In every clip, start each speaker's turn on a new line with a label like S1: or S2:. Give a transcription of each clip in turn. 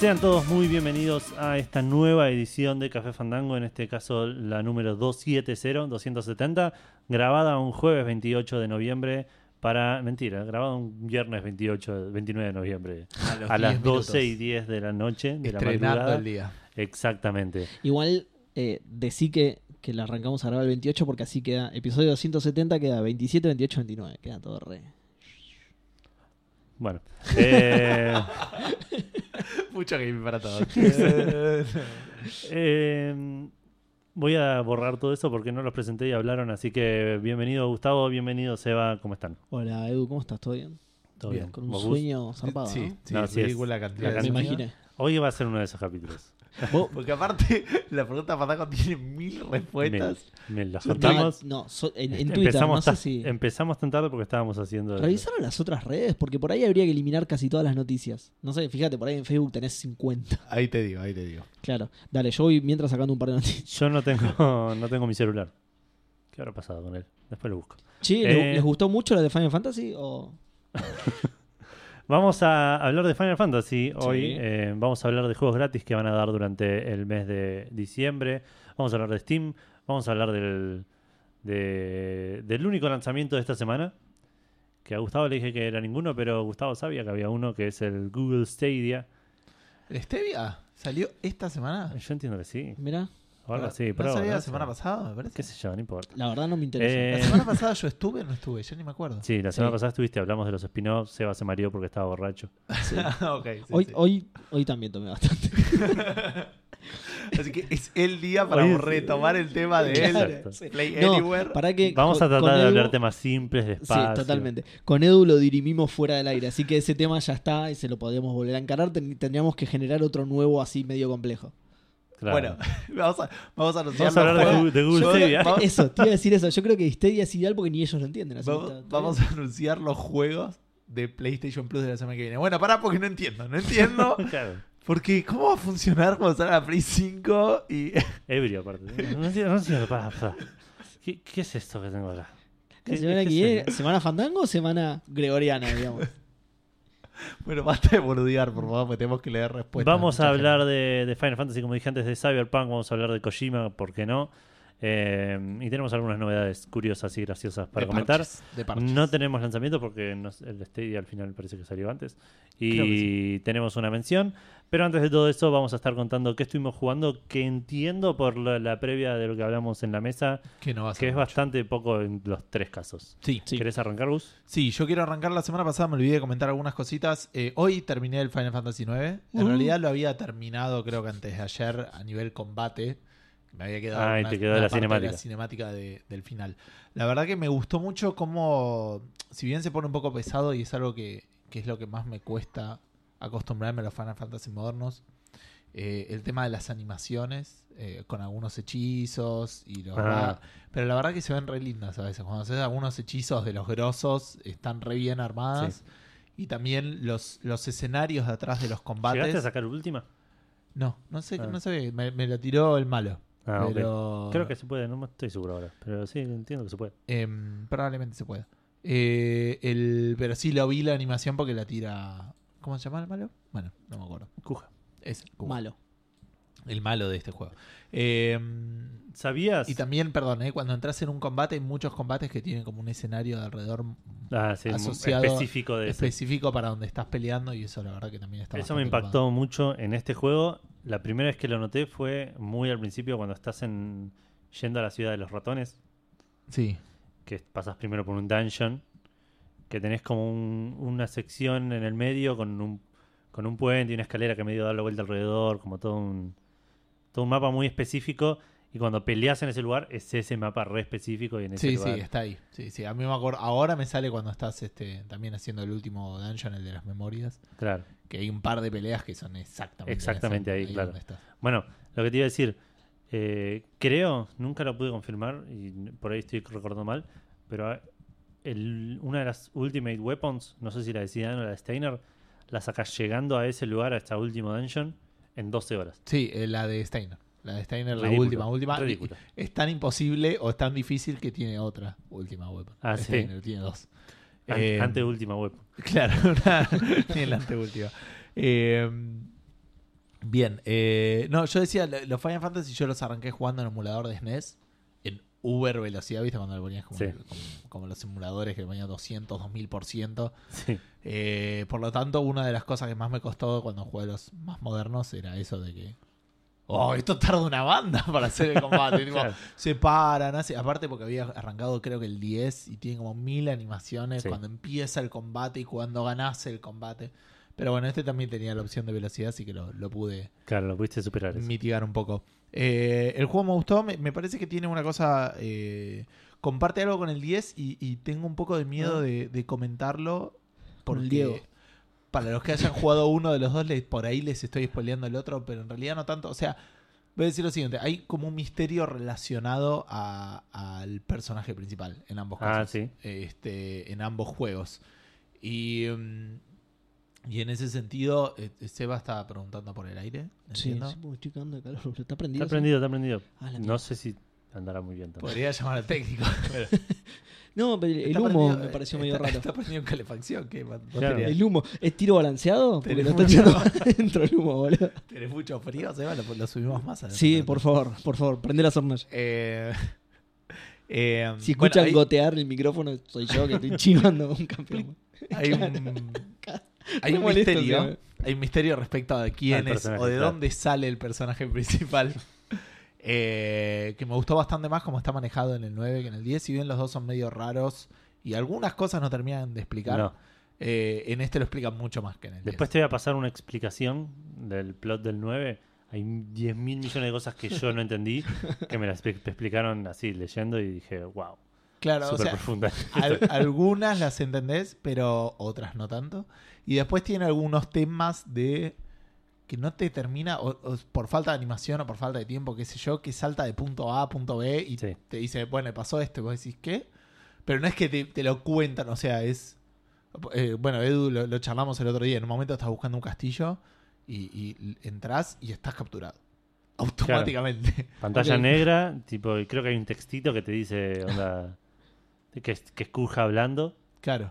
S1: Sean todos muy bienvenidos a esta nueva edición de Café Fandango, en este caso la número 270, 270, grabada un jueves 28 de noviembre para, mentira, grabada un viernes 28, 29 de noviembre,
S2: A, los
S1: a
S2: 10
S1: las 12 y
S2: minutos.
S1: 10 de la noche, de la
S2: Estrenando
S1: madrugada.
S2: el día.
S1: Exactamente.
S3: Igual eh, decí que, que la arrancamos a grabar el 28 porque así queda. Episodio 270 queda 27, 28, 29. Queda todo re.
S1: Bueno, eh,
S2: Mucho game para todos.
S1: eh, voy a borrar todo eso porque no los presenté y hablaron, así que bienvenido Gustavo, bienvenido Seba, ¿cómo están?
S3: Hola Edu, ¿cómo estás? ¿Todo bien?
S1: ¿Todo
S2: Bien,
S3: Con un
S1: ¿Vos, Gus?
S3: sueño zarpado,
S2: sí,
S3: ¿no?
S2: sí,
S1: No,
S2: es
S1: así es.
S2: ridícula
S1: La
S2: cantidad de
S3: Me
S1: cantidad.
S2: sonido.
S3: imaginé.
S1: Hoy va a ser uno de esos capítulos.
S3: Vos-
S2: Porque aparte, la pregunta Fandango tiene mil respuestas.
S1: Me, me las
S3: no,
S1: contamos.
S3: No, so- en, en
S1: Empe-
S3: Twitter,
S1: empezamos, em-
S3: no sé
S1: ta-
S3: si...
S1: empezamos tan tarde porque estábamos haciendo. el-
S3: ¿Revisaron las otras redes? Porque por ahí habría que eliminar casi todas las noticias. No sé, fíjate, por ahí en Facebook tenés 50.
S2: Ahí te digo, ahí te digo.
S3: Claro. Dale, yo voy mientras sacando un par de noticias.
S1: Yo no tengo, no tengo mi celular. ¿Qué habrá pasado con él? Después lo busco.
S3: Che, ¿le-
S1: Eh.
S3: ¿les gustó mucho la de Final Fantasy? O...
S1: Vamos a hablar de Final Fantasy hoy.
S3: Sí.
S1: eh, vamos a hablar de juegos gratis que van a dar durante el mes de diciembre. Vamos a hablar de Steam. Vamos a hablar del, de- del único lanzamiento de esta semana. Que a Gustavo le dije que era ninguno, pero Gustavo sabía que había uno que es el Google Stadia.
S2: ¿Stevia salió esta
S3: Ah.
S2: semana?
S1: Yo entiendo que sí.
S3: Mirá, Ah,
S1: Ahora sí,
S2: ¿No
S1: pero.
S2: salió
S1: ahora
S2: la semana
S1: sí.
S2: pasada, me parece?
S1: Qué sé yo, no importa.
S3: la verdad no me interesa.
S1: Eh,
S2: La semana pasada yo estuve o no estuve, ya ni me acuerdo.
S1: Sí, la semana
S3: Sí.
S1: pasada estuviste, hablamos de los spin-offs, Seba se mareó porque estaba borracho.
S3: Sí.
S2: Ah, ok, sí,
S3: hoy,
S2: sí.
S3: Hoy, hoy también tomé bastante.
S2: Así que es el día para
S1: Hoy es-
S2: retomar el tema de él.
S1: Exacto.
S2: Play Anywhere.
S3: No, para que
S1: Vamos a
S3: con- con
S1: tratar de
S3: Edu-
S1: hablar temas simples, despacio.
S3: Sí, totalmente. Con Edu lo dirimimos fuera del aire, así que ese tema ya está y se lo podríamos volver a encarar. Ten- tendríamos que generar otro nuevo así medio complejo.
S1: Claro.
S2: Bueno, vamos a, vamos a anunciar
S1: Vamos a
S2: los
S1: hablar de
S2: juegos.
S1: Gu- de Google
S2: Yo-
S1: Stadia.
S2: vamos-
S3: Eso, te iba a decir eso. Yo creo que Stadia es ideal porque ni ellos lo entienden. así que
S2: Vamos,
S3: está- está
S2: vamos
S3: bien.
S2: a anunciar los juegos de PlayStation Plus de la semana que viene. Bueno, pará porque no entiendo, no entiendo.
S1: Claro.
S2: Porque ¿cómo va a funcionar cuando salga la Play 5 y...
S1: Ebrio, aparte. No entiendo, no entiendo qué pasa. ¿Qué, qué es esto que tengo acá? ¿Qué-
S3: La semana
S1: qué
S3: que
S1: es
S3: viene,
S1: esto?
S3: ¿semana fandango o semana gregoriana, digamos?
S2: Bueno, basta de boludear, por favor, porque tenemos que leer
S3: Pues
S2: respuestas.
S1: vamos a
S2: Mucha
S1: hablar
S2: gente.
S1: de, de Final Fantasy, como dije antes, de Cyberpunk, vamos a hablar de Kojima, ¿por qué no? Eh, y tenemos algunas novedades curiosas y graciosas para
S2: De
S1: comentar.
S2: parches, de parches.
S1: No tenemos lanzamiento porque nos- el Stadia al final parece que salió antes.
S2: Creo que
S1: Y tenemos una mención. Pero antes de todo eso, vamos a estar contando qué estuvimos jugando, que entiendo por la, la previa de lo que hablamos en la mesa,
S2: Que no va a ser
S1: que es
S2: mucho.
S1: bastante poco en los tres casos.
S2: Sí.
S3: Sí.
S1: ¿Querés arrancar, Gus?
S2: Sí, yo quiero arrancar la semana pasada, me olvidé de comentar algunas cositas. Eh, hoy terminé el Final Fantasy IX. En
S3: Uh.
S2: realidad lo había terminado creo que antes de ayer a nivel combate. Me había quedado
S1: Ah, y te quedó la
S2: parte de
S1: cinemática.
S2: la cinemática de- del final. La verdad que me gustó mucho cómo, si bien se pone un poco pesado y es algo que, que es lo que más me cuesta acostumbrarme a los Final Fantasy modernos, eh, el tema de las animaciones eh, con algunos hechizos y los...
S1: Ah.
S2: Pero la verdad que se ven re lindas a veces. Cuando haces algunos hechizos de los grosos, están re bien armadas. Y también los, los escenarios de atrás de los
S1: ¿Llegaste a
S2: combates.
S1: sacar última?
S2: No, no sé,
S1: Ah.
S2: no sé, me, me lo tiró el malo.
S1: Ah, ok.
S2: pero
S1: Creo que se puede, no me estoy seguro ahora. Pero sí, entiendo que se puede.
S2: em, probablemente se pueda. Eh, el, pero sí lo vi la animación porque la tira. ¿Cómo se llama el malo? Bueno, no me acuerdo.
S1: Cuja.
S2: Es
S3: Malo.
S2: el malo de este juego. Em,
S1: ¿Sabías?
S2: y también, perdón, eh, cuando entras en un combate, hay muchos combates que tienen como un escenario de alrededor
S1: Ah, sí, mu-
S2: asociado-
S1: específico de ese.
S2: específico para donde estás peleando y eso la verdad que también está
S1: Eso me
S2: bastante
S1: impactó mucho en este juego. La primera vez que lo noté fue muy al principio cuando estás en yendo a la ciudad de los ratones,
S2: copado. Sí,
S1: que pasas primero por un dungeon, que tenés como un- una sección en el medio con un, con un puente y una escalera que medio da la vuelta alrededor, como todo un, todo un mapa muy específico. Y cuando peleas en ese lugar, es ese mapa re específico y en ese
S2: sí, sí,
S1: lugar.
S2: está ahí. Sí, sí, a mí me acuerdo. Ahora me sale cuando estás este, también haciendo el último dungeon, el de las memorias,
S1: Claro.
S2: que hay un par de peleas que son exactamente en esa-
S1: Exactamente ahí, claro.
S2: donde estás.
S1: Bueno, lo que te iba a decir, eh, creo, nunca lo pude confirmar y n- por ahí estoy recordando mal, pero ah, el- una de las Ultimate Weapons, no sé si la de Zidane o la de Steiner, la sacas llegando a ese lugar, a esta última dungeon, en 12 horas.
S2: Sí, eh, la de Steiner. La de Steiner,
S1: Ridículo,
S2: la última, última.
S1: ridículo.
S2: Es tan imposible o es tan difícil que tiene otra última weapon.
S1: Ah, sí.
S2: Steiner tiene dos.
S1: An-
S2: Eh,
S1: Antes de última weapon.
S2: Claro, una, ni el anteúltimo. Eh, Bien, eh, no, yo decía, lo- los Final Fantasy yo los arranqué jugando en emulador de SNES en uber velocidad, ¿viste? Cuando le ponías como,
S1: Sí.
S2: como, como los emuladores que le ponían 200, 2000%.
S1: Sí.
S2: Eh, por lo tanto, una de las cosas que más me costó cuando jugué a los más modernos era eso de que. Oh, esto tarda una banda para hacer el combate. Tipo,
S1: Claro.
S2: Se paran, hace- aparte porque había arrancado creo que el 10 y tiene como mil animaciones
S1: Sí.
S2: cuando empieza el combate y cuando ganas el combate. Pero bueno, este también tenía la opción de velocidad, así que lo, lo pude
S1: Claro, lo pudiste superar. eso.
S2: mitigar un poco. Eh, el juego me gustó, me, me parece que tiene una cosa. eh, comparte algo con el 10 y, y tengo un poco de miedo de, de comentarlo.
S3: Ah. Con el
S2: Porque
S3: Diego.
S2: para los que hayan jugado uno de los dos, les- por ahí les estoy spoileando el otro, pero en realidad no tanto. O sea, voy a decir lo siguiente: hay como un misterio relacionado a- al personaje principal en ambos casos
S1: Ah, sí.
S2: este, en ambos juegos. Y, mm, y en ese sentido, eh, Seba estaba preguntando por el aire.
S3: Sí,
S2: ¿entiendo?
S3: sí, porque estoy cagando de calor. ¿Está prendido?
S1: Está aprendido, está aprendido.
S3: Ah, la mierda.
S1: No sé si andará muy bien tampoco.
S2: Podría llamar al técnico. pero
S3: No, pero el
S2: está
S3: humo
S2: prendido-
S3: me pareció
S2: eh,
S3: medio
S2: está-
S3: raro.
S2: Está prendido en calefacción. ¿qué? Vos
S1: Claro.
S2: tenés-
S3: El humo. ¿Es tiro balanceado? Porque lo
S2: Tenés
S3: está echando adentro el humo, boludo.
S2: Tenés mucho frío, Seba, lo, lo subimos más. adelante.
S3: Sí, por favor, por favor, prende las hornallas.
S2: Eh, eh,
S3: Si
S2: bueno,
S3: escuchan
S2: hay-
S3: gotear el micrófono, soy yo que estoy chivando un campeón.
S2: hay un, hay
S3: Re
S2: un
S3: molesto,
S2: misterio.
S3: Seba.
S2: Hay un misterio respecto a
S1: Al
S2: quién es
S1: personaje,
S2: o de
S1: claro.
S2: dónde sale el personaje principal. Eh, que me gustó bastante más como está manejado en el 9 que en el 10. Si bien los dos son medio raros y algunas cosas no terminan de explicar,
S1: No.
S2: eh, en este lo explican mucho más que en el 10.
S1: Después te voy a pasar una explicación del plot del 9. Hay 10 mil millones de cosas que yo no entendí, que me las pe- explicaron así leyendo y dije, wow,
S2: claro, o
S1: súper
S2: sea,
S1: profunda.
S2: al- algunas las entendés, pero otras no tanto. Y después tiene algunos temas de que no te termina, o, o por falta de animación o por falta de tiempo, qué sé yo, que salta de punto A a punto B y
S1: Sí.
S2: te dice, bueno, pasó esto, y vos decís, ¿qué? Pero no es que te, te lo cuentan, o sea, es... eh, bueno, Edu, lo, lo charlamos el otro día, en un momento estás buscando un castillo y, y entras y estás capturado. Automáticamente.
S1: Pantalla
S3: Ok.
S1: negra, tipo, y creo que hay un textito que te dice, onda, que, es- que escuja hablando
S2: Claro.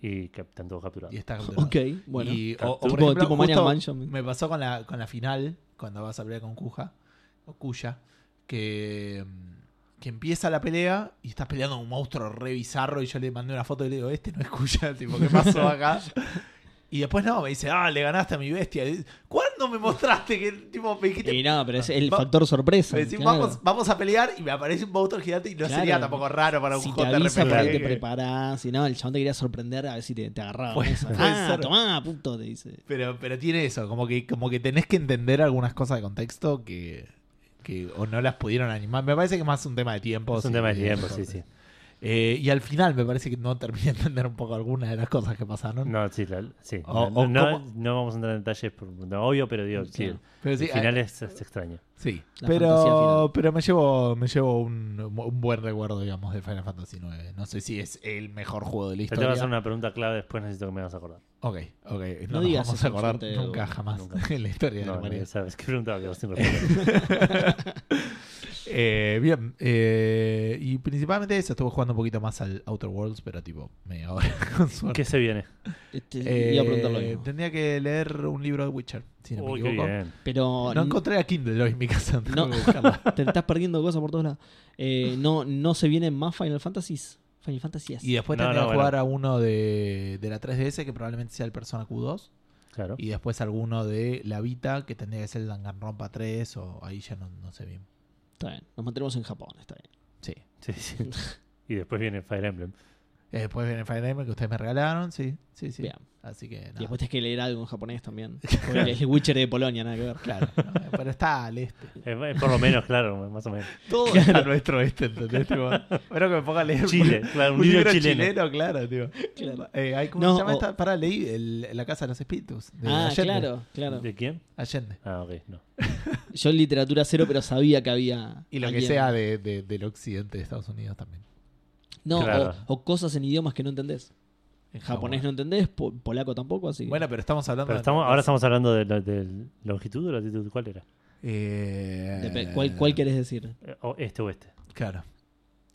S1: y que te han todo capturado.
S2: Y estás capturado.
S3: Ok, bueno.
S2: Y- o, o por
S1: Tipo-
S2: ejemplo,
S3: tipo Maniac
S2: justo
S3: Mansion.
S2: Me pasó con la, con la final, cuando vas a pelear con Cuja, o Cuya, que, mm, que empieza la pelea y estás peleando con un monstruo re bizarro y yo le mandé una foto y le digo, este no es Cuya, tipo, ¿qué pasó acá? Y después no, me dice, ah, le ganaste a mi bestia. Y, ¿Cuándo me mostraste que tipo me dijiste?
S3: Y nada, pero es el
S2: Va-
S3: factor sorpresa.
S2: me decís,
S3: claro.
S2: vamos, vamos a pelear y me aparece un monstruo gigante y no
S3: Claro.
S2: sería tampoco raro para un
S3: si te
S2: JRPG
S3: avisa para que
S2: que-
S3: te preparás. Si no, el chabón te quería sorprender a ver si te, te agarraba.
S2: Puede-
S3: Esa.
S2: puede
S3: ah,
S2: ser.
S3: tomá, puto, te dice.
S2: Pero, pero tiene eso, como que, como que tenés que entender algunas cosas de contexto que, que o no las pudieron animar. Me parece que es más un tema de tiempo.
S1: es un
S2: sí,
S1: tema de
S2: que-
S1: tiempo, sí, sí.
S2: Eh, y al final me parece que no terminé de entender un poco algunas de las cosas que pasaron.
S1: No, sí, la- sí.
S2: O-
S1: no,
S2: o
S1: no-
S2: cómo-
S1: no vamos a entrar en detalles, por, no, obvio, pero digo, sí,
S3: Claro.
S2: pero sí,
S1: el final es, es extraño.
S2: eh, sí.
S3: La fantasía final.
S2: Pero, pero me llevo, me llevo un, un buen recuerdo, digamos, de Final Fantasy IX. No sé si es el mejor juego de la
S1: Yo te voy a
S2: historia.
S1: hacer una pregunta clave, después necesito que me vas a acordar.
S2: Ok, ok. No,
S3: No
S2: nos
S3: digas
S2: vamos
S3: eso
S2: a acordar
S3: enfrente de Edu.
S2: nunca, jamás,
S1: Nunca.
S2: en la historia de
S1: No,
S2: la humanidad.
S1: no, sabes qué preguntaba, quedó sin responder.
S2: Eh, bien, eh, y principalmente eso, estuve jugando un poquito más al Outer Worlds, pero tipo media hora con suerte.
S1: ¿Qué se viene?
S3: Este, iba a preguntar lo
S2: Eh,
S3: mismo.
S2: Tendría que leer un libro de Witcher, si no me
S1: Uy, qué
S2: equivoco.
S1: bien.
S3: Pero
S2: No encontré a Kindle hoy en mi casa, tengo
S3: No.
S2: que buscarla.
S3: te estás perdiendo cosas por todos lados. Eh, no, no se vienen más Final Fantasies. Final Fantasies.
S2: Y después
S1: No,
S2: tendría
S1: no,
S2: que jugar a uno de, de la 3DS, que probablemente sea el Persona Q2.
S1: Claro.
S2: Y después alguno de la Vita, que tendría que ser el Danganronpa 3, o ahí ya no, no sé bien.
S3: Está bien, nos mantenemos en Japón, está bien.
S2: Sí.
S1: Sí, sí. Y después viene Fire Emblem.
S2: Eh, después viene Fire Emblem, que ustedes me regalaron, sí, sí, sí.
S3: Bien.
S2: Así que
S3: Y
S2: nada.
S3: después tenés que leer algo en japonés también. Porque es el Witcher de Polonia, nada que ver.
S2: Claro, no, pero está al este.
S1: Eh, eh, por lo menos, claro, más o menos.
S2: Todo está nuestro este, ¿entendés? Tipo, bueno, que me ponga a leer
S1: Chile,
S2: un-
S1: claro,
S2: un,
S1: un libro
S2: chileno.
S1: chileno.
S2: claro, tío.
S3: Claro.
S2: Eh, hay- ¿Cómo
S3: No,
S2: se llama
S3: o-
S2: esta? Pará, leí el- La Casa de los Espíritus. de
S3: Ah,
S2: Allende.
S3: claro, claro.
S1: ¿De quién?
S2: Allende.
S1: Ah, ok, no.
S3: Yo en literatura cero, pero sabía que había.
S2: Y lo que
S3: alguien-
S2: sea de, de- del occidente de Estados Unidos también.
S3: No, o-
S1: Claro.
S3: o, cosas en idiomas que no entendés. En japonés no entendés, po- polaco tampoco, así. que-
S2: Bueno, pero estamos hablando.
S1: Pero
S2: de-
S1: estamos, ahora estamos hablando de, la- de longitud o latitud, ¿cuál era?
S2: Eh,
S3: Dep- ¿cuál, ¿Cuál querés decir?
S1: Eh, o este o este.
S2: Claro.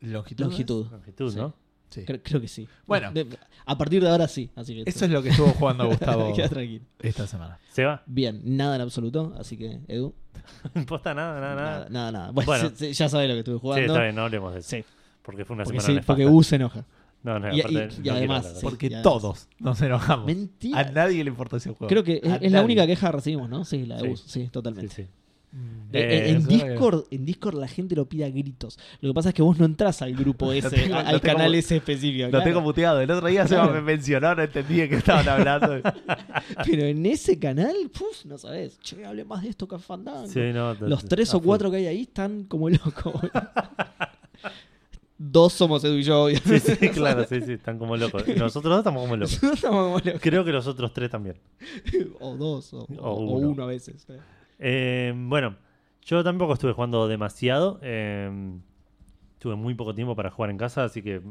S2: Longitud.
S3: Longitud.
S1: Longitud,
S3: Sí.
S1: ¿no?
S2: Sí.
S3: Cre- creo que sí.
S2: Bueno.
S3: De- a partir de ahora sí. Así que
S2: Eso es lo que estuvo jugando Gustavo
S3: Queda tranquilo.
S2: esta semana.
S1: ¿Se va?
S3: Bien, nada en absoluto. Así que, Edu.
S1: Posta nada, nada, nada.
S3: Nada, nada. nada. Bueno,
S1: Bueno.
S3: se- se- ya sabes lo que estuve
S1: Sí,
S3: jugando.
S1: está bien, no hablemos de eso.
S3: Sí,
S1: Porque fue una
S3: porque,
S1: semana
S3: sí,
S1: nefasta.
S3: porque Gus se enoja.
S1: No, no,
S3: Y-
S1: aparte,
S3: y- y
S1: no quiero
S3: además,
S1: hablar de
S3: sí.
S1: eso.
S2: Porque
S3: ya ves.
S2: todos nos enojamos.
S3: Mentira.
S2: A nadie le importó ese juego.
S3: Creo que es,
S2: A
S3: es la
S2: nadie.
S3: única queja que recibimos, ¿no? Sí, la de
S1: Sí.
S3: Gus. Sí,
S1: Sí,
S3: totalmente.
S1: sí.
S2: Mm.
S1: Eh,
S3: Eh, en,
S2: eso es
S3: Discord, en Discord la gente lo pide a gritos. Lo que pasa es que vos no entras al grupo ese,
S2: tengo-
S3: a-
S2: lo
S3: al
S2: tengo-
S3: canal ese específico.
S2: Lo
S3: claro.
S2: tengo muteado. El otro día Seba me mencionó, no entendí de qué estaban hablando.
S3: Pero en ese canal, puf, no sabes. Che, hable más de esto que Fandango.
S1: Sí, no, t-
S3: Ah, Los
S1: t-
S3: tres
S1: a
S3: o
S1: full.
S3: cuatro que hay ahí están como locos. Dos somos Edu y yo,
S1: Sí,
S3: obviamente.
S1: sí, claro, sí, sí, están como locos. Y Nosotros dos estamos como locos.
S3: Nosotros estamos como locos.
S1: Creo que los otros tres también.
S3: O dos, o,
S1: O
S3: o uno.
S1: uno.
S3: a veces. eh.
S1: Eh, bueno, yo tampoco estuve jugando demasiado. eh, tuve muy poco tiempo para jugar en casa, así que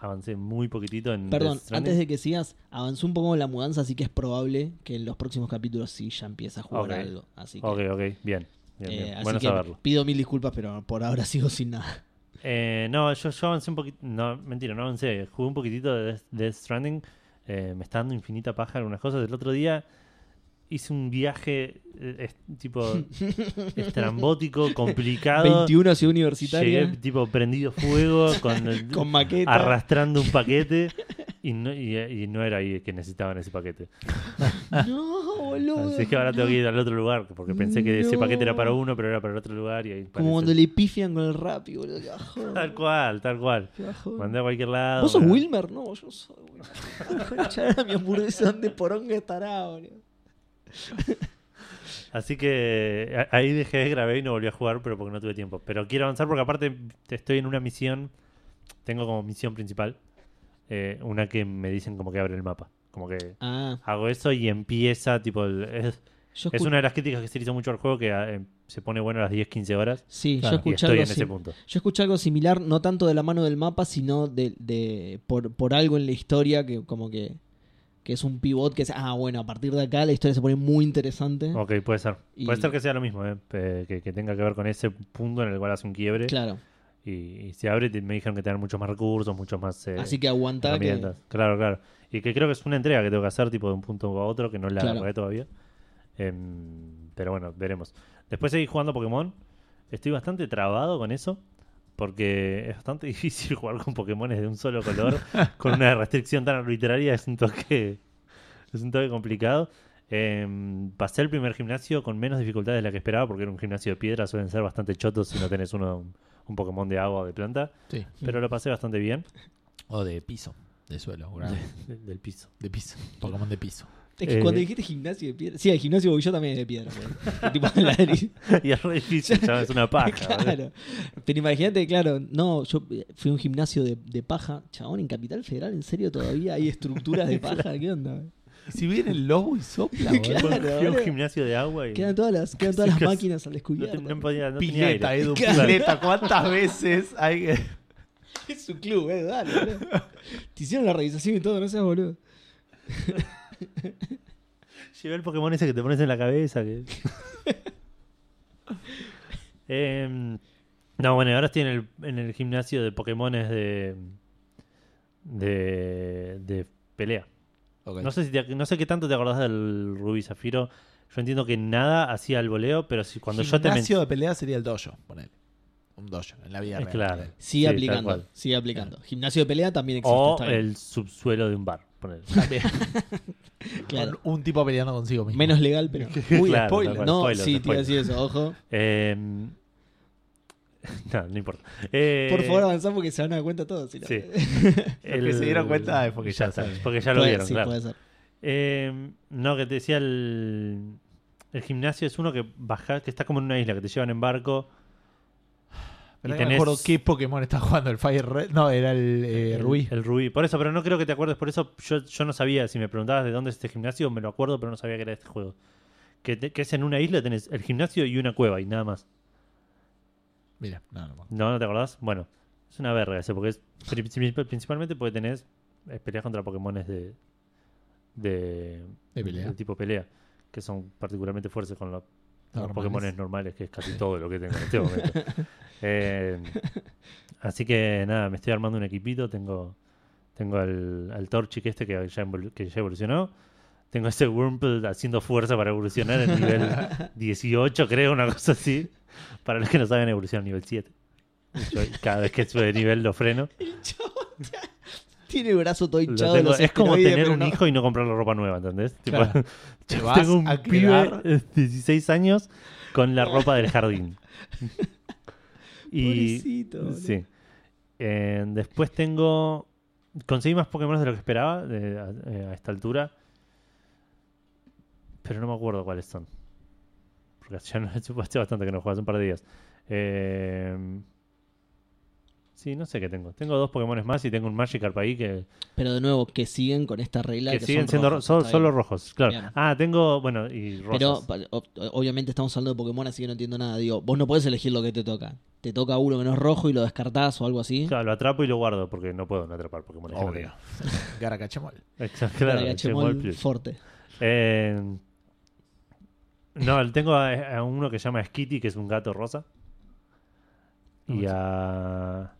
S1: avancé muy poquitito en.
S3: Perdón,
S1: Death Stranding.
S3: antes de que sigas, avanzó un poco la mudanza, así que es probable que en los próximos capítulos sí ya empiece a jugar
S1: Ok.
S3: algo. Así que,
S1: Ok, ok, bien. bien,
S3: eh,
S1: bien.
S3: así
S1: Bueno
S3: que
S1: saberlo.
S3: pido mil disculpas, pero por ahora sigo sin nada.
S1: Eh, no, yo, yo avancé un poquito. No, mentira, no avancé. Jugué un poquitito de Death, Death Stranding. Eh, me está dando infinita paja algunas cosas. El otro día hice un viaje eh, es- tipo estrambótico, complicado.
S3: 21 ciudad universitaria
S1: Llegué tipo prendido fuego, con, el-
S3: con maqueta.
S1: arrastrando un paquete. Y no, y, y no era ahí que necesitaban ese paquete.
S3: No, boludo.
S1: Así que ahora tengo que ir al otro lugar, porque pensé que ese
S3: No.
S1: paquete era para uno, pero era para el otro lugar. Y ahí
S3: Como
S1: parece-
S3: cuando le pifian con el rap, boludo. Qué bajón,
S1: Tal cual, tal cual.
S3: qué bajón.
S1: Mandé a cualquier lado.
S3: ¿Vos sos
S1: bueno.
S3: Wilmer? No, yo soy Wilmer. Concha de mi hamburguesa, ¿dónde poronga estará, boludo?
S1: Así que eh, a- ahí dejé, grabé y no volví a jugar, pero porque no tuve tiempo. Pero quiero avanzar porque aparte estoy en una misión, tengo como misión principal, eh, una que me dicen como que abre el mapa. Como que
S3: Ah,
S1: hago eso y empieza, tipo, el- es,
S3: yo
S1: es
S3: escu-
S1: una de las críticas que se le hizo mucho al juego que ah, em, se pone bueno a las 10, 15 horas.
S3: Sí,
S2: Claro.
S3: yo
S1: Y
S3: escuché
S1: estoy en ese
S3: algo así.
S1: punto.
S3: Yo escuché algo similar, no tanto de la mano del mapa, sino de, de- por, por algo en la historia que como que, que es un pivot que es, ah, bueno, a partir de acá la historia se pone muy interesante.
S1: Ok, puede ser.
S3: ¿Eh? Y-
S1: Puede ser que sea lo mismo, eh, pe- que, que tenga que ver con ese punto en el cual hace un quiebre.
S3: Claro,
S1: Y, y se abre, te- me dijeron que tener muchos más recursos, muchos más... eh,
S3: así que aguanta que...
S1: herramientas. Claro, claro. Y que creo que es una entrega que tengo que hacer, tipo de un punto a otro, que no la
S3: Claro.
S1: agarré todavía. Em, pero bueno, veremos. Después seguí jugando Pokémon. Estoy bastante trabado con eso. Porque es bastante difícil jugar con Pokémones de un solo color. con una restricción tan arbitraria. Es un toque. Es un toque complicado. Em, pasé el primer gimnasio con menos dificultades de la que esperaba. Porque era un gimnasio de piedra. Suelen ser bastante chotos si no tenés uno, un, un Pokémon de agua o de planta.
S2: Sí.
S3: Mm.
S1: Pero lo pasé bastante bien.
S2: O de piso. De suelo. grande.
S1: de- del piso.
S2: De piso. Pokémon de piso.
S3: Es que
S1: Eh.
S3: cuando dijiste gimnasio de piedra... Sí, el gimnasio porque yo también es de piedra. boludo. tipo de ladrillo.
S1: y es re difícil, ya es una paja. ¿eh? ¿verdad?
S3: Claro. Pero imagínate, claro, no, yo eh, fui a un gimnasio de, de paja. Chabón, en Capital Federal, ¿en serio todavía hay estructuras de paja? ¿Qué onda?
S2: Y si viene el lobo y sopla,
S3: Claro,
S1: Fui a un
S3: boludo.
S1: gimnasio de agua y
S3: Quedan todas las, quedan todas las
S1: Casi-
S3: máquinas al
S1: no,
S3: descubierto.
S1: te- no podía- no tenía
S2: Pileta,
S1: aire.
S2: Edu,
S3: Claro.
S2: pileta. ¿Cuántas veces hay que.?
S3: Es su club, eh, dale, boludo. Te hicieron la revisación y todo, no seas boludo.
S1: Llevé el Pokémon ese que te pones en la cabeza. que- Em, no, bueno, ahora estoy en el, en el gimnasio de Pokémones de, de, de pelea. No sé, si te- no sé qué tanto te acordás del Rubí Zafiro. Yo entiendo que nada hacía el voleo, pero si cuando yo te men-
S2: gimnasio de pelea sería el dojo, ponele. Un dojo, en la vida
S1: Eh,
S2: real.
S1: claro.
S2: ponele.
S3: Sigue
S1: Sí, tal
S3: aplicando,
S1: cual.
S3: sigue aplicando. Gimnasio de pelea también existe.
S1: O
S3: está bien.
S1: el subsuelo de un bar. ponele.
S2: También.
S3: Claro.
S2: Con un tipo peleando consigo mismo.
S3: Menos legal, pero.
S2: Uy,
S1: Claro,
S2: spoiler.
S1: tal cual.
S3: no,
S1: spoilers,
S3: sí, te iba a
S1: spoilers.
S3: decir eso, ojo.
S1: Eh, no, no importa. Eh,
S3: Por favor, avanzá porque se van a dar cuenta todos. si no.
S1: Sí.
S2: Los que se dieron cuenta es porque ya
S1: está,
S2: saben.
S1: Porque ya lo
S3: Puede-
S1: vieron,
S3: sí,
S1: claro.
S3: puede ser.
S1: Eh, no, que te decía el, el gimnasio es uno que baja, que está como en una isla, que te llevan en barco.
S2: Pero
S1: y
S2: no me
S1: tenés-
S2: acuerdo qué Pokémon está jugando el Fire Red. No, era el eh, Rubí.
S1: El Rubí. Por eso, pero no creo que te acuerdes. Por eso yo, yo no sabía. Si me preguntabas de dónde es este gimnasio, me lo acuerdo, pero no sabía que era este juego. Que, te- que es en una isla, tenés el gimnasio y una cueva y nada más.
S2: Mira, no, no.
S1: No, ¿no te acordás? Bueno, es una verga ese, porque es princip- principalmente porque tenés eh, peleas contra Pokémones de, de,
S2: De pelea.
S1: tipo pelea, que son particularmente fuertes con los, los
S2: Normales.
S1: Pokémones normales, que es casi todo lo que tengo en este momento. Eh, así que nada, me estoy armando un equipito, tengo Tengo al, al Torchic este que ya, envol- que ya evolucionó. Tengo ese Wurmple haciendo fuerza para evolucionar en nivel 18, creo, una cosa así. Para los que no saben, evoluciona a nivel 7. Yo cada vez que sube de nivel lo freno.
S3: El chabón está- tiene el brazo todo
S1: Lo
S3: hinchado. de
S1: tengo-
S3: los
S1: es como
S3: esteroides,
S1: tener
S3: pero
S1: un
S3: no.
S1: hijo y no comprarle ropa nueva, ¿entendés? Tipo,
S2: Claro. Te
S1: yo
S2: vas
S1: tengo un
S2: a
S1: pibe
S2: quedar-
S1: de 16 años con la ropa del jardín. y
S3: Pobrecito, boludo.
S1: sí. Eh, después tengo. Conseguí más Pokémon de lo que esperaba de- a, eh, a esta altura. Pero no me acuerdo cuáles son. Porque ya no, hace bastante que no juegas, un par de días. Eh, sí, no sé qué tengo. Tengo dos Pokémon más y tengo un Magikarp ahí que,
S3: Pero de nuevo, que siguen con esta regla.
S1: que
S3: de que
S1: siguen
S3: son
S1: siendo
S3: rojos,
S1: ro- so-
S3: está
S1: solo
S3: bien.
S1: rojos, claro.
S3: Bien.
S1: Ah, tengo, bueno, y rosas.
S3: Pero pa- o- obviamente estamos hablando de Pokémon, así que no entiendo nada. Digo, vos no podés elegir lo que te toca. Te toca uno que no es rojo y lo descartás o algo así.
S1: Claro, lo atrapo y lo guardo porque no puedo no atrapar Pokémon. es que no
S2: Obvio. Garacachemol.
S1: tengo. Exacto,
S3: Para
S1: claro,
S3: que
S1: Chemol
S3: Achemol
S1: Plus.
S3: Forte.
S1: Eh, no, tengo a, a uno que se llama Skitty, que es un gato rosa. Y a.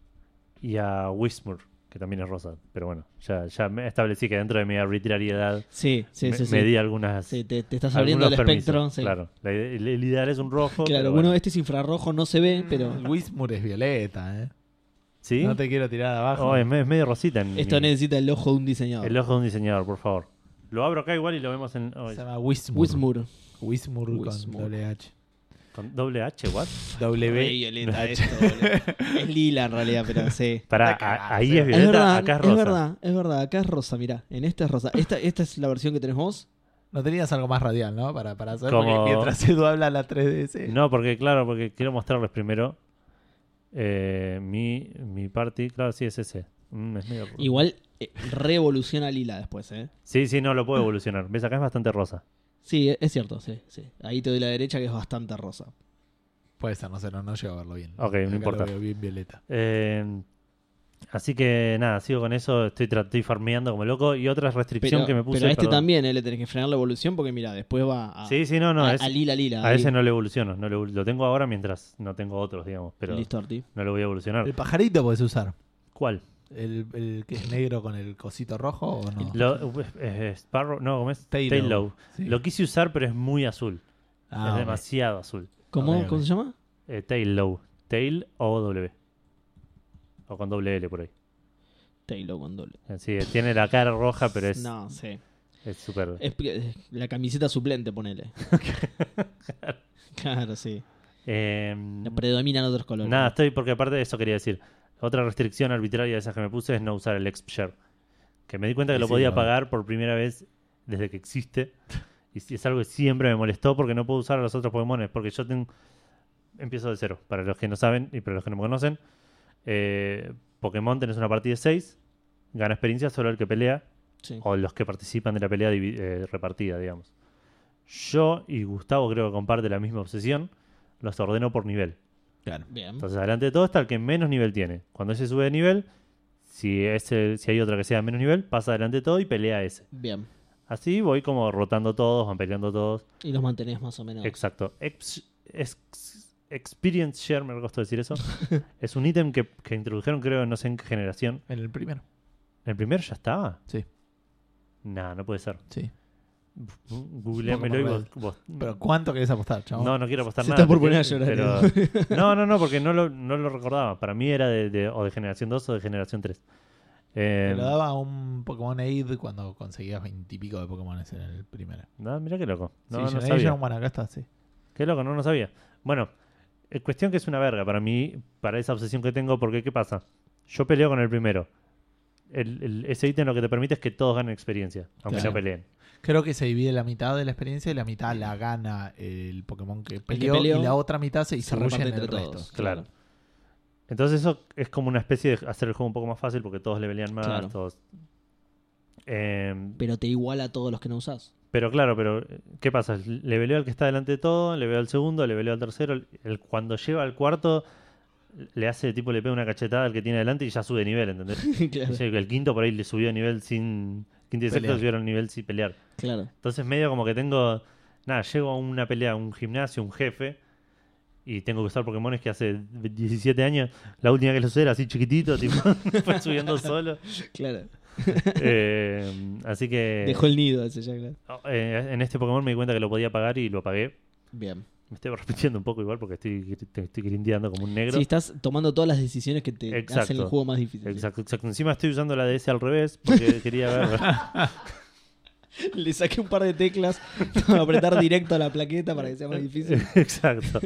S1: Y a Whismur, que también es rosa. Pero bueno, ya, ya me establecí que dentro de mi arbitrariedad
S3: Sí, sí,
S1: me,
S3: sí. sí.
S1: me di algunas.
S3: Sí, te, te estás abriendo el
S1: algunos permisos.
S3: espectro. sí.
S1: Claro, La ide- el, el ideal es un rojo.
S3: Claro,
S1: pero
S3: bueno,
S1: bueno.
S3: este es infrarrojo, no se ve, pero
S2: El Wismur es violeta, ¿eh?
S1: ¿Sí?
S2: No te quiero tirar abajo.
S1: Oh, es, me- es medio rosita. En
S3: esto
S1: mi-
S3: necesita el ojo de un diseñador.
S1: El ojo de un diseñador, por favor. Lo abro acá igual y lo vemos en. oh,
S2: Se llama Wismur.
S3: Wismur.
S2: Wismur con
S3: Wismur.
S2: doble H.
S1: con doble H, what?
S3: Re
S2: W.
S3: violeta esto, boludo. Es lila en realidad, pero sí.
S1: Pará,
S2: Anda a cagar,
S1: a- ahí es
S2: Seba.
S3: Es
S1: violeta,
S3: verdad,
S1: acá es
S3: es
S1: rosa.
S3: verdad, es verdad, acá es rosa, mirá, en esta es rosa. Esta, esta es la versión que tenés vos.
S2: No tenías algo más radial, ¿no? Para, para hacer.
S1: Como-
S2: porque Mientras Edu habla la 3DS.
S1: No, porque claro, porque quiero mostrarles primero eh, mi, mi party. Claro, sí, es ese. Mm, es medio-
S3: Igual eh, revoluciona lila después, ¿eh?
S1: Sí, sí, no, lo puedo evolucionar. ¿Ves? Acá es bastante rosa.
S3: Sí, e, es- es cierto, sí, sí. Ahí te doy la derecha que es bastante rosa.
S2: Puede ser, no sé, no, no llego a verlo bien.
S1: Ok, no
S2: Acá lo
S1: importa.
S2: veo bien violeta.
S1: Eh, así que nada, sigo con eso. Estoy, tra- estoy farmeando como loco. Y otra restricción
S3: Pero,
S1: que me puse.
S3: pero a este
S1: perdón.
S3: también, ¿eh? Le tenés que frenar la evolución porque, mira, después va a,
S1: Sí, sí, no, no.
S3: a-
S1: es-
S3: a lila, lila.
S2: Ah,
S1: a
S3: ahí.
S1: ese no lo evoluciono. No lo, lo tengo ahora mientras no tengo otros, digamos. Pero
S3: Listo, Orti.
S1: no lo voy a evolucionar.
S2: El pajarito puedes usar.
S1: ¿Cuál?
S2: El, el que es negro con el cosito rojo o no.
S1: Lo- eh, eh, Sparrow, no, ¿cómo es?
S2: Taillow.
S1: Taillow.
S2: Sí.
S1: Lo quise usar, pero es muy azul.
S2: Ah,
S1: es
S2: ok.
S1: demasiado azul.
S3: ¿Cómo,
S2: Ok,
S3: ¿cómo
S2: ok.
S3: se llama?
S1: Eh, tail low. Tail o W. O con doble L por ahí.
S3: Taylor con doble.
S1: Así, eh, tiene la cara roja, pero es
S3: No, sí.
S1: es súper.
S2: Eh,
S3: Es que- es la camiseta suplente, ponele. claro, sí.
S1: Eh,
S3: Predominan otros colores.
S1: nada, estoy porque aparte de eso quería decir. Otra restricción arbitraria de esas que me puse es no usar el exp share. Que me di cuenta que
S2: Sí,
S1: lo
S2: sí,
S1: podía
S2: no.
S1: pagar por primera vez desde que existe. Y si- es algo que siempre me molestó porque no puedo usar a los otros Pokémon. Porque yo tengo. Empiezo de cero. Para los que no saben y para los que no me conocen, eh, Pokémon tenés una partida de 6. Gana experiencia solo el que pelea.
S3: Sí.
S1: o los que participan de la pelea divi- eh, repartida, digamos. Yo y Gustavo creo que comparte la misma obsesión, los ordeno por nivel.
S2: Claro.
S3: Bien.
S1: Entonces, adelante de todo está el que menos nivel tiene. Cuando ese sube de nivel, si, ese, si hay otro que sea de menos nivel, pasa adelante de todo y pelea a ese.
S3: Bien.
S1: Así voy como rotando todos, van peleando todos.
S3: Y los mantenés más o menos.
S1: Exacto. Ex- ex- experience Share, me costó decir eso. es un ítem que, que introdujeron, creo, no sé en qué generación.
S2: En el primero.
S1: ¿En el primero ya estaba?
S2: Sí,
S1: Nah, no puede ser. Mm,
S2: sí.
S1: Googleamelo y vos- vos-
S2: Pero ¿cuánto querés apostar, chabón?
S1: Mm. No, no quiero apostar
S3: Se
S1: nada.
S3: está por
S1: te-
S3: poner a llorar, ¿eh?
S1: pero- No, no, no, porque no lo, no lo recordaba. Para mí era de, de- o de generación 2 o de generación 3. Eh,
S2: Te lo daba un Pokémon Aid cuando conseguías veintipico de Pokémones en el primero.
S1: no, mira qué loco. No,
S2: sí,
S1: no
S2: Generation,
S1: sabía.
S2: bueno, acá está, sí.
S1: Qué loco, no, no sabía. Bueno, eh, cuestión que es una verga para mí, para esa obsesión que tengo, porque ¿qué pasa? Yo peleo con el primero. El- el- ese ítem lo que te permite es que todos ganen experiencia, aunque
S2: Claro.
S1: no peleen.
S2: Creo que se divide la mitad de la experiencia y la mitad la gana el Pokémon que peleó,
S3: peleó,
S2: y la otra mitad se
S3: Se
S2: distribuye
S3: reparte
S2: en el
S3: entre
S2: resto.
S3: todos.
S1: Claro. Entonces eso es como una especie de hacer el juego un poco más fácil porque todos le pelean más,
S3: Claro.
S1: todos... Em,
S3: Pero te iguala a todos los que no usás.
S1: Pero claro, pero eh, ¿qué pasa? Le veleo al que está delante de todo, le veo al segundo, le veleo al tercero. El, cuando lleva al cuarto, le hace tipo, le pega una cachetada al que tiene delante y ya sube de nivel, ¿entendés?
S3: claro,
S1: O sea, que el quinto por ahí le subió de nivel sin. Quinto y sexto
S2: Pelear.
S1: subieron nivel sin pelear.
S3: claro.
S1: Entonces, medio como que tengo. Nada, llego a una pelea, a un gimnasio, un jefe. Y tengo que usar Pokémones que hace 17 años, la última que los usé era así chiquitito, tipo, fue subiendo solo.
S3: Claro.
S1: Eh, así que
S3: Dejó el nido ese ya, claro.
S1: eh, en este Pokémon me di cuenta que lo podía pagar y lo pagué.
S3: Bien.
S1: Me estoy repitiendo un poco igual porque estoy, te estoy grindeando como un negro.
S3: Si estás tomando todas las decisiones que te hacen el
S1: Exacto.
S3: juego más difícil.
S1: Exacto, exacto. Encima estoy usando la DS al revés porque quería ver.
S3: Le saqué un par de teclas para apretar directo a la plaqueta para que sea más difícil.
S1: Exacto.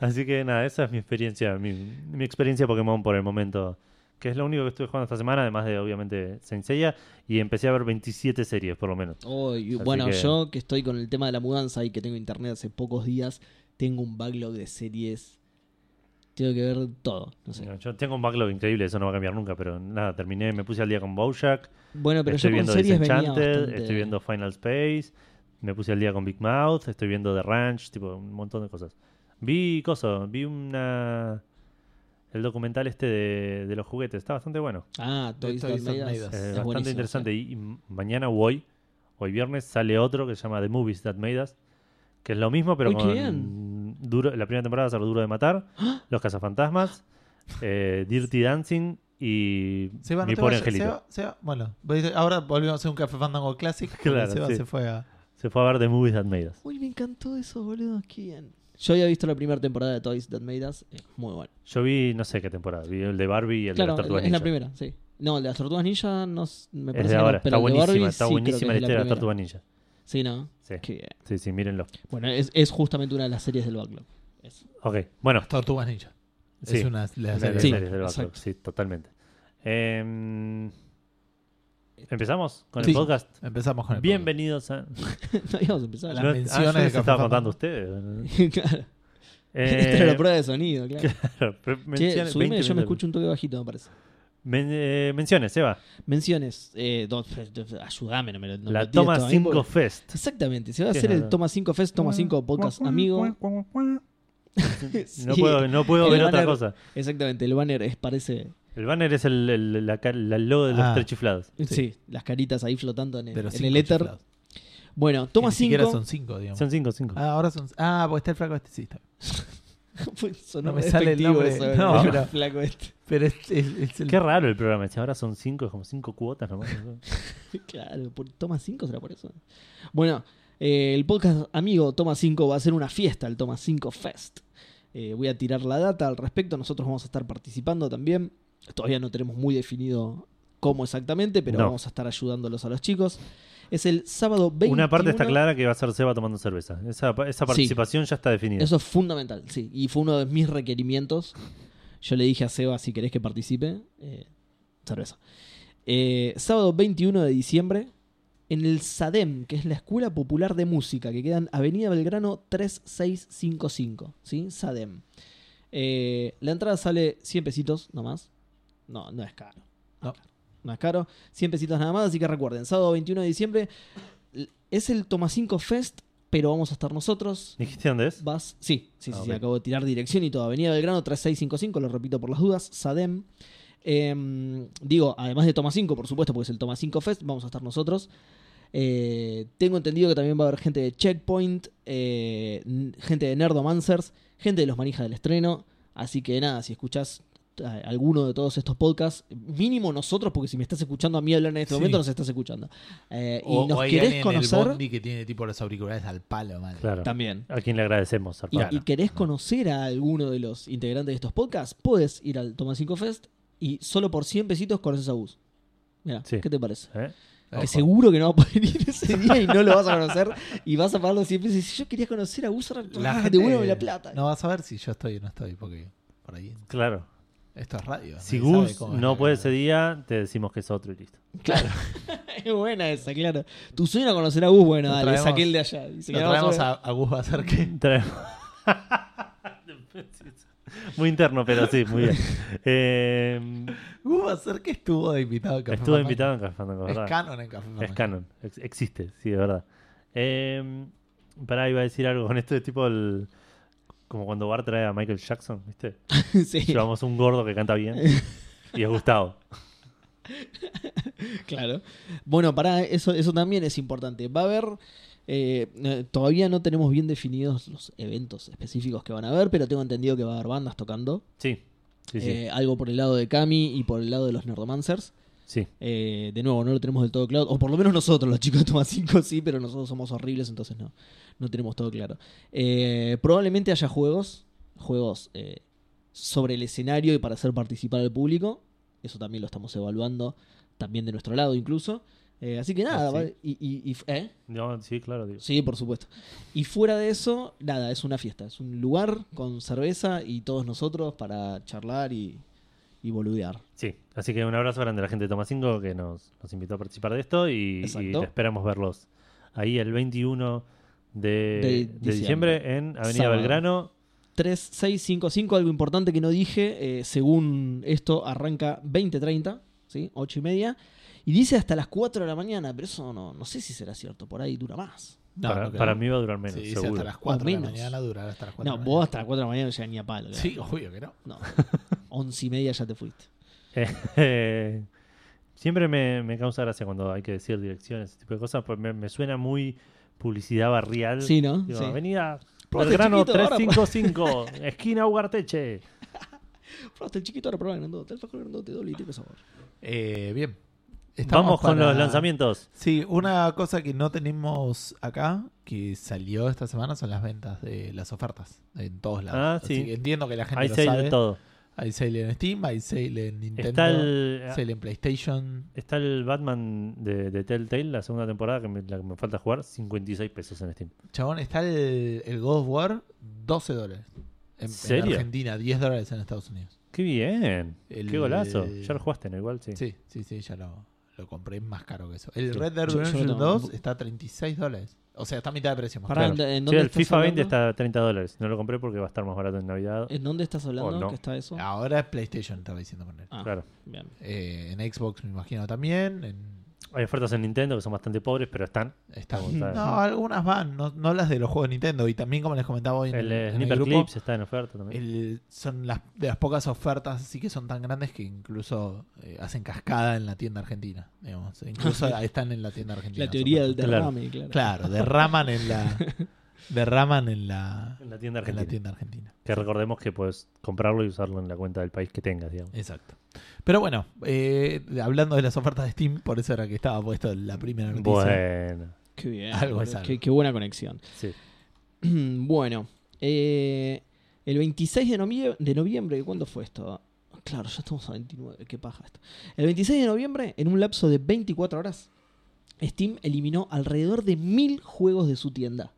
S1: Así que nada, esa es mi experiencia, mi, mi experiencia Pokémon por el momento. Que es lo único que estuve jugando esta semana, además de obviamente Saint Seiya, y empecé a ver 27 series por lo menos.
S3: Oh, y
S1: Así
S3: bueno,
S1: que-
S3: yo que estoy con el tema de la mudanza y que tengo internet hace pocos días, tengo un backlog de series. Tengo que ver todo. No sé.
S1: Yo tengo un backlog increíble, eso no va a cambiar nunca, pero nada, terminé, me puse al día con Bojack,
S3: Bueno, pero
S1: estoy
S3: yo con
S1: viendo
S3: series venía
S1: Disenchanted,
S3: bastante...
S1: estoy viendo Final Space, me puse al día con Big Mouth, estoy viendo The Ranch, tipo un montón de cosas. Vi cosas, vi una... el documental este de, de los juguetes, está bastante bueno.
S3: Ah, Toys
S2: Toys
S3: That
S2: That
S3: Made
S2: Made
S3: Us.
S2: Us.
S1: Eh,
S3: Es
S1: bastante
S3: buenísimo,
S1: interesante. Y, y mañana o hoy, hoy viernes, sale otro que se llama The Movies That Made Us, que es lo mismo, pero
S3: Uy, qué
S1: con
S3: bien.
S1: duro, la primera temporada ser Duro de Matar, Los Cazafantasmas, eh, Dirty Dancing y
S2: Seba, no
S1: Mi
S2: te
S1: Pobre
S2: vayas,
S1: Angelito.
S2: Seba, Seba, bueno, voy- ahora volvimos a hacer un Café Fandango Classic. porque
S1: Claro,
S2: Seba
S1: sí.
S2: se fue a...
S1: Se fue a ver The Movies That Made Us.
S3: sí. Uy, me encantó eso, boludo. Qué bien. Yo había visto la primera temporada de Toys That Made Us. Es muy bueno.
S1: Yo vi, no sé qué temporada, vi el de Barbie y el
S3: claro,
S1: de las Tortugas
S3: es la
S1: Ninja.
S3: primera, sí. No, el de las Tortugas Ninja no, s- me
S1: Es
S3: parece
S1: de
S3: que
S1: ahora,
S3: no,
S1: está
S3: pero el de
S1: buenísima,
S3: Barbie
S1: está
S3: sí creo que
S1: buenísima la
S3: es
S1: historia de las
S3: primera.
S1: Tortugas Ninja.
S3: Sí, ¿no?
S1: Sí,
S3: Qué bien.
S1: sí, sí, mírenlo.
S3: Bueno, es, es justamente una de las series del backlog. Es-
S1: Ok, bueno,
S2: Las Tortugas Ninja.
S1: sí.
S2: Es una de las
S1: Una de las
S2: series.
S3: Sí,
S1: series del backlog,
S3: exacto.
S1: sí, totalmente. Em, ¿Empezamos con
S2: Sí.
S1: el podcast?
S2: Empezamos con el
S1: Bienvenidos a...
S3: no íbamos a empezar.
S2: Las
S1: No,
S2: menciones
S1: yo
S2: de
S1: les
S2: Café
S1: estaba
S2: Fandango.
S1: contando a ustedes.
S3: claro.
S1: Eh,
S3: Esta era la prueba de sonido, claro.
S1: claro, pero
S3: Che,
S1: menciones,
S3: subime,
S1: 20
S3: yo me
S1: minutos.
S3: escucho un toque bajito, me parece.
S1: Men- eh, menciones, Seba.
S3: Menciones. Eh, do- f- f- ayudame, no me lo no me lo
S1: la
S3: tires
S1: toma
S3: todo ahí,
S1: 5
S3: porque-
S1: Fest.
S3: Exactamente, se va a
S1: Sí,
S3: hacer
S1: no,
S3: el
S1: no.
S3: Toma 5 Fest, Toma 5 Podcast Amigo.
S2: Eh,
S3: Sí,
S1: No puedo, no puedo
S3: El
S1: ver otra
S3: banner-
S1: cosa.
S3: Exactamente, el banner es, parece.
S1: El banner es el, el- la, ca- la logo de los
S2: Ah.
S1: tres chiflados.
S3: Sí.
S2: Sí.
S3: las caritas ahí flotando en el,
S2: De los
S3: en
S2: cinco
S3: el éter.
S2: chiflados.
S3: Bueno,
S2: Que
S3: Toma
S2: ni siquiera
S3: 5.
S2: son cinco, digamos.
S1: Son 5, 5.
S2: Ah, ahora son. Ah, porque está el flaco este sí. está.
S3: Sonó
S2: No me
S3: re
S2: sale el
S3: despectivo
S2: nombre,
S3: eso, eh,
S2: no,
S3: el
S2: pero-
S3: flaco este.
S2: Pero es, es- es el.
S1: Qué raro el programa. Si ahora son 5, es como 5 cuotas nomás.
S3: Claro, por- Toma 5 será por eso. Bueno, eh, el podcast amigo Toma 5 va a ser una fiesta, el Toma 5 Fest. Eh, voy a tirar la data al respecto, nosotros vamos a estar participando también. Todavía no tenemos muy definido cómo exactamente, pero
S1: No.
S3: vamos a estar ayudándolos a los chicos. Es el sábado 21.
S1: Una parte está clara que va a ser Seba tomando cerveza. Esa, esa participación ya está definida.
S3: Eso es fundamental, sí. Y fue uno de mis requerimientos. Yo le dije a Seba, si querés que participe, eh, cerveza. Eh, sábado 21 de diciembre, en el SADEM, que es la Escuela Popular de Música, que queda en Avenida Belgrano 3655, ¿sí? SADEM. Eh, la entrada sale 100 pesitos nomás. No, no es caro. No.
S2: No.
S3: es caro. No es caro. 100 pesitos nada más, así que recuerden, sábado 21 de diciembre l- es el Toma 5 Fest, pero vamos a estar nosotros.
S1: ¿Dijiste dónde es?
S3: Vas, sí, sí, sí,
S1: Ah,
S3: sí,
S1: ok.
S3: acabo de tirar dirección y todo. Avenida Belgrano 3655, lo repito por las dudas, SADEM. Em, digo, además de Toma 5, por supuesto, porque es el Toma 5 Fest, vamos a estar nosotros. Eh, tengo entendido que también va a haber gente de Checkpoint, eh, n- gente de Nerdomancers, gente de los manijas del estreno. Así que nada, si escuchás eh, alguno de todos estos podcasts, mínimo nosotros, porque si me estás escuchando a mí hablar en este
S2: Sí.
S3: momento, nos estás escuchando. Eh,
S2: O,
S3: y nos
S2: o hay
S3: querés
S2: alguien en el
S3: conocer
S2: Bondi que tiene tipo los auriculares al palo, man.
S1: Claro.
S3: también.
S1: A quien le agradecemos.
S3: y,
S1: zarpado.
S3: y querés conocer a alguno de los integrantes de estos podcasts, puedes ir al Toma 5 Fest y solo por 100 pesitos conoces a Gus. Mira,
S1: Sí.
S3: ¿qué te parece?
S1: ¿Eh?
S2: Ojo.
S3: Que seguro que no va a poder ir ese día y no lo vas a conocer y vas a pagar los 100 pesos. Y si yo quería conocer a Gus, ahora
S2: La
S3: ah,
S2: gente
S3: de vuelvo la plata.
S2: No vas a ver si yo estoy o no estoy, porque por ahí.
S1: Claro.
S2: Esto es radio.
S1: Si
S2: nadie sabe
S1: Gus
S2: cómo es
S1: no
S2: la
S1: puede
S2: vida.
S1: ese día, te decimos que es otro y listo.
S3: Claro. es buena esa, claro. Tu sueño era conocer a Gus, bueno,
S2: Lo
S3: dale,
S2: traemos-
S3: saqué el de allá. Y se
S2: Lo
S3: quedaba
S2: traemos
S3: solo.
S2: a, a Gus va a ser que.
S1: Traemos- muy interno, pero sí, muy bien. Eh,
S2: Gus va a ser que estuvo de invitado. en Café
S1: estuvo
S2: Fandango.
S1: invitado en Café Fandango,
S2: Es
S1: ¿verdad?
S2: canon en Café
S1: Es
S2: Fandango.
S1: canon. Ex- existe, sí, de verdad. Eh, pará, iba a decir algo con esto, es tipo el... Como cuando Bart trae a Michael Jackson, ¿viste?
S3: Sí,
S1: Llevamos un gordo que canta bien y es Gustavo.
S3: claro. Bueno, para eso, eso también es importante. Va a haber. eh, eh, todavía no tenemos bien definidos los eventos específicos que van a haber, pero tengo entendido que va a haber bandas tocando.
S1: Sí, sí, sí.
S3: Eh, algo por el lado de Cami y por el lado de los Nerdomancers.
S1: Sí.
S3: Eh, de nuevo, no lo tenemos del todo claro. O por lo menos nosotros, los chicos de Toma 5, sí, pero nosotros somos horribles, entonces no, no tenemos todo claro. Eh, probablemente haya juegos, juegos eh, sobre el escenario y para hacer participar al público. Eso también lo estamos evaluando, también de nuestro lado incluso. Eh, así que nada,
S1: Ah, sí.
S3: va- y, y- y- ¿eh?
S1: No, sí, claro, digo.
S3: Sí, por supuesto. Y fuera de eso, nada, es una fiesta. Es un lugar con cerveza y todos nosotros para charlar y, y boludear.
S1: Sí, así que un abrazo grande a la gente de Toma 5 que nos, nos invitó a participar de esto y, y
S3: Exacto.
S1: esperamos verlos ahí el 21 de, de
S3: diciembre.
S1: diciembre. en Avenida
S3: Sábado.
S1: Belgrano.
S3: 3655, algo importante que no dije, eh, según esto arranca 20.30, ¿sí? 8 y media, y dice hasta las 4 de la mañana, pero eso no, no sé si será cierto, por ahí dura más.
S2: No,
S1: para,
S2: no creo.
S1: para mí va a durar menos,
S2: Sí, dice
S1: seguro.
S2: hasta las 4 de la
S3: menos.
S2: mañana, durar hasta las 4
S3: no, vos hasta las 4 de la mañana ya ni a palo. ¿verdad?
S2: Sí, obvio que no.
S3: No, 11 y media ya te fuiste.
S1: Eh, siempre me, me causa gracia cuando hay que decir direcciones, ese tipo de cosas, pues me, me suena muy publicidad barrial.
S3: Sí, ¿no?
S1: Digo,
S3: Sí.
S1: Avenida
S3: Profe,
S1: Belgrano
S3: chiquito, ahora-
S1: 355,
S2: pues.
S1: esquina Ugarteche.
S3: Pero hasta el chiquito ahora probá el grandote, el fajón grandote, doble y triple sabor.
S2: Eh, bien.
S1: Vamos con
S2: para-
S1: los lanzamientos.
S2: Sí, una cosa que no tenemos acá, que salió esta semana, son las ventas de las ofertas en todos lados.
S1: Ah, sí.
S2: Así que entiendo que la gente
S1: Hay
S2: lo
S1: sale
S2: sabe.
S1: de todo.
S2: Hay sale en Steam, hay sale en Nintendo,
S1: Está el,
S2: sale en PlayStation.
S1: Está el Batman de, de Telltale, la segunda temporada, que me, la que me falta jugar, 56 pesos en Steam.
S2: Chabón, está el, el God of War, 12 dólares. En, en
S1: ¿Serio?
S2: Argentina, 10 dólares en Estados Unidos.
S1: ¡Qué bien!
S2: El- eh,
S1: ¡Qué golazo! Ya lo jugaste, ¿no? Igual, sí.
S2: Sí, sí, sí, ya lo, lo compré, es más caro que eso. El
S1: Sí.
S2: Red Dead
S3: Yo- yo lo
S2: Redemption
S3: tengo.
S2: 2 está a 36 dólares. O sea, está a mitad de precio. Más
S3: Pará,
S2: claro.
S3: ¿en- ¿en
S1: Sí,
S3: dónde
S1: el
S3: estás
S1: FIFA 20
S3: hablando?
S1: está a 30 dólares. No lo compré porque va a estar más barato en Navidad.
S3: ¿En dónde estás hablando
S1: Oh, no.
S3: que está eso?
S2: Ahora es PlayStation, estaba diciendo poner.
S3: Ah,
S1: Claro.
S3: bien.
S2: Eh, en Xbox me imagino también. En,
S1: Hay ofertas en Nintendo que son bastante pobres, pero están.
S2: están-
S1: Como está.
S2: no, algunas van, no, no las de los juegos de Nintendo. Y también como les comentaba hoy en,
S1: El
S2: el-
S1: eh,
S2: en el
S1: Sniper
S2: grupo,
S1: Clips está en oferta también.
S2: el- son las, de las pocas ofertas así que son tan grandes que incluso eh, hacen cascada en la tienda argentina. digamos. E Incluso están en la tienda argentina.
S3: La teoría del
S2: ofertas.
S1: Claro.
S3: derrame, claro.
S2: Claro, derraman en la... Derraman en la,
S1: En la tienda
S2: en
S1: argentina.
S2: la tienda argentina.
S1: Que recordemos que puedes comprarlo y usarlo en la cuenta del país que tengas, digamos.
S2: Exacto. Pero bueno, eh, hablando de las ofertas de Steam, por eso era que estaba puesto la primera noticia.
S1: Bueno.
S3: Qué bien.
S2: Algo es
S3: boludo.
S2: algo.
S3: Qué- qué buena conexión.
S1: Sí.
S3: bueno, eh, el 26 de, novie- de noviembre, ¿cuándo fue esto? Claro, ya estamos a 29, qué paja esto. El 26 de noviembre, en un lapso de 24 horas, Steam eliminó alrededor de mil juegos de su tienda.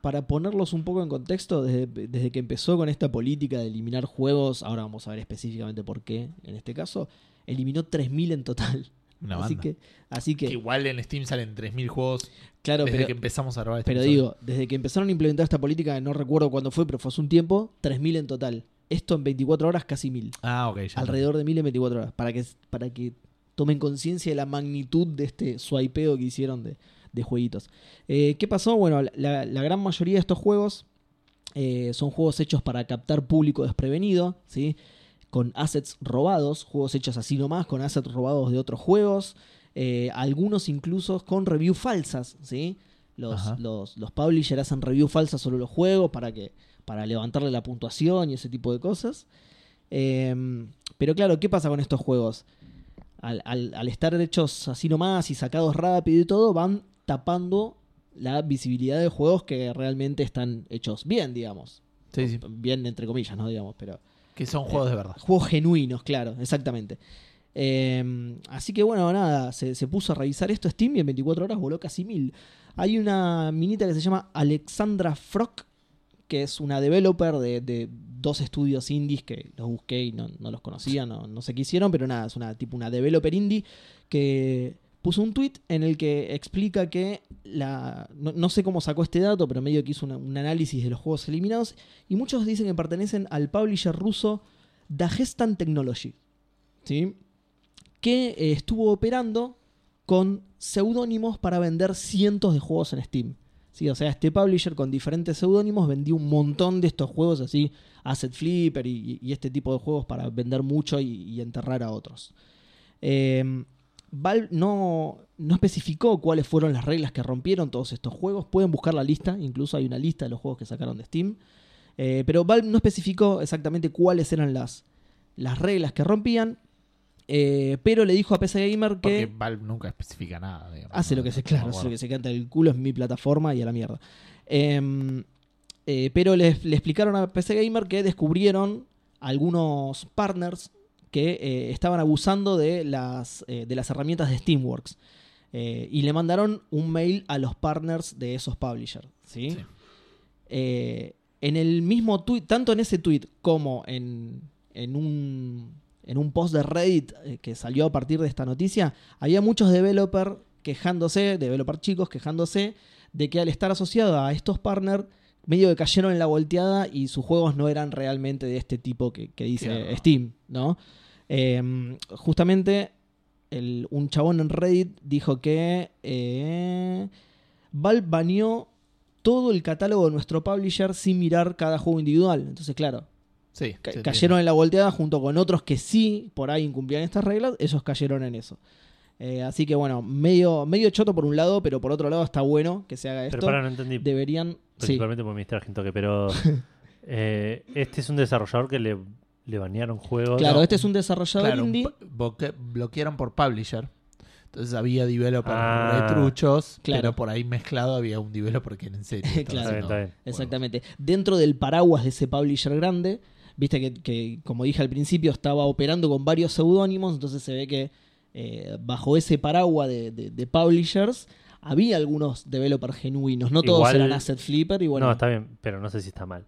S3: Para ponerlos un poco en contexto, desde, desde que empezó con esta política de eliminar juegos, ahora vamos a ver específicamente por qué en este caso, eliminó 3.000 en total.
S2: Una
S3: así
S2: banda.
S3: que, así que,
S2: Que igual en Steam salen 3.000 juegos
S3: claro,
S2: desde
S3: pero,
S2: que empezamos a grabar este
S3: pero
S2: episodio.
S3: digo, desde que empezaron a implementar esta política, no recuerdo cuándo fue, pero fue hace un tiempo, 3.000 en total. Esto en 24 horas, casi 1.000.
S2: Ah, ok. ya
S3: Alrededor de 1.000 en 24 horas. Para que, para que tomen conciencia de la magnitud de este swipeo que hicieron de, de jueguitos. Eh, ¿Qué pasó? Bueno, la, la gran mayoría de estos juegos eh, son juegos hechos para captar público desprevenido, ¿sí? Con assets robados, juegos hechos así nomás, con assets robados de otros juegos, eh, algunos incluso con reviews falsas, ¿sí?
S2: Ajá.
S3: Los, los, los publishers hacen reviews falsas sobre los juegos para que para levantarle la puntuación y ese tipo de cosas. Eh, pero claro, ¿qué pasa con estos juegos? Al, al- al estar hechos así nomás y sacados rápido y todo, van tapando la visibilidad de juegos que realmente están hechos bien, digamos.
S2: Sí, sí.
S3: Bien, entre comillas, ¿no? Digamos, pero.
S2: Que
S3: Eh,
S2: son juegos de verdad.
S3: Juegos genuinos, claro, exactamente. Eh, así que bueno, nada, se, se puso a revisar esto Steam y en 24 horas voló casi mil. Hay una minita que se llama Alexandra Frock, que es una developer de, de dos estudios indies que los busqué y no, no los conocía, no, no sé qué hicieron, pero nada, es una tipo una developer indie que puso un tweet en el que explica que la no, no sé cómo sacó este dato, pero medio que hizo una- un análisis de los juegos eliminados y muchos dicen que pertenecen al publisher ruso Dagestan Technology, ¿sí? que eh, estuvo operando con seudónimos para vender cientos de juegos en Steam. ¿sí? O sea, este publisher con diferentes seudónimos vendió un montón de estos juegos así, Asset Flipper y, y este tipo de juegos para vender mucho y, y enterrar a otros. Eh, Valve no, no especificó cuáles fueron las reglas que rompieron todos estos juegos. Pueden buscar la lista, incluso hay una lista de los juegos que sacaron de Steam. Eh, pero Valve no especificó exactamente cuáles eran las, las reglas que rompían. Eh, pero le dijo a PC Gamer
S2: Porque
S3: que
S2: Valve nunca especifica nada. digamos,
S3: hace
S2: ¿no?
S3: lo que se,
S2: No
S3: claro,
S2: me
S3: hace lo que
S2: acuerdo.
S3: se canta el culo, es mi plataforma y a la mierda. Em, eh, pero le, le explicaron a PC Gamer que descubrieron algunos partners que eh, estaban abusando de las, eh, de las herramientas de Steamworks. Eh, y le mandaron un mail a los partners de esos publishers. ¿sí?
S2: Sí.
S3: Eh, en el mismo tweet, tanto en ese tweet como en, en un, en un post de Reddit eh, que salió a partir de esta noticia, había muchos developers quejándose, developers chicos quejándose de que al estar asociado a estos partners, medio que cayeron en la volteada y sus juegos no eran realmente de este tipo que, que dice
S2: Claro.
S3: Steam, ¿no? Eh, justamente el- un chabón en Reddit dijo que eh, Valve baneó todo el catálogo de nuestro publisher sin mirar cada juego individual. Entonces, claro,
S2: Sí,
S3: ca-
S2: sí,
S3: cayeron en la volteada junto con otros que sí por ahí incumplían estas reglas, ellos cayeron en eso. Eh, así que bueno, medio, medio choto por un lado, pero por otro lado está bueno que se haga esto.
S1: Pero para, no entendí.
S3: Deberían. Sí,
S1: Principalmente por Mr. Gentoque, pero. eh, este es un desarrollador que le, le banearon juegos.
S3: claro,
S2: no.
S3: este es un desarrollador
S2: Claro,
S3: indie.
S2: bo- boque- bloquearon por publisher. Entonces había developers
S1: Ah.
S2: retruchos,
S3: Claro.
S2: pero por ahí mezclado había un developer que en serio. estaba
S3: Claro.
S1: Está bien,
S2: haciendo
S1: está bien.
S2: juegos.
S3: Exactamente. Dentro del paraguas de ese publisher grande, viste que, que, como dije al principio, estaba operando con varios seudónimos, entonces se ve que eh, bajo ese paraguas de, de- de publishers había algunos developers genuinos. No todos
S1: Igual-
S3: eran asset flipper y bueno,
S1: No, está bien, pero no sé si está mal.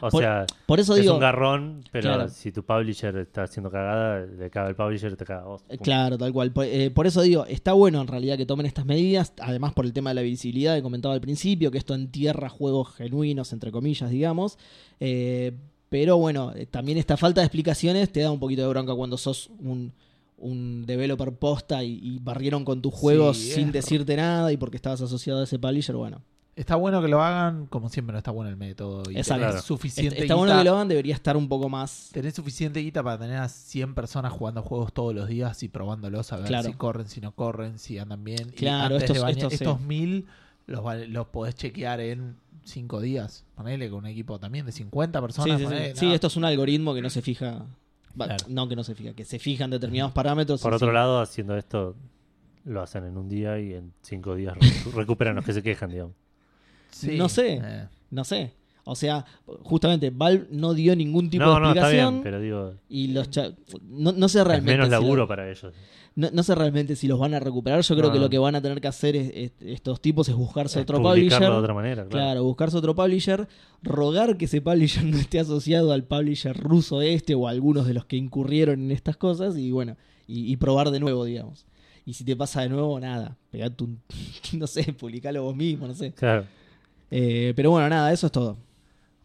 S1: O
S3: Por-
S1: sea,
S3: por eso
S1: es
S3: digo...
S1: un garrón, pero
S3: Claro.
S1: si tu publisher está haciendo cagada, le caga el publisher, te caga a vos.
S3: Eh, Claro, tal cual. Por, eh, por eso digo, está bueno en realidad que tomen estas medidas, además por el tema de la visibilidad que comentaba al principio, que esto entierra juegos genuinos, entre comillas, digamos. Eh, pero bueno, eh, también esta falta de explicaciones te da un poquito de bronca cuando sos un, un developer posta y, y barrieron con tus juegos
S2: Sí,
S3: sin
S2: es-
S3: decirte nada y porque estabas asociado a ese publisher, bueno.
S2: Está bueno que lo hagan, como siempre, no está bueno el método. Y
S3: Exacto.
S2: tenés
S1: Claro.
S2: suficiente
S3: Est- está bueno
S2: guita-
S3: que lo hagan, debería estar un poco más...
S2: Tenés suficiente guita para tener a 100 personas jugando juegos todos los días y probándolos a ver
S3: Claro.
S2: si corren, si no corren, si andan bien. Y
S3: Claro,
S2: antes de
S3: estos-
S2: bañar-
S3: estos sí.
S2: estos mil los, va- los podés chequear en 5 días. Ponele con un equipo también de 50
S3: Sí,
S2: personas.
S3: sí, sí.
S2: ponele,
S3: Sí,
S2: nada.
S3: esto es un algoritmo que no se fija... va,
S2: Claro.
S3: No que no se fija, que se fijan determinados parámetros.
S1: Por
S3: y
S1: otro
S3: sí.
S1: lado, haciendo esto, lo hacen en un día y en cinco días recu- recuperan los que se quejan, digamos.
S2: Sí,
S3: no sé.
S2: eh.
S3: No sé. O sea, justamente Valve no dio ningún tipo
S1: No,
S3: de
S1: no, está
S3: explicación.
S1: bien, pero digo,
S3: Y los cha- no, no sé
S1: es
S3: realmente.
S1: menos
S3: si
S1: laburo
S3: lo-
S1: para ellos.
S3: no, no sé realmente si los van a recuperar. Yo creo
S1: No.
S3: que lo que van a tener que hacer es- es- estos tipos es buscarse
S1: Es
S3: otro
S1: publicarlo
S3: publisher.
S1: de otra manera, claro.
S3: Claro, buscarse otro publisher, rogar que ese publisher no esté asociado al publisher ruso este o a algunos de los que incurrieron en estas cosas y bueno, y, y probar de nuevo, digamos. Y si te pasa de nuevo, nada, pegate un, no sé, publicalo vos mismo, no sé.
S1: Claro.
S3: Eh, pero bueno, nada, eso es todo.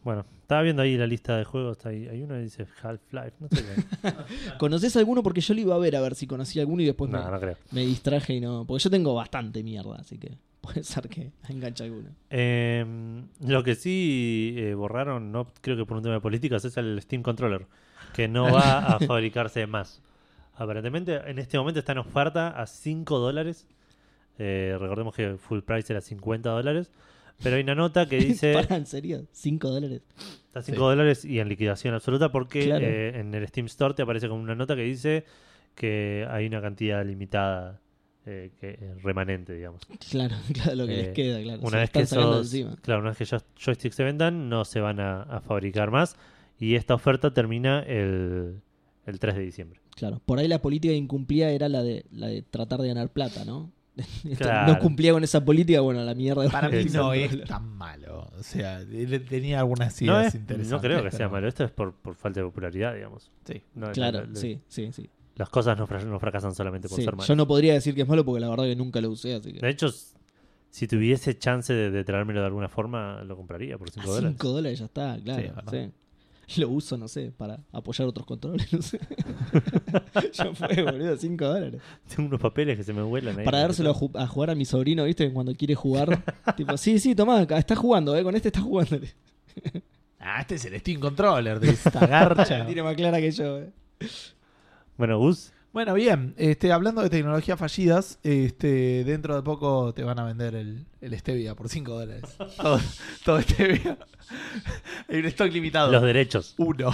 S1: Bueno, estaba viendo ahí la lista de juegos. está ahí. Hay uno que dice Half-Life. No sé qué.
S3: ¿Conocés alguno? Porque yo lo iba a ver a ver si conocí alguno y después
S1: no,
S3: me,
S1: no creo.
S3: me distraje y no. Porque yo tengo bastante mierda, así que puede ser que enganche alguno.
S1: Eh, lo que sí eh, borraron, no creo que por un tema de políticas, es el Steam Controller, que no va a fabricarse más. Aparentemente, en este momento está en oferta a 5 dólares. Eh, recordemos que full price era 50 dólares. Pero hay una nota que dice
S3: Pará, ¿En serio? ¿Cinco dólares?
S1: Está 5
S2: Sí.
S1: dólares y en liquidación absoluta porque
S3: Claro.
S1: eh, en el Steam Store te aparece como una nota que dice que hay una cantidad limitada eh, que, eh, remanente, digamos.
S3: Claro, claro, lo que
S1: Eh,
S3: les queda, claro. Se
S1: Una
S3: lo
S1: vez, que
S3: están sacando
S1: esos,
S3: encima.
S1: claro, una vez que esos joysticks se vendan, no se van a, a fabricar más. Y esta oferta termina el, el 3 de diciembre.
S3: Claro. Por ahí la política que incumplía era la de, la de tratar de ganar plata, ¿no? Esto
S1: Claro.
S3: No cumplía con esa política, bueno, la mierda.
S2: Para mí
S1: Exacto.
S2: no es tan malo. O sea, él tenía algunas
S1: no,
S2: ideas
S1: es-
S2: interesantes.
S1: no creo que sea
S2: pero-
S1: malo. Esto es por, por falta de popularidad, digamos.
S2: Sí.
S1: No,
S3: Claro,
S1: la- la-
S3: sí, sí, sí.
S1: Las cosas no, fra- no fracasan solamente por
S3: Sí,
S1: ser malas.
S3: Yo no podría decir que es malo porque la verdad que nunca lo usé, así que.
S1: De hecho, s- si tuviese chance de, de traérmelo de alguna forma, lo compraría por 5
S3: A
S1: dólares.
S3: 5 dólares ya está,
S2: Sí,
S3: claro.
S2: es
S3: sí. Lo uso, no sé, para apoyar otros controles, no sé. ya fue, boludo, 5 dólares.
S1: Tengo unos papeles que se me vuelan ahí.
S3: Para dárselo a, ju- a jugar a mi sobrino, ¿viste? Cuando quiere jugar. tipo, sí, sí, tomá, acá está jugando, ¿eh? Con este está jugando.
S2: Ah, este es el Steam Controller de esta garcha.
S3: Tiene más clara que yo, ¿eh?
S1: Bueno, Gus,
S2: bueno, bien. Este, hablando de tecnologías fallidas, este, dentro de poco te van a vender el, el Stevia por 5 dólares. Todo, todo Stevia. Hay un stock limitado.
S1: los derechos.
S2: Uno.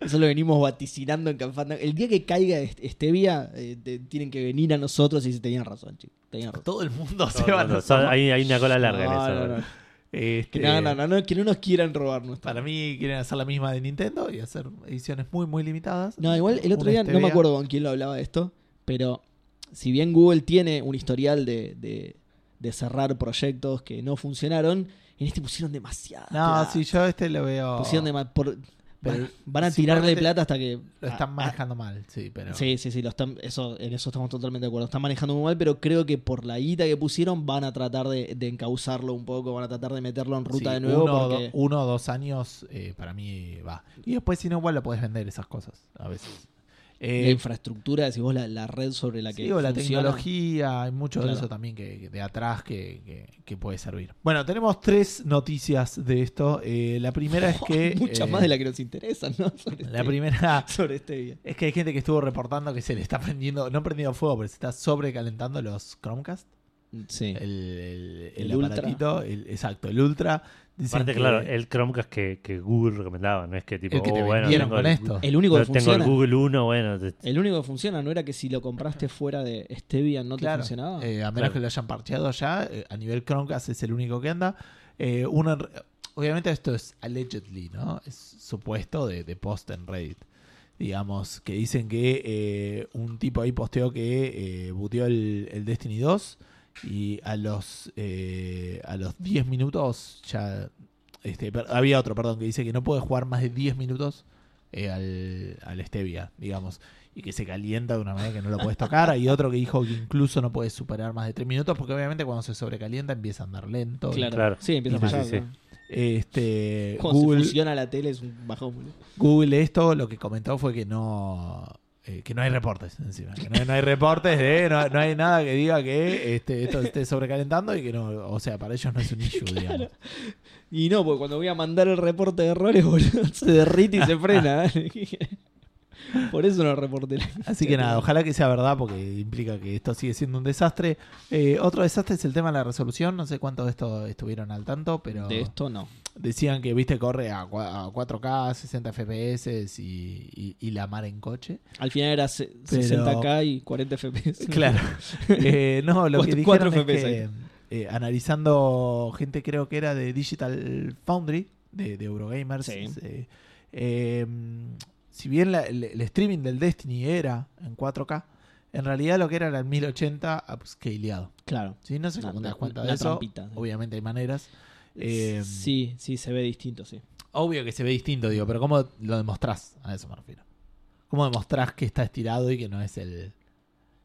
S3: Eso lo venimos vaticinando en Canfanda. El día que caiga est- Stevia, eh, te- tienen que venir a nosotros y se tenían razón, chicos. Tenían razón.
S2: Todo el mundo
S1: No,
S2: se va
S1: no, no,
S2: a
S1: son- hay, hay una cola larga en
S3: No,
S1: eso.
S3: no, no.
S2: Este,
S3: Que no, no, no, no, que no nos quieran robar nuestra.
S2: Para mí quieren hacer la misma de Nintendo y hacer ediciones muy, muy limitadas.
S3: No, igual el otro
S2: Una
S3: día no me
S2: Stevia.
S3: acuerdo con quién lo hablaba de esto, pero si bien Google tiene un historial de, de- de cerrar proyectos que no funcionaron, en este pusieron demasiada.
S2: No,
S3: plata.
S2: si yo este lo veo.
S3: Pusieron dema- por-
S2: Pero
S3: van, van a
S2: simplemente
S3: tirarle plata hasta que.
S2: Lo están
S3: a-
S2: manejando mal, sí, pero.
S3: Ah, Sí, sí, sí, lo están, eso, en eso estamos totalmente de acuerdo. Están manejando muy mal, pero creo que por la guita que pusieron van a tratar de, de encauzarlo un poco, van a tratar de meterlo en ruta
S2: sí,
S3: de nuevo.
S2: Uno, o
S3: porque...
S2: do- uno o dos años eh, para mí va. Y después, si no, igual la puedes vender esas cosas a veces. Eh,
S3: la infraestructura, si vos la, la red sobre la que.
S2: sí, o la
S3: funciona.
S2: tecnología, hay mucho de
S3: Claro.
S2: eso también que, que de atrás que, que- que puede servir. Bueno, tenemos tres noticias de esto. Eh, la primera es que.
S3: Muchas
S2: eh,
S3: más de la que nos interesan, ¿no? Sobre
S2: La
S3: este-
S2: primera
S3: sobre este día.
S2: es que hay gente que estuvo reportando que se le está prendiendo, no prendiendo fuego, pero se está sobrecalentando los Chromecast.
S3: Sí.
S2: El, el- el
S3: El Ultra.
S2: aparatito, el- exacto, el Ultra. Dicen
S1: Aparte,
S2: que-
S1: claro, el Chromecast que, que Google recomendaba, no es que tipo,
S2: El que te
S1: "Oh, bueno,
S2: vendieron
S1: tengo
S2: con
S1: el,
S2: esto.
S3: El único que
S1: no, tengo el
S3: funciona.
S1: Google 1, bueno, te-
S2: Eh,
S3: El único que funciona no era que si lo compraste fuera de Stevia no
S2: Claro,
S3: te funcionaba.
S2: eh, a menos
S1: Claro.
S2: que lo hayan parcheado ya, eh, a nivel Chromecast es el único que anda. Eh, uno en re- obviamente esto es allegedly, ¿no? Es supuesto de, de post en Reddit. Digamos, que dicen que eh, un tipo ahí posteó que eh, buteó el, el Destiny 2 y a los, eh, a los 10 minutos ya... Este, per- había otro, perdón, que dice que no puede jugar más de 10 minutos eh, al, al Stevia, digamos, y que se calienta de una manera que no lo puedes tocar. Hay otro que dijo que incluso no puedes superar más de 3 minutos, porque obviamente cuando se sobrecalienta empieza a andar lento.
S3: claro.
S1: claro.
S3: Sí, empieza a
S2: Sí, sí,
S3: fallar.
S1: sí.
S3: ¿no?
S2: Este,
S3: Cuando se
S2: Google,
S3: funciona la tele es un bajón. boludo.
S2: Google esto lo que comentó fue que no eh, que no hay reportes encima. Que no, hay- no hay reportes de, no, no hay nada que diga que este, esto esté sobrecalentando y que no, o sea, para ellos no es un issue, digamos.
S3: Y no, porque cuando voy a mandar el reporte de errores, boludo, se derrite y se frena. ¿eh? Por eso no reporté. la-
S2: Así que nada, ojalá que sea verdad porque implica que esto sigue siendo un desastre. Eh, otro desastre es el tema de la resolución. No sé cuántos de estos estuvieron al tanto, pero
S3: De esto no.
S2: decían que, viste, corre a cua- a 4K, 60 FPS y, y- y la mar en coche.
S3: Al final era se-
S2: Pero-
S3: 60k y 40 FPS.
S2: Eh, no, lo que
S3: Cuatro-
S2: dijeron
S3: cuatro
S2: es que
S3: FPS.
S2: eh, analizando gente creo que era de Digital Foundry, de, de Eurogamers,
S3: Sí.
S2: eh, eh, si bien la- el, el streaming del Destiny era en 4K, en realidad lo que era era en 1080 upscaleado.
S3: Claro.
S2: ¿sí? No sé
S3: Una-
S2: cómo te das
S3: una-
S2: cuenta de
S3: una
S2: eso.
S3: trampita, sí.
S2: Obviamente hay maneras. Eh,
S3: sí, sí, se ve distinto, sí.
S2: Obvio que se ve distinto, digo, pero ¿cómo lo demostrás? A eso me refiero. ¿Cómo demostrás que está estirado y que no es el.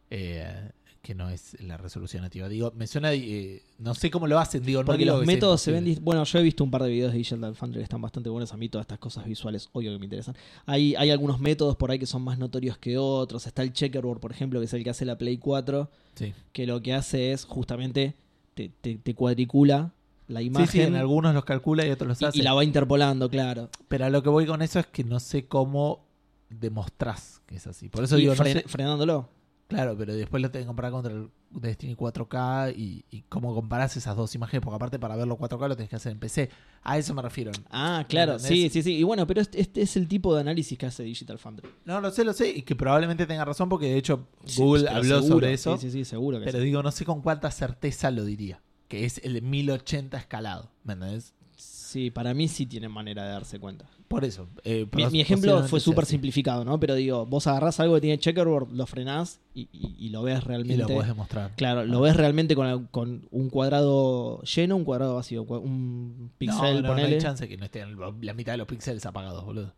S2: eh, que no es la resolución nativa? Digo, me suena. eh, no sé cómo lo hacen, digo, no
S3: Porque
S2: digo
S3: los
S2: que sea
S3: métodos se ven.
S2: imposible.
S3: dis- Bueno, yo he visto un par de videos de Digital Foundry que están bastante buenos. A mí todas estas cosas visuales, obvio que me interesan. Hay, hay algunos métodos por ahí que son más notorios que otros. Está el checkerboard, por ejemplo, que es el que hace la Play 4,
S2: Sí.
S3: que lo que hace es justamente te, te- te cuadricula la
S2: Sí,
S3: imagen
S2: sí, en algunos los calcula y otros los
S3: y-
S2: hace.
S3: y, la va interpolando, claro.
S2: Pero a lo que voy con eso es que no sé cómo demostrás que es así. Por eso
S3: Y
S2: digo, no
S3: fre-
S2: sé-
S3: frenándolo.
S2: Claro, pero después lo tenés que comparar contra el Destiny 4K y, y cómo comparás esas dos imágenes, porque aparte para verlo 4K lo tenés que hacer en PC. A eso me refiero.
S3: Ah, claro, sí,
S2: ¿Entendés?
S3: sí, sí. Y bueno, pero este, este es el tipo de análisis que hace Digital Foundry.
S2: No, lo sé, lo sé, y que probablemente tenga razón porque de hecho
S3: Sí,
S2: Google
S3: pero
S2: habló
S3: seguro,
S2: sobre eso,
S3: Sí, sí, sí, seguro que
S2: pero
S3: sí.
S2: digo, no sé con cuánta certeza lo diría, que es el 1080 escalado, ¿me entendés?
S3: Sí, para mí sí tienen manera de darse cuenta.
S2: Por eso. eh,
S3: Mi,
S2: pos-
S3: mi ejemplo
S2: posiblemente
S3: fue
S2: sea
S3: súper
S2: así.
S3: simplificado, ¿no? Pero digo, vos agarrás algo que tiene checkerboard, lo frenás y, y- y lo ves
S2: Y
S3: realmente.
S2: lo Ah. puedes demostrar.
S3: claro, lo ves realmente con, con un cuadrado lleno, un cuadrado vacío, un cua- un pixel,
S2: no, no, no
S3: ponele.
S2: hay chance que no estén la mitad de los píxeles apagados, boludo.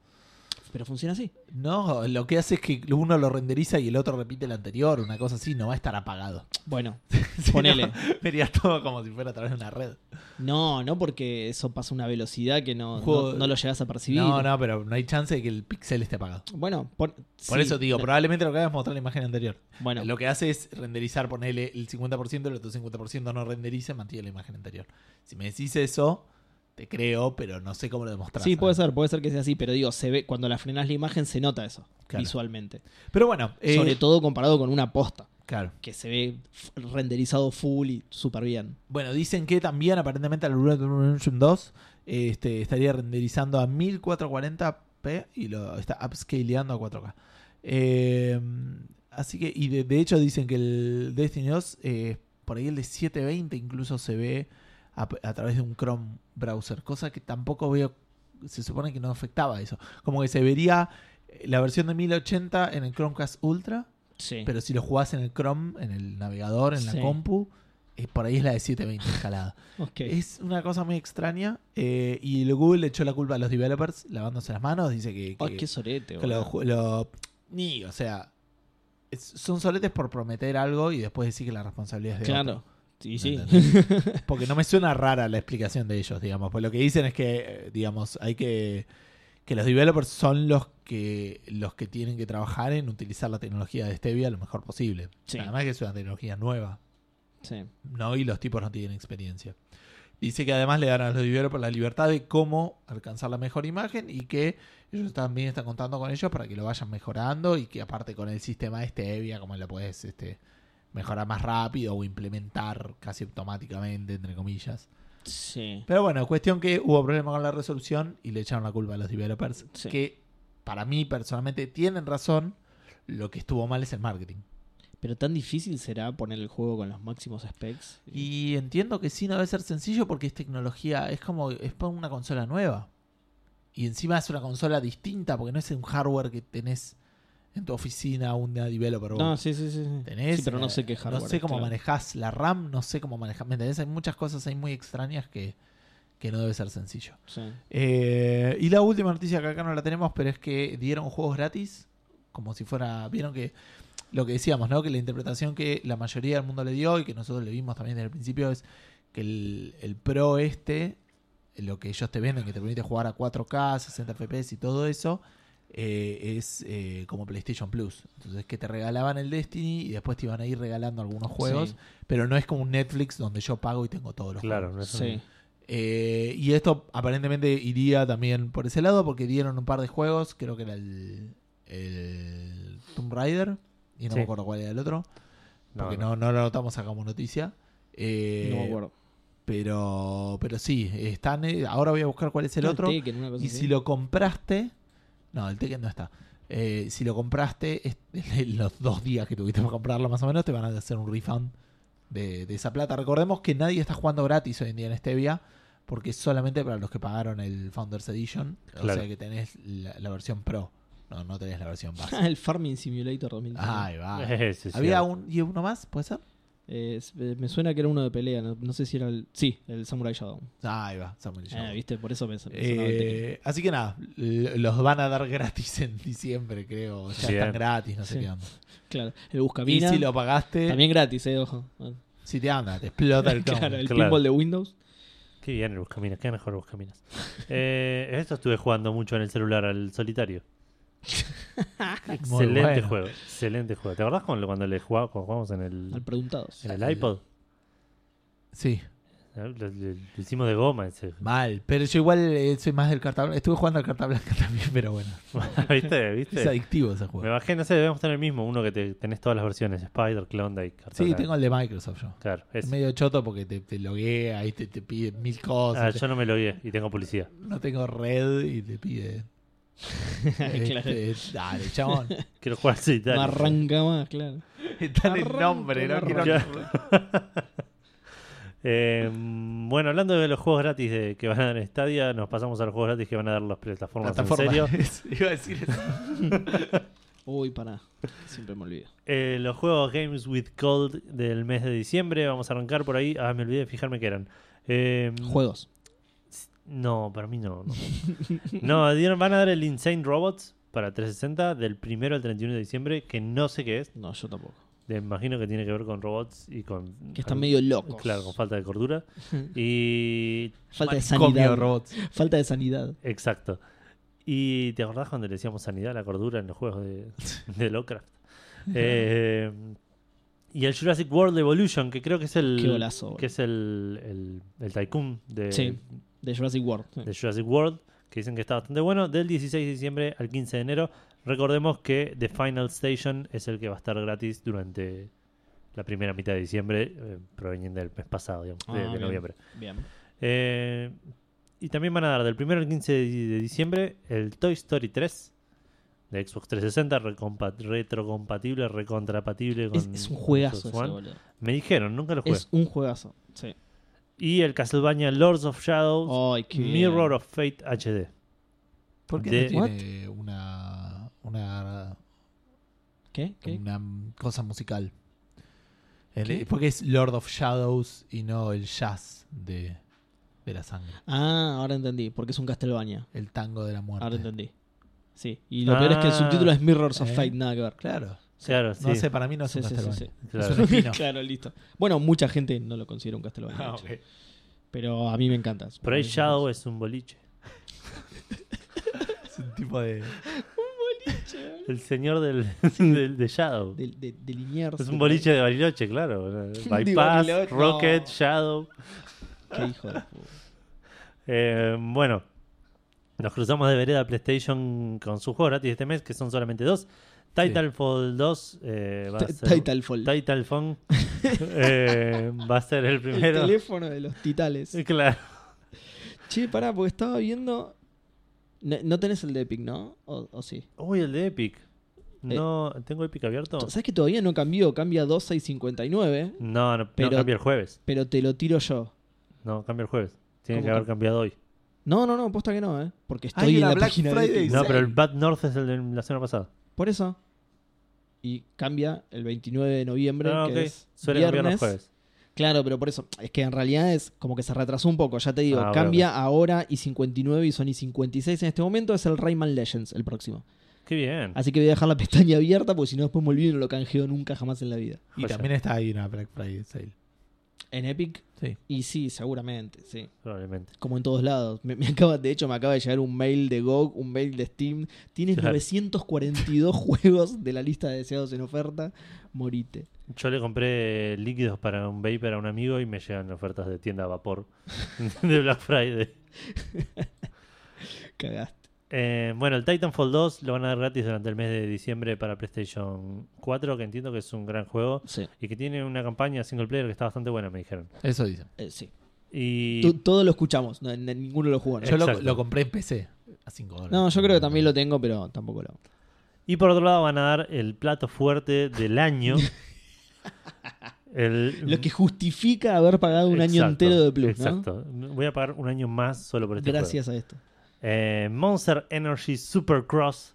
S3: pero funciona así.
S2: No, lo que hace es que uno lo renderiza y el otro repite el anterior, una cosa así, no va a estar apagado.
S3: Bueno,
S2: Si
S3: Ponele.
S2: no, Verías todo como si fuera a través de una red.
S3: no, no porque eso pasa a una velocidad que no,
S2: Un juego-
S3: no, no lo llegas a percibir.
S2: No, no, pero no hay chance de que el pixel esté apagado.
S3: Bueno, pon-
S2: Por
S3: sí,
S2: eso digo,
S3: no,
S2: probablemente lo que hagas es mostrar la imagen anterior.
S3: bueno,
S2: Lo que hace es renderizar, ponele el 50%, el otro 50% no renderiza, mantiene la imagen anterior. Si me decís eso, te creo, pero no sé cómo lo demostrar.
S3: sí, puede ser, puede ser que sea así, pero digo, se ve cuando la frenás la imagen se nota eso
S2: Claro.
S3: visualmente.
S2: Pero bueno, eh,
S3: Sobre todo comparado con una posta.
S2: Claro.
S3: que se ve f- renderizado full y súper bien.
S2: Bueno, dicen que también aparentemente el Red Dead Redemption 2 este, estaría renderizando a 1440 pega y lo está upscaleando a 4K. Eh, así que, y de, de hecho dicen que el Destiny 2, eh, por ahí el de 720 incluso se ve a, a través de un Chrome browser, cosa que tampoco veo, se supone que no afectaba eso. Como que se vería eh, la versión de 1080 en el Chromecast Ultra,
S3: Sí.
S2: pero si lo jugás en el Chrome, en el navegador, en
S3: Sí.
S2: la compu, eh, por ahí es la de 720 escalada.
S3: Ok.
S2: Es una cosa muy extraña. eh, y el Google le echó la culpa a los developers lavándose las manos. Dice que, que,
S3: Ay, qué sorete,
S2: que
S3: boludo.
S2: lo, ju- lo- Ni, o sea. es- son soletes por prometer algo y después decir que la responsabilidad es de
S3: Claro. Sí,
S2: otro,
S3: sí.
S2: ¿entendés? Porque no me suena rara la explicación de ellos, digamos. Pues lo que dicen es que, eh, digamos, hay que. Que los developers son los que los que tienen que trabajar en utilizar la tecnología de Stevia lo mejor posible.
S3: Sí.
S2: Además que es una tecnología nueva.
S3: Sí.
S2: ¿no? Y los tipos no tienen experiencia. Dice que además le dan a los developers la libertad de cómo alcanzar la mejor imagen y que ellos también están contando con ellos para que lo vayan mejorando y que aparte con el sistema este Evia, como la puedes este, mejorar más rápido o implementar casi automáticamente, entre comillas.
S3: Sí.
S2: Pero bueno, cuestión que hubo problemas con la resolución y le echaron la culpa a los developers,
S3: Sí.
S2: que para mí personalmente tienen razón, lo que estuvo mal es el marketing.
S3: Pero tan difícil será poner el juego con los máximos specs.
S2: Y entiendo que sí, no debe ser sencillo porque es tecnología, es como, es para una consola nueva. Y encima es una consola distinta porque no es un hardware que tenés en tu oficina, una developer. vos.
S3: No, sí, sí, sí. sí.
S2: Tenés,
S3: Sí, pero no sé qué
S2: eh,
S3: hardware.
S2: No sé cómo
S3: claro.
S2: manejás la RAM, no sé cómo manejás. ¿Me entendés? Hay muchas cosas ahí muy extrañas que, que no debe ser sencillo.
S3: Sí.
S2: Eh, y la última noticia que acá no la tenemos, pero es que dieron juegos gratis, como si fuera, vieron que lo que decíamos, ¿no? Que la interpretación que la mayoría del mundo le dio y que nosotros le vimos también desde el principio es que el, el pro este, lo que ellos te venden, que te permite jugar a 4K, 60 FPS y todo eso, eh, es eh, como PlayStation Plus. Entonces que te regalaban el Destiny y después te iban a ir regalando algunos juegos,
S3: Sí.
S2: pero no es como un Netflix donde yo pago y tengo todos los
S1: Claro,
S2: juegos.
S1: no es un-
S3: Sí.
S2: Eh, y esto aparentemente iría también por ese lado, porque dieron un par de juegos, creo que era el, el Tomb Raider, y no
S1: Sí.
S2: me acuerdo cuál era el otro,
S1: no,
S2: porque
S1: no.
S2: no, no lo notamos acá como noticia. Eh,
S3: no me acuerdo.
S2: Pero, pero sí, están, eh, ahora voy a buscar cuál es el
S3: No,
S2: otro.
S3: Tekken, una cosa
S2: Y
S3: así.
S2: si lo compraste, no, el Tekken no está. Eh, si lo compraste, es- en los dos días que tuviste para comprarlo más o menos, te van a hacer un refund de, de esa plata. Recordemos que nadie está jugando gratis hoy en día en Stevia, porque es solamente para los que pagaron el Founders Edition. O
S1: Claro.
S2: sea que tenés la, la versión Pro, no, no tenés la versión base.
S3: Ah, el Farming Simulator 2000.
S2: Ahí va.
S1: Ese es
S2: Había
S1: cierto.
S2: un, y uno más, ¿puede ser?
S3: eh, me suena que era uno de pelea. No, no sé si era el. Sí, el Samurai Shadow.
S2: Ahí va, Samuel
S3: Ah,
S2: Johnson.
S3: viste, por eso me, me sonaba el Tekken.
S2: Eh, así que nada, l- los van a dar gratis en diciembre, creo. Ya
S1: Bien.
S2: están gratis, no sé
S3: Sí.
S2: qué onda.
S3: Claro, el
S2: Y
S3: Buscamina.
S2: si lo pagaste,
S3: También gratis, eh, ojo. Bueno,
S2: si te anda, te explota el clon.
S3: claro, el
S1: Claro.
S3: pinball de Windows.
S1: Qué bien el Buscaminas, qué mejor Buscaminas. eh, esto estuve jugando mucho en el celular, al solitario.
S2: Muy
S1: excelente
S2: bueno.
S1: juego, excelente juego. ¿Te acordás cuando, cuando le jugaba- cuando jugábamos en
S3: Al
S1: el,
S3: preguntados.
S1: en el iPod?
S2: Sí,
S1: Lo, lo- lo hicimos de goma ese.
S2: mal. Pero yo igual eh, soy más del carta blanca. Estuve jugando al carta blanca también, pero bueno.
S1: ¿Viste?
S2: Es
S1: ¿Viste?
S2: adictivo ese
S1: Me
S2: juego.
S1: bajé, no sé, debemos tener el mismo, uno que te- tenés todas las versiones, Spider, Klondike, Carta
S2: Sí,
S1: Blanca.
S2: tengo el de Microsoft yo.
S1: Claro,
S2: Es
S1: ese.
S2: medio choto porque te, te loguea y te, te pide mil cosas.
S1: Ah,
S2: te-
S1: yo no me lo guié y tengo publicidad.
S2: No tengo red y te pide.
S3: claro.
S2: este, dale, chabón.
S1: Quiero jugar al solitario.
S3: No arranca más, claro.
S2: Está en el
S3: Arranco,
S2: nombre, no
S3: arranco.
S2: quiero.
S1: Eh, bueno, hablando de los juegos gratis de- que van a dar en Stadia, nos pasamos a los juegos gratis que van a dar las plataformas. En serio,
S2: Iba a decir eso.
S3: Uy, pará. Siempre me olvido.
S1: Eh, los juegos Games with Gold del mes de diciembre. Vamos a arrancar por ahí. Ah, me olvidé de fijarme que eran. Eh,
S3: Juegos.
S1: no, para mí no. No, No, dieron- van a dar el Insane Robots para 360 del 1 al 31 de diciembre, que no sé qué es.
S3: No, yo tampoco.
S1: Me imagino que tiene que ver con robots y con...
S3: Que están medio locos.
S1: Claro, con falta de cordura. Y...
S3: Falta
S2: Manicomio de
S3: de sanidad.
S2: robots.
S3: Falta de sanidad.
S1: Exacto. ¿Y te acordás cuando le decíamos sanidad a la cordura en los juegos de, de Lovecraft? Eh, y el Jurassic World Evolution, que creo que es el...
S3: Qué golazo, boludo.
S1: que es el, el, el Tycoon de,
S3: Sí. De Jurassic World. sí.
S1: de Jurassic World, que dicen que está bastante bueno, del 16 de diciembre al 15 de enero. Recordemos que The Final Station es el que va a estar gratis durante la primera mitad de diciembre, eh, proveniente del mes pasado, digamos, de-
S3: Ah,
S1: de,
S3: bien.
S1: noviembre.
S3: Bien.
S1: Eh, Y también van a dar del 1 al 15 de de diciembre el Toy Story 3 de Xbox 360, recompa- retrocompatible, recontrapatible con.
S3: Es, es un juegazo
S1: Xbox
S3: ese,
S1: One.
S3: boludo.
S1: Me dijeron, nunca lo jugué.
S3: Es un juegazo. Sí.
S1: Y el Castlevania Lords of Shadows
S3: Ay, Oh, qué bien.
S1: Mirror of Fate HD.
S2: ¿Por qué
S1: De-
S2: no tiene una, una,
S3: ¿Qué? ¿Qué?
S2: una cosa musical? El-
S3: ¿Qué?
S2: porque es Lord of Shadows y no el jazz de, de la sangre.
S3: Ah, ahora entendí. Porque es un Castlevania.
S2: El tango de la
S3: Ahora
S2: muerte.
S3: entendí. Sí. Y lo peor es que el
S1: Ah.
S3: subtítulo es Mirrors of
S2: Eh.
S3: Fate, nada que ver.
S2: Claro.
S1: Claro, sí.
S2: No sé, para mí no es
S3: Sí,
S2: un
S3: sí, sí,
S2: Castlevania.
S3: sí.
S1: Claro.
S2: Es un espino.
S3: Claro, listo. Bueno, mucha gente no lo considera un Castlevania.
S2: Ah,
S3: de hecho.
S2: ok.
S3: Pero a mí me encanta.
S1: Por ahí Shadow es un boliche.
S2: Es un tipo de.
S1: El señor del, del- de Shadow.
S3: De, de, de Liniers.
S1: Es un boliche de Bariloche, claro. Bypass,
S3: Bariloche, no.
S1: Rocket, Shadow.
S3: Qué hijo de puta.
S1: Eh, bueno, nos cruzamos de vereda a PlayStation con sus juegos gratis este mes, que son solamente dos. Titanfall 2 eh, va a
S3: Ti-
S1: ser.
S3: Titanfall.
S1: Titanfall, eh, va a ser el
S3: El
S1: primero.
S3: teléfono de los titales.
S1: Claro.
S3: Che, pará, porque estaba viendo. No, no tenés el de Epic, ¿no? ¿O, o sí?
S1: Uy, el de Epic.
S3: Eh.
S1: No, ¿Tengo Epic abierto?
S3: ¿Sabes que todavía no cambió? Cambia a 2659,
S1: No, no,
S3: Pero-
S1: no, cambia el jueves.
S3: pero te lo tiro yo.
S1: No, cambia el jueves. Tiene
S3: ¿Cómo
S1: que haber
S3: cambia?
S1: cambiado hoy.
S3: No, no, no, posta que no, ¿eh? Porque estoy
S2: Ay,
S3: en
S2: era
S3: la
S2: Black
S3: página de
S2: Friday.
S3: Epic.
S1: No,
S2: Sí.
S1: pero el Bad North es el de la semana pasada.
S3: Por eso. Y cambia el 29 de noviembre,
S1: No,
S3: que
S1: Ah, ok.
S3: es
S1: Suele cambiar los
S3: viernes.
S1: jueves.
S3: Claro, pero por eso. Es que en realidad es como que se retrasó un poco, ya te digo.
S1: Ah,
S3: cambia ahora y 59 y Sony 56 en este momento. Es el Rayman Legends, el próximo.
S1: Qué bien.
S3: Así que voy a dejar la pestaña abierta porque si no después me olvido y no lo canjeo nunca jamás en la vida.
S2: Y
S1: Joya.
S2: también está ahí una Black Friday sale.
S3: En Epic,
S2: Sí.
S3: y sí, seguramente, sí.
S1: Probablemente.
S3: Como en todos lados. Me, me acaba, de hecho, me acaba de llegar un mail de GOG, un mail de Steam. Tienes
S1: Claro.
S3: 942 juegos de la lista de deseados en oferta. Morite.
S1: Yo le compré líquidos para un vapor a un amigo y me llegan ofertas de tienda a vapor de Black Friday.
S3: Cagaste.
S1: Eh, bueno, el Titanfall 2 lo van a dar gratis durante el mes de diciembre para PlayStation 4, que entiendo que es un gran juego
S3: Sí,
S1: y que tiene una campaña single player que está bastante buena, me dijeron.
S2: Eso dicen.
S3: eh, sí.
S1: Y
S3: Tú- todos lo escuchamos, no- n- ninguno lo jugó. ¿no?
S2: Yo lo,
S1: Exacto.
S2: lo compré en PC a 5 dólares.
S3: No, yo creo que también lo tengo, pero tampoco lo.
S1: Y por otro lado van a dar el plato fuerte del año. El-
S3: Lo que justifica haber pagado un año
S1: Exacto,
S3: entero de Plus, ¿no?
S1: Exacto. Voy a pagar un año más solo por este
S3: Gracias a esto.
S1: juego. Eh, Monster Energy Supercross,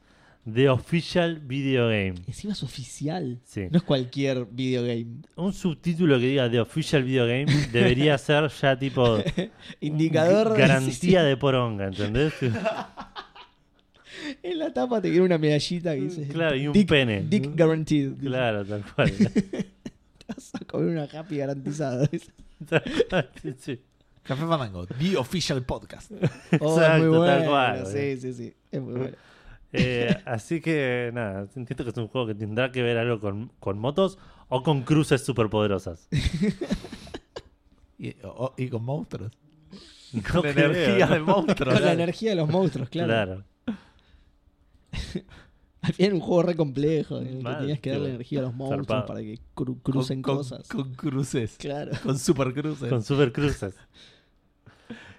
S1: The Official Video Game.
S3: Encima es oficial.
S1: Sí.
S3: No es cualquier videogame.
S1: Un subtítulo que diga The Official Video Game debería ser ya tipo...
S3: Indicador de-
S1: Garantía de poronga, ¿entendés?
S3: En la tapa te quiero una medallita que dice.
S1: Claro, y un
S3: dick,
S1: pene.
S3: Dick guaranteed. dice.
S1: claro, tal cual.
S3: Vas a comer una happy garantizada. dice.
S1: Tal cual, sí, sí.
S2: Café Fandango, The Official Podcast.
S3: Oh, es muy
S1: Exacto, tal
S3: bueno.
S1: cual,
S3: sí, sí, sí. Es muy bueno.
S1: Eh, así que nada, entiendo que es un juego que tendrá que ver algo con, con motos o con cruces superpoderosas.
S2: Y, o- y con monstruos.
S1: No
S2: Con
S1: creo,
S2: energía
S1: ¿no?
S2: de monstruos.
S3: Con la energía de los monstruos, claro.
S1: Claro.
S3: Era un juego re complejo en el que
S1: Mal,
S3: tenías que darle
S1: tío.
S3: energía a los monstruos
S1: Zarpado.
S3: para que cru-
S2: Con-
S3: crucen
S2: con,
S3: cosas.
S2: Con cruces.
S3: claro.
S2: Con supercruces.
S1: Con supercruces.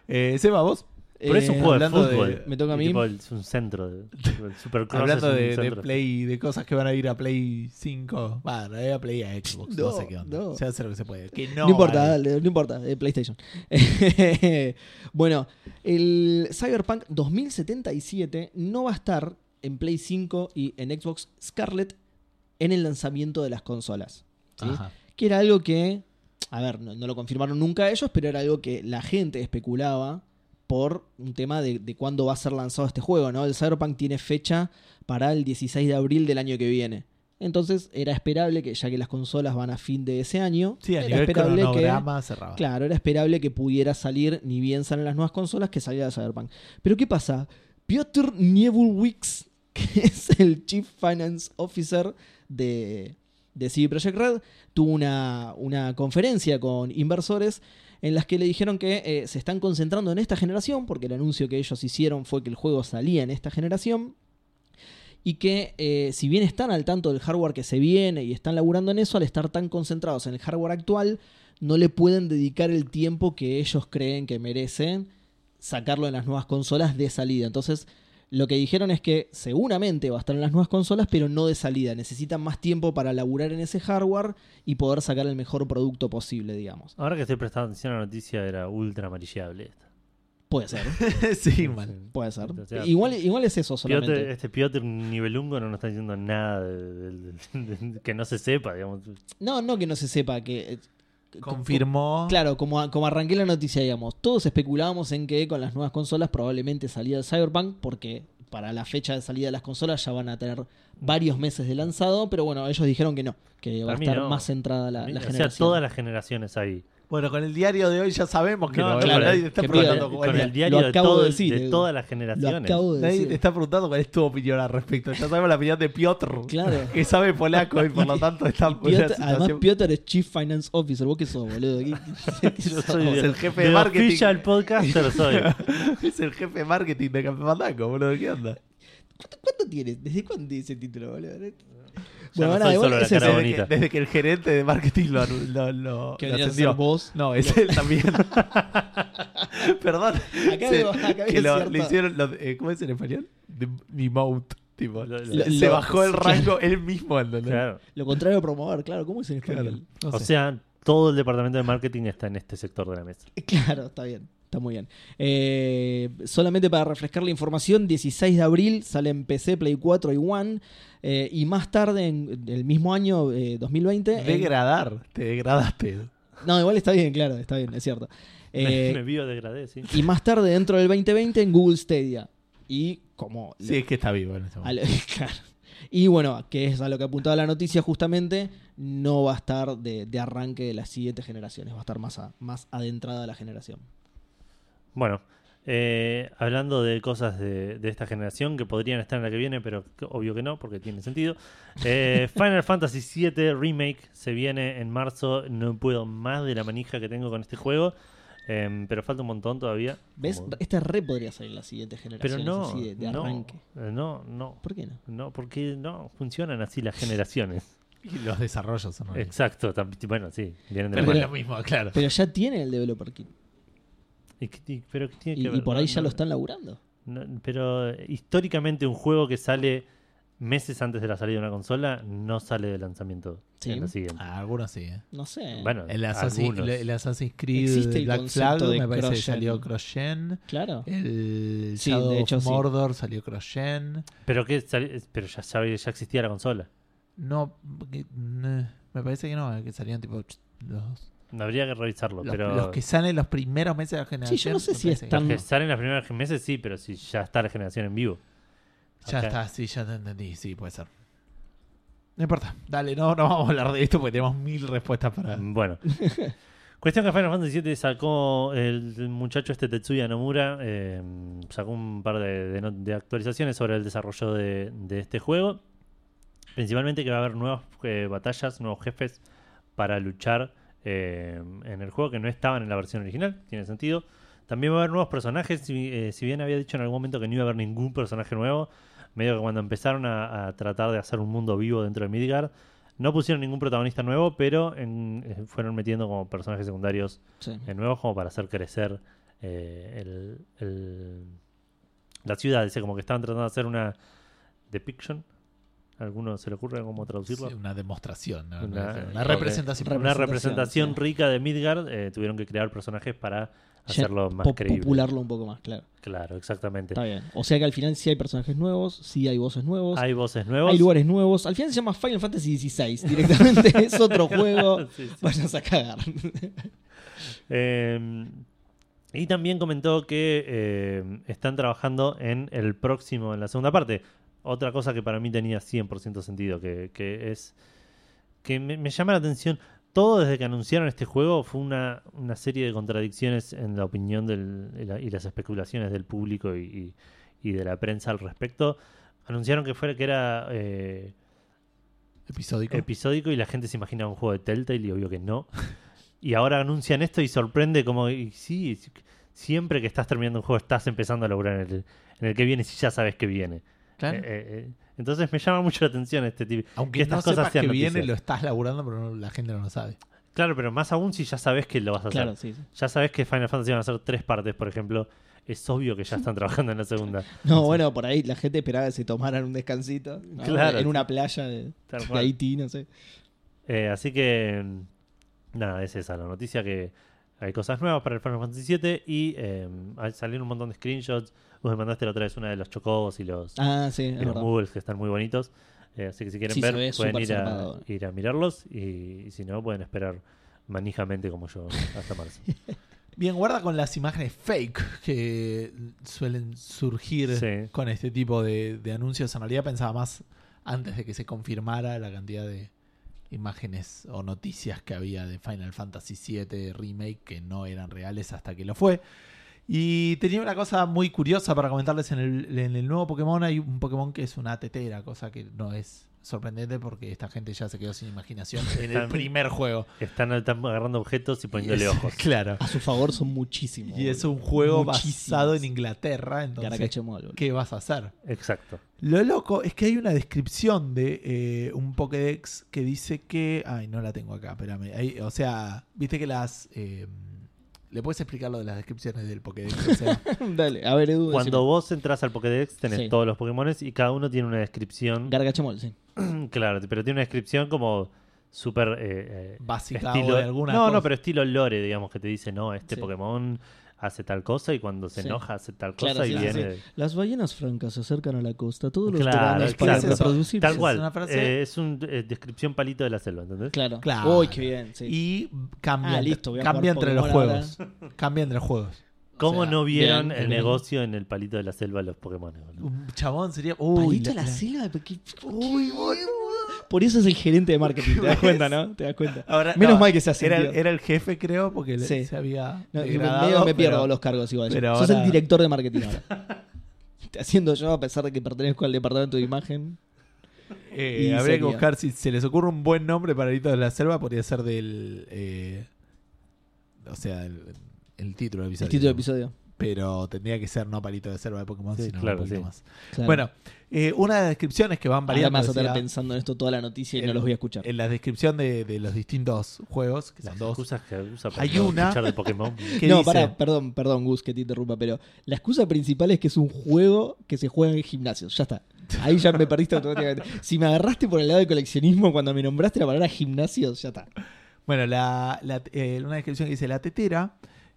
S2: Eh, Seba, vos,
S1: Pero es un
S3: Eh,
S1: juego de
S2: hablando de-
S1: fútbol.
S3: me toca a
S1: Y
S3: mí.
S1: tipo, es un centro. De, el supercross
S2: hablando
S1: es un
S2: de, de
S1: centro.
S2: Play, de cosas que van a ir a Play 5. Va, no a Play a Xbox. No,
S3: No,
S2: sé qué onda.
S3: no.
S2: Se hace lo que se puede. Que no,
S3: No, importa,
S2: vale.
S3: dale, no importa, eh, PlayStation. bueno, el Cyberpunk 2077 no va a estar en Play 5 y en Xbox Scarlet en el lanzamiento de las consolas. ¿sí?
S2: Ajá.
S3: Que era algo que, a ver, no, no lo confirmaron nunca ellos, pero era algo que la gente especulaba por un tema de, de cuándo va a ser lanzado este juego, ¿no? El Cyberpunk tiene fecha para el 16 de abril del año que viene. Entonces era esperable que, ya que las consolas van a fin de ese año,
S2: Sí, a
S3: era
S2: nivel
S3: esperable que
S2: cronograma cerraba.
S3: Claro, era esperable que pudiera salir, ni bien salen las nuevas consolas, que saliera Cyberpunk. Pero ¿qué pasa? Piotr Niebulwicz, que es el Chief Finance Officer de, de CD Projekt Red, tuvo una, una conferencia con inversores en las que le dijeron que eh, se están concentrando en esta generación, porque el anuncio que ellos hicieron fue que el juego salía en esta generación. Y que eh, si bien están al tanto del hardware que se viene y están laburando en eso, al estar tan concentrados en el hardware actual, no le pueden dedicar el tiempo que ellos creen que merecen sacarlo en las nuevas consolas de salida. Entonces, lo que dijeron es que seguramente va a estar en las nuevas consolas, pero no de salida. Necesitan más tiempo para laburar en ese hardware y poder sacar el mejor producto posible, digamos.
S1: Ahora que estoy prestando atención a la noticia, era ultra amarillable esta.
S3: Puede ser,
S2: sí, mal.
S3: puede ser.
S1: O sea,
S3: igual, igual es eso solamente.
S1: Piotr- este Piotr Nivelungo no nos está diciendo nada de- de- de- que no se sepa, digamos.
S3: No, no que no se sepa que...
S2: Confirmó.
S3: Claro, como, como arranqué la noticia, digamos, todos especulábamos en que con las nuevas consolas probablemente salía el Cyberpunk, porque para la fecha de salida de las consolas ya van a tener varios meses de lanzado, pero bueno, ellos dijeron que no, que va a
S1: Para mí
S3: estar
S1: no.
S3: más centrada la, la
S1: o sea,
S3: generación.
S1: todas las generaciones hay.
S2: Bueno, con el diario de hoy ya sabemos que
S1: No,
S2: no,
S1: no,
S2: pero
S1: claro,
S2: nadie te está
S3: que
S2: preguntando
S1: con,
S2: cuál
S1: el
S2: es.
S1: diario
S3: Lo
S1: de,
S3: acabo
S1: todo-
S3: de decir,
S1: de
S3: eh,
S1: todas las
S3: Lo
S1: generaciones.
S3: acabo de
S2: Nadie
S3: decir.
S2: te está preguntando cuál es tu opinión al respecto. Ya sabemos la opinión de Piotr.
S3: Claro.
S2: Que sabe polaco y por lo tanto está
S3: Y
S2: en una
S3: Piotr- además,
S2: situación-
S3: Piotr es Chief Finance Officer. ¿Vos qué sos, boludo? ¿Qué- qué- qué
S1: Yo
S3: sos?
S1: soy
S2: Somos el jefe de
S1: de
S2: marketing.
S1: Official podcaster soy.
S2: Es el jefe de marketing de Campanaco, boludo. ¿Qué onda?
S3: ¿Cuánto, cuánto tiene? ¿Desde cuándo tiene ese título, boludo?
S1: no
S3: nada,
S1: soy
S3: igual
S1: solo la
S3: ese es
S1: cara
S3: el-
S1: bonita.
S2: Desde que, desde que el gerente de marketing lo, anu- lo, lo-
S3: Que
S2: lo
S3: deberías
S2: ascendió.
S3: ser vos.
S2: No, es él también. Perdón.
S3: Acá veo- acá
S2: que
S3: veo
S2: lo,
S3: cierto-
S2: le hicieron. lo- eh, ¿Cómo es en español? De, demote. Tipo,
S1: Lo-
S2: se-
S1: lo-
S2: se
S3: lo-
S2: bajó el
S3: sí,
S2: rango él mismo. ¿entendés?
S1: Claro.
S3: Lo contrario a promover, claro. ¿Cómo es en español?
S2: Claro. No
S1: O
S2: sé.
S1: sea, todo el departamento de marketing está en este sector de la mesa.
S3: Claro, está bien, está muy bien. Eh, solamente para refrescar la información, 16 de abril sale en PC, Play 4 y One. eh, y más tarde, en el mismo año, eh, 2020. en-
S2: degradar. Te degradaste.
S3: no, igual está bien, claro, está bien, es cierto. Eh,
S1: Me vivo degradé, sí.
S3: y más tarde, dentro del 2020, en Google Stadia. Y como.
S2: Sí, es que está vivo en este
S3: a
S2: momento.
S3: lo- claro. Y bueno, que es a lo que apuntaba la noticia justamente, no va a estar de, de arranque de las siguientes generaciones, va a estar más, a- más adentrada a la generación.
S1: Bueno, eh, hablando de cosas de, de esta generación que podrían estar en la que viene, pero que- obvio que no, porque tiene sentido. Eh, Final Fantasy VII Remake se viene en marzo. No puedo más de la manija que tengo con este juego. em, pero falta un montón todavía.
S3: ¿Ves?
S1: Como-
S3: Esta re podría ser la siguiente
S1: Pero
S3: generación.
S1: no,
S3: así de, de
S1: no,
S3: arranque.
S1: eh, no, no,
S3: ¿Por qué no?
S1: no, porque no funcionan así las generaciones.
S2: Y los desarrollos son horribles.
S1: Exacto, tam- bueno, sí, vienen de la
S2: Pero es
S1: mano.
S2: lo mismo, claro.
S3: Pero ya tiene el developer kit.
S1: Y que- y- pero que tiene
S3: Y,
S1: que
S3: y
S1: ver,
S3: por
S1: no,
S3: ahí
S1: no,
S3: ya lo están laburando.
S1: no, pero eh, históricamente un juego que sale meses antes de la salida de una consola no sale de lanzamiento
S3: Sí.
S1: en la siguiente.
S2: Ah, algunos sí, ¿eh?
S3: No sé.
S1: Bueno,
S2: El, Assassin-
S1: algunos.
S2: el- el Assassin's Creed
S3: Existe el
S2: Black
S3: concepto
S2: Flag
S3: de
S2: me parece que
S3: cross-gen.
S2: salió Cross-Gen.
S1: Eh,
S3: claro.
S2: El
S3: Sí,
S2: Shadow
S3: de hecho,
S2: of
S3: sí.
S2: Mordor salió Cross-Gen.
S1: Pero que sali- pero ya, ya ya existía la consola.
S2: No, que- ne, me parece que no, eh, que salieron tipo ch- los,
S1: Habría que revisarlo,
S2: los-
S1: pero
S2: los que salen los primeros meses de la generación.
S3: yo no sé
S2: me
S3: si
S2: parece que-
S3: están-
S1: que salen los primeros meses sí, pero si ya está la generación en vivo.
S2: Ya
S1: Acá.
S2: está, sí, ya te entendí, sí, puede ser. No importa, dale, no, no vamos a hablar de esto porque tenemos mil respuestas para...
S1: Bueno. Cuestión que Final Fantasy VII sacó el muchacho este Tetsuya Nomura, eh, sacó un par de, de no- de actualizaciones sobre el desarrollo de, de este juego. Principalmente que va a haber nuevas eh, batallas, nuevos jefes para luchar eh, en el juego que no estaban en la versión original, tiene sentido. También va a haber nuevos personajes, si, eh, si bien había dicho en algún momento que no iba a haber ningún personaje nuevo, medio que cuando empezaron a, a tratar de hacer un mundo vivo dentro de Midgard, no pusieron ningún protagonista nuevo, pero en- eh, fueron metiendo como personajes secundarios
S3: Sí.
S1: eh, nuevos como para hacer crecer eh, el, el- la ciudad. Dice como que estaban tratando de hacer una depiction. ¿A alguno se le ocurre cómo traducirlo?
S2: Sí, una demostración,
S1: Una-
S2: ¿no?
S1: eh,
S2: una, representación.
S1: una
S3: representación,
S1: representación
S3: sí.
S1: rica de Midgard. eh, tuvieron que crear personajes para hacerlo
S3: Ya
S1: más
S3: po-
S1: creíble.
S3: Popularlo un poco más, claro.
S1: Claro, exactamente.
S3: Está bien. O sea que al final sí hay personajes nuevos, sí hay voces nuevos, hay,
S1: Hay voces nuevas.
S3: lugares nuevos. Al final se llama Final Fantasy XVI directamente. es otro juego.
S1: Sí, sí.
S3: Vayas a cagar.
S1: Eh, y también comentó que eh, están trabajando en el próximo, en la segunda parte. Otra cosa que para mí tenía 100% sentido, que, que es que me, me llama la atención. Todo desde que anunciaron este juego fue una, una serie de contradicciones en la opinión del- y, la- y las especulaciones del público y, y- y de la prensa al respecto. Anunciaron que, fuera, que era eh,
S2: Episódico.
S1: episódico y la gente se imagina un juego de Telltale y obvio que no. Y ahora anuncian esto y sorprende como, y sí, sí, siempre que estás terminando un juego estás empezando a lograr en el, en el que viene si ya sabes que viene.
S2: Claro.
S1: Eh, eh, eh, entonces me llama mucho la atención este tipo.
S2: Aunque
S1: que estas
S2: no
S1: cosas
S2: sepas que
S1: sean
S2: viene,
S1: noticias.
S2: lo estás laburando, pero no- la gente no lo sabe.
S1: Claro, pero más aún si ya sabes que lo vas a hacer.
S3: claro, sí. sí.
S1: Ya sabes que Final Fantasy van a ser tres partes, por ejemplo, es obvio que ya están trabajando en la segunda.
S3: No, bueno, por ahí la gente esperaba que se tomaran un descansito. ¿no?
S1: Claro.
S3: En una playa de,
S1: Tal
S3: de
S1: cual.
S3: Haití, no sé.
S1: Eh, así que, mm, nada, es esa la noticia que hay cosas nuevas para el Final Fantasy VII y eh, hay- salieron un montón de screenshots. Vos me mandaste la otra vez una de los chocobos y los,
S3: Ah, sí,
S1: y
S3: es
S1: los
S3: verdad.
S1: moodles que están muy bonitos. Eh, así que si quieren
S3: Sí, se ve
S1: ver, pueden
S3: súper
S1: ir a,
S3: zarpado.
S1: ir a mirarlos y, y si no, pueden esperar manijamente como yo hasta marzo.
S2: Bien, guarda con las imágenes fake que suelen surgir
S1: Sí.
S2: con este tipo de, de anuncios. En realidad pensaba más antes de que se confirmara la cantidad de imágenes o noticias que había de Final Fantasy VII Remake que no eran reales hasta que lo fue. Y tenía una cosa muy curiosa para comentarles en el, en el nuevo Pokémon. Hay un Pokémon que es una tetera, cosa que no es sorprendente porque esta gente ya se quedó sin imaginación en el
S1: Están-
S2: primer juego.
S1: Están, están agarrando objetos y
S2: Y
S1: poniéndole
S2: es-
S1: ojos.
S2: Claro.
S3: A su favor son muchísimos.
S2: Y es un juego
S3: Muchísimos.
S2: basado en Inglaterra, entonces,
S3: Caracachemol, boludo.
S2: ¿qué vas a hacer?
S1: Exacto.
S2: Lo loco es que hay una descripción de eh, un Pokédex que dice que. Ay, no la tengo acá, espérame. Ahí, o sea, viste que las. eh, ¿Le puedes explicar lo de las descripciones del Pokédex? O sea,
S3: Dale, a ver, Edu.
S1: Cuando vos entras al Pokédex tenés
S3: Sí.
S1: todos los Pokémones y cada uno tiene una descripción.
S3: Gargachemol, sí.
S1: claro, pero tiene una descripción como súper... eh, eh,
S2: básica
S1: estilo-
S2: o de alguna
S1: no,
S2: cosa.
S1: no, pero estilo lore, digamos, que te dice, no, este
S3: Sí.
S1: Pokémon hace tal cosa y cuando se
S3: Sí.
S1: enoja hace tal cosa
S3: Claro,
S1: y
S3: sí, sí,
S1: viene...
S3: Las ballenas francas se acercan a la costa todos los
S1: Claro,
S3: veranos
S1: claro.
S3: para
S1: Es
S2: eso,
S3: reproducirse.
S1: Tal cual.
S2: Es
S1: eh, Es,
S2: una frase-
S1: un eh, descripción palito de la selva, ¿entendés?
S3: Claro.
S2: Claro.
S3: Uy, qué bien. Sí.
S2: Y cambia,
S3: Ah,
S2: entre-
S3: listo, voy a
S2: cambia
S3: jugar
S2: entre los
S3: Pokémon
S2: juegos. Cambia entre los juegos.
S1: ¿Cómo
S3: O sea,
S1: no vieron
S3: bien,
S1: el
S3: bien.
S1: negocio en el palito de la selva de los Pokémon? boludo?
S2: Un chabón sería. Uy,
S3: Palito a
S2: la-
S3: la
S2: la-
S3: selva, ¿por qué- por qué?
S2: Uy, boludo.
S3: Por eso es el gerente de marketing, te das cuenta, ¿no? Te das cuenta.
S2: Ahora,
S3: Menos
S2: no,
S3: mal que se hace.
S2: Era, el- era el jefe, creo, porque le-
S3: Sí.
S2: se había.
S3: No, me,
S2: degradado,
S3: medio me
S2: pero-
S3: pierdo los cargos igual. yo.
S2: pero
S3: Sos
S2: ahora-
S3: el director de marketing ahora. Te Haciendo yo, a pesar de que pertenezco al departamento de imagen.
S2: Eh,
S3: Y
S2: habría que
S3: sería.
S2: buscar si se les ocurre un buen nombre para Hito de la Selva, podría ser del. eh, o sea, el, el título del episodio.
S3: El título del episodio.
S2: Pero tendría que ser no Palito de Selva de Pokémon,
S1: Sí,
S2: sino
S1: claro,
S2: un poquito
S1: sí.
S2: más.
S3: Claro.
S2: Bueno, eh, una de las descripciones que van
S3: Ahora
S2: variando.
S3: me vas a estar
S2: decía,
S3: pensando en esto toda la noticia y
S2: el-
S3: no los voy a escuchar.
S2: en la descripción de, de los distintos juegos, que
S1: Las
S2: son dos.
S1: excusas que usa para
S2: Hay
S1: no
S2: una-
S1: escuchar de Pokémon.
S2: ¿Qué
S3: no,
S2: dice?
S3: pará, perdón, perdón, Gus, que te interrumpa, pero la excusa principal es que es un juego que se juega en gimnasios. Ya está. Ahí ya me perdiste automáticamente. Si me agarraste por el lado del coleccionismo cuando me nombraste la palabra gimnasios, ya está.
S2: Bueno, la, la- eh, una descripción que dice la tetera.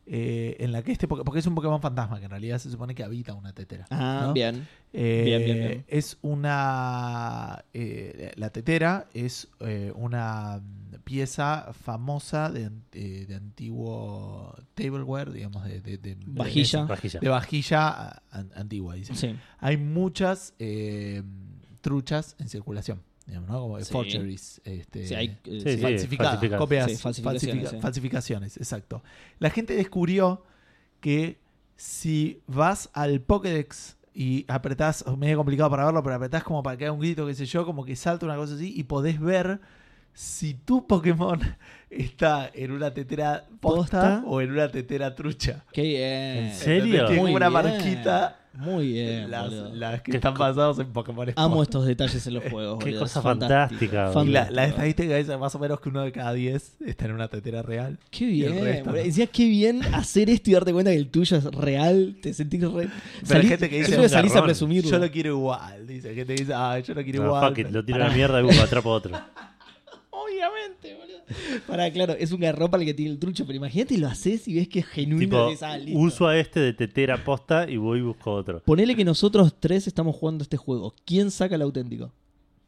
S2: eh, en la que este Poké- porque es un Pokémon fantasma que en realidad se supone que habita una tetera
S3: Ah,
S2: ¿no?
S3: bien.
S2: Eh,
S3: Bien, bien, bien.
S2: Es una. eh, la tetera es eh, una mm, pieza famosa de, an- eh, de antiguo tableware, digamos, de, de- de-
S3: Vajilla.
S1: Vajilla.
S2: De, de vajilla ah, an- antigua, dice.
S3: Sí.
S2: Hay muchas eh, truchas en circulación, digamos, ¿no? Como
S3: Sí.
S2: forgeries. Este,
S3: Sí, hay, eh,
S1: Sí,
S3: sí.
S1: sí.
S2: falsificadas,
S1: falsificadas.
S2: copias,
S3: Sí, falsificaciones,
S2: falsifica-
S3: sí.
S2: falsificaciones, exacto. La gente descubrió que si vas al Pokédex y apretás, oh, medio complicado para verlo, pero apretás como para que haga un grito, qué sé yo, como que salta una cosa así y podés ver si tu Pokémon está en una tetera posta,
S3: ¿Posta?
S2: o en una tetera trucha.
S3: Qué bien.
S1: ¿En serio?
S2: Entendés que
S3: Muy
S2: una
S3: bien.
S2: marquita
S3: Muy bien.
S2: las,
S3: boludo.
S2: las que
S1: Qué
S2: están
S1: co-
S2: basadas en Pokémon
S3: Amo este
S2: Sport.
S3: estos detalles en los juegos.
S1: Qué
S3: boludo,
S1: cosa
S3: es fantástico,
S1: fantástica, boludo.
S2: Y la, la
S3: fantástico.
S2: estadística dice más o menos que uno de cada 10 está en una tetera real.
S3: Qué
S2: y el
S3: bien.
S2: resto,
S3: boludo.
S2: ¿no?
S3: Decías qué bien hacer esto y darte cuenta que el tuyo es real. Te sentís re. Salís-
S2: gente que dice,
S3: yo creo
S1: "Es un
S3: salís a
S1: garrón".
S3: presumirlo.
S2: Yo lo quiero igual, dice. Gente dice, ah, yo lo quiero
S1: No,
S2: igual.
S1: fuck it,
S2: pero-
S1: lo tiro a la mierda y uh, atrapo otro.
S3: Obviamente, boludo. Pará, claro, es un garrón para el que tiene el trucho, pero imagínate lo haces y ves que es genuino.
S1: Tipo,
S3: decís, ah, listo.
S1: uso a este de tetera posta y voy y busco otro.
S3: Ponele que nosotros tres estamos jugando este juego. ¿Quién saca el auténtico?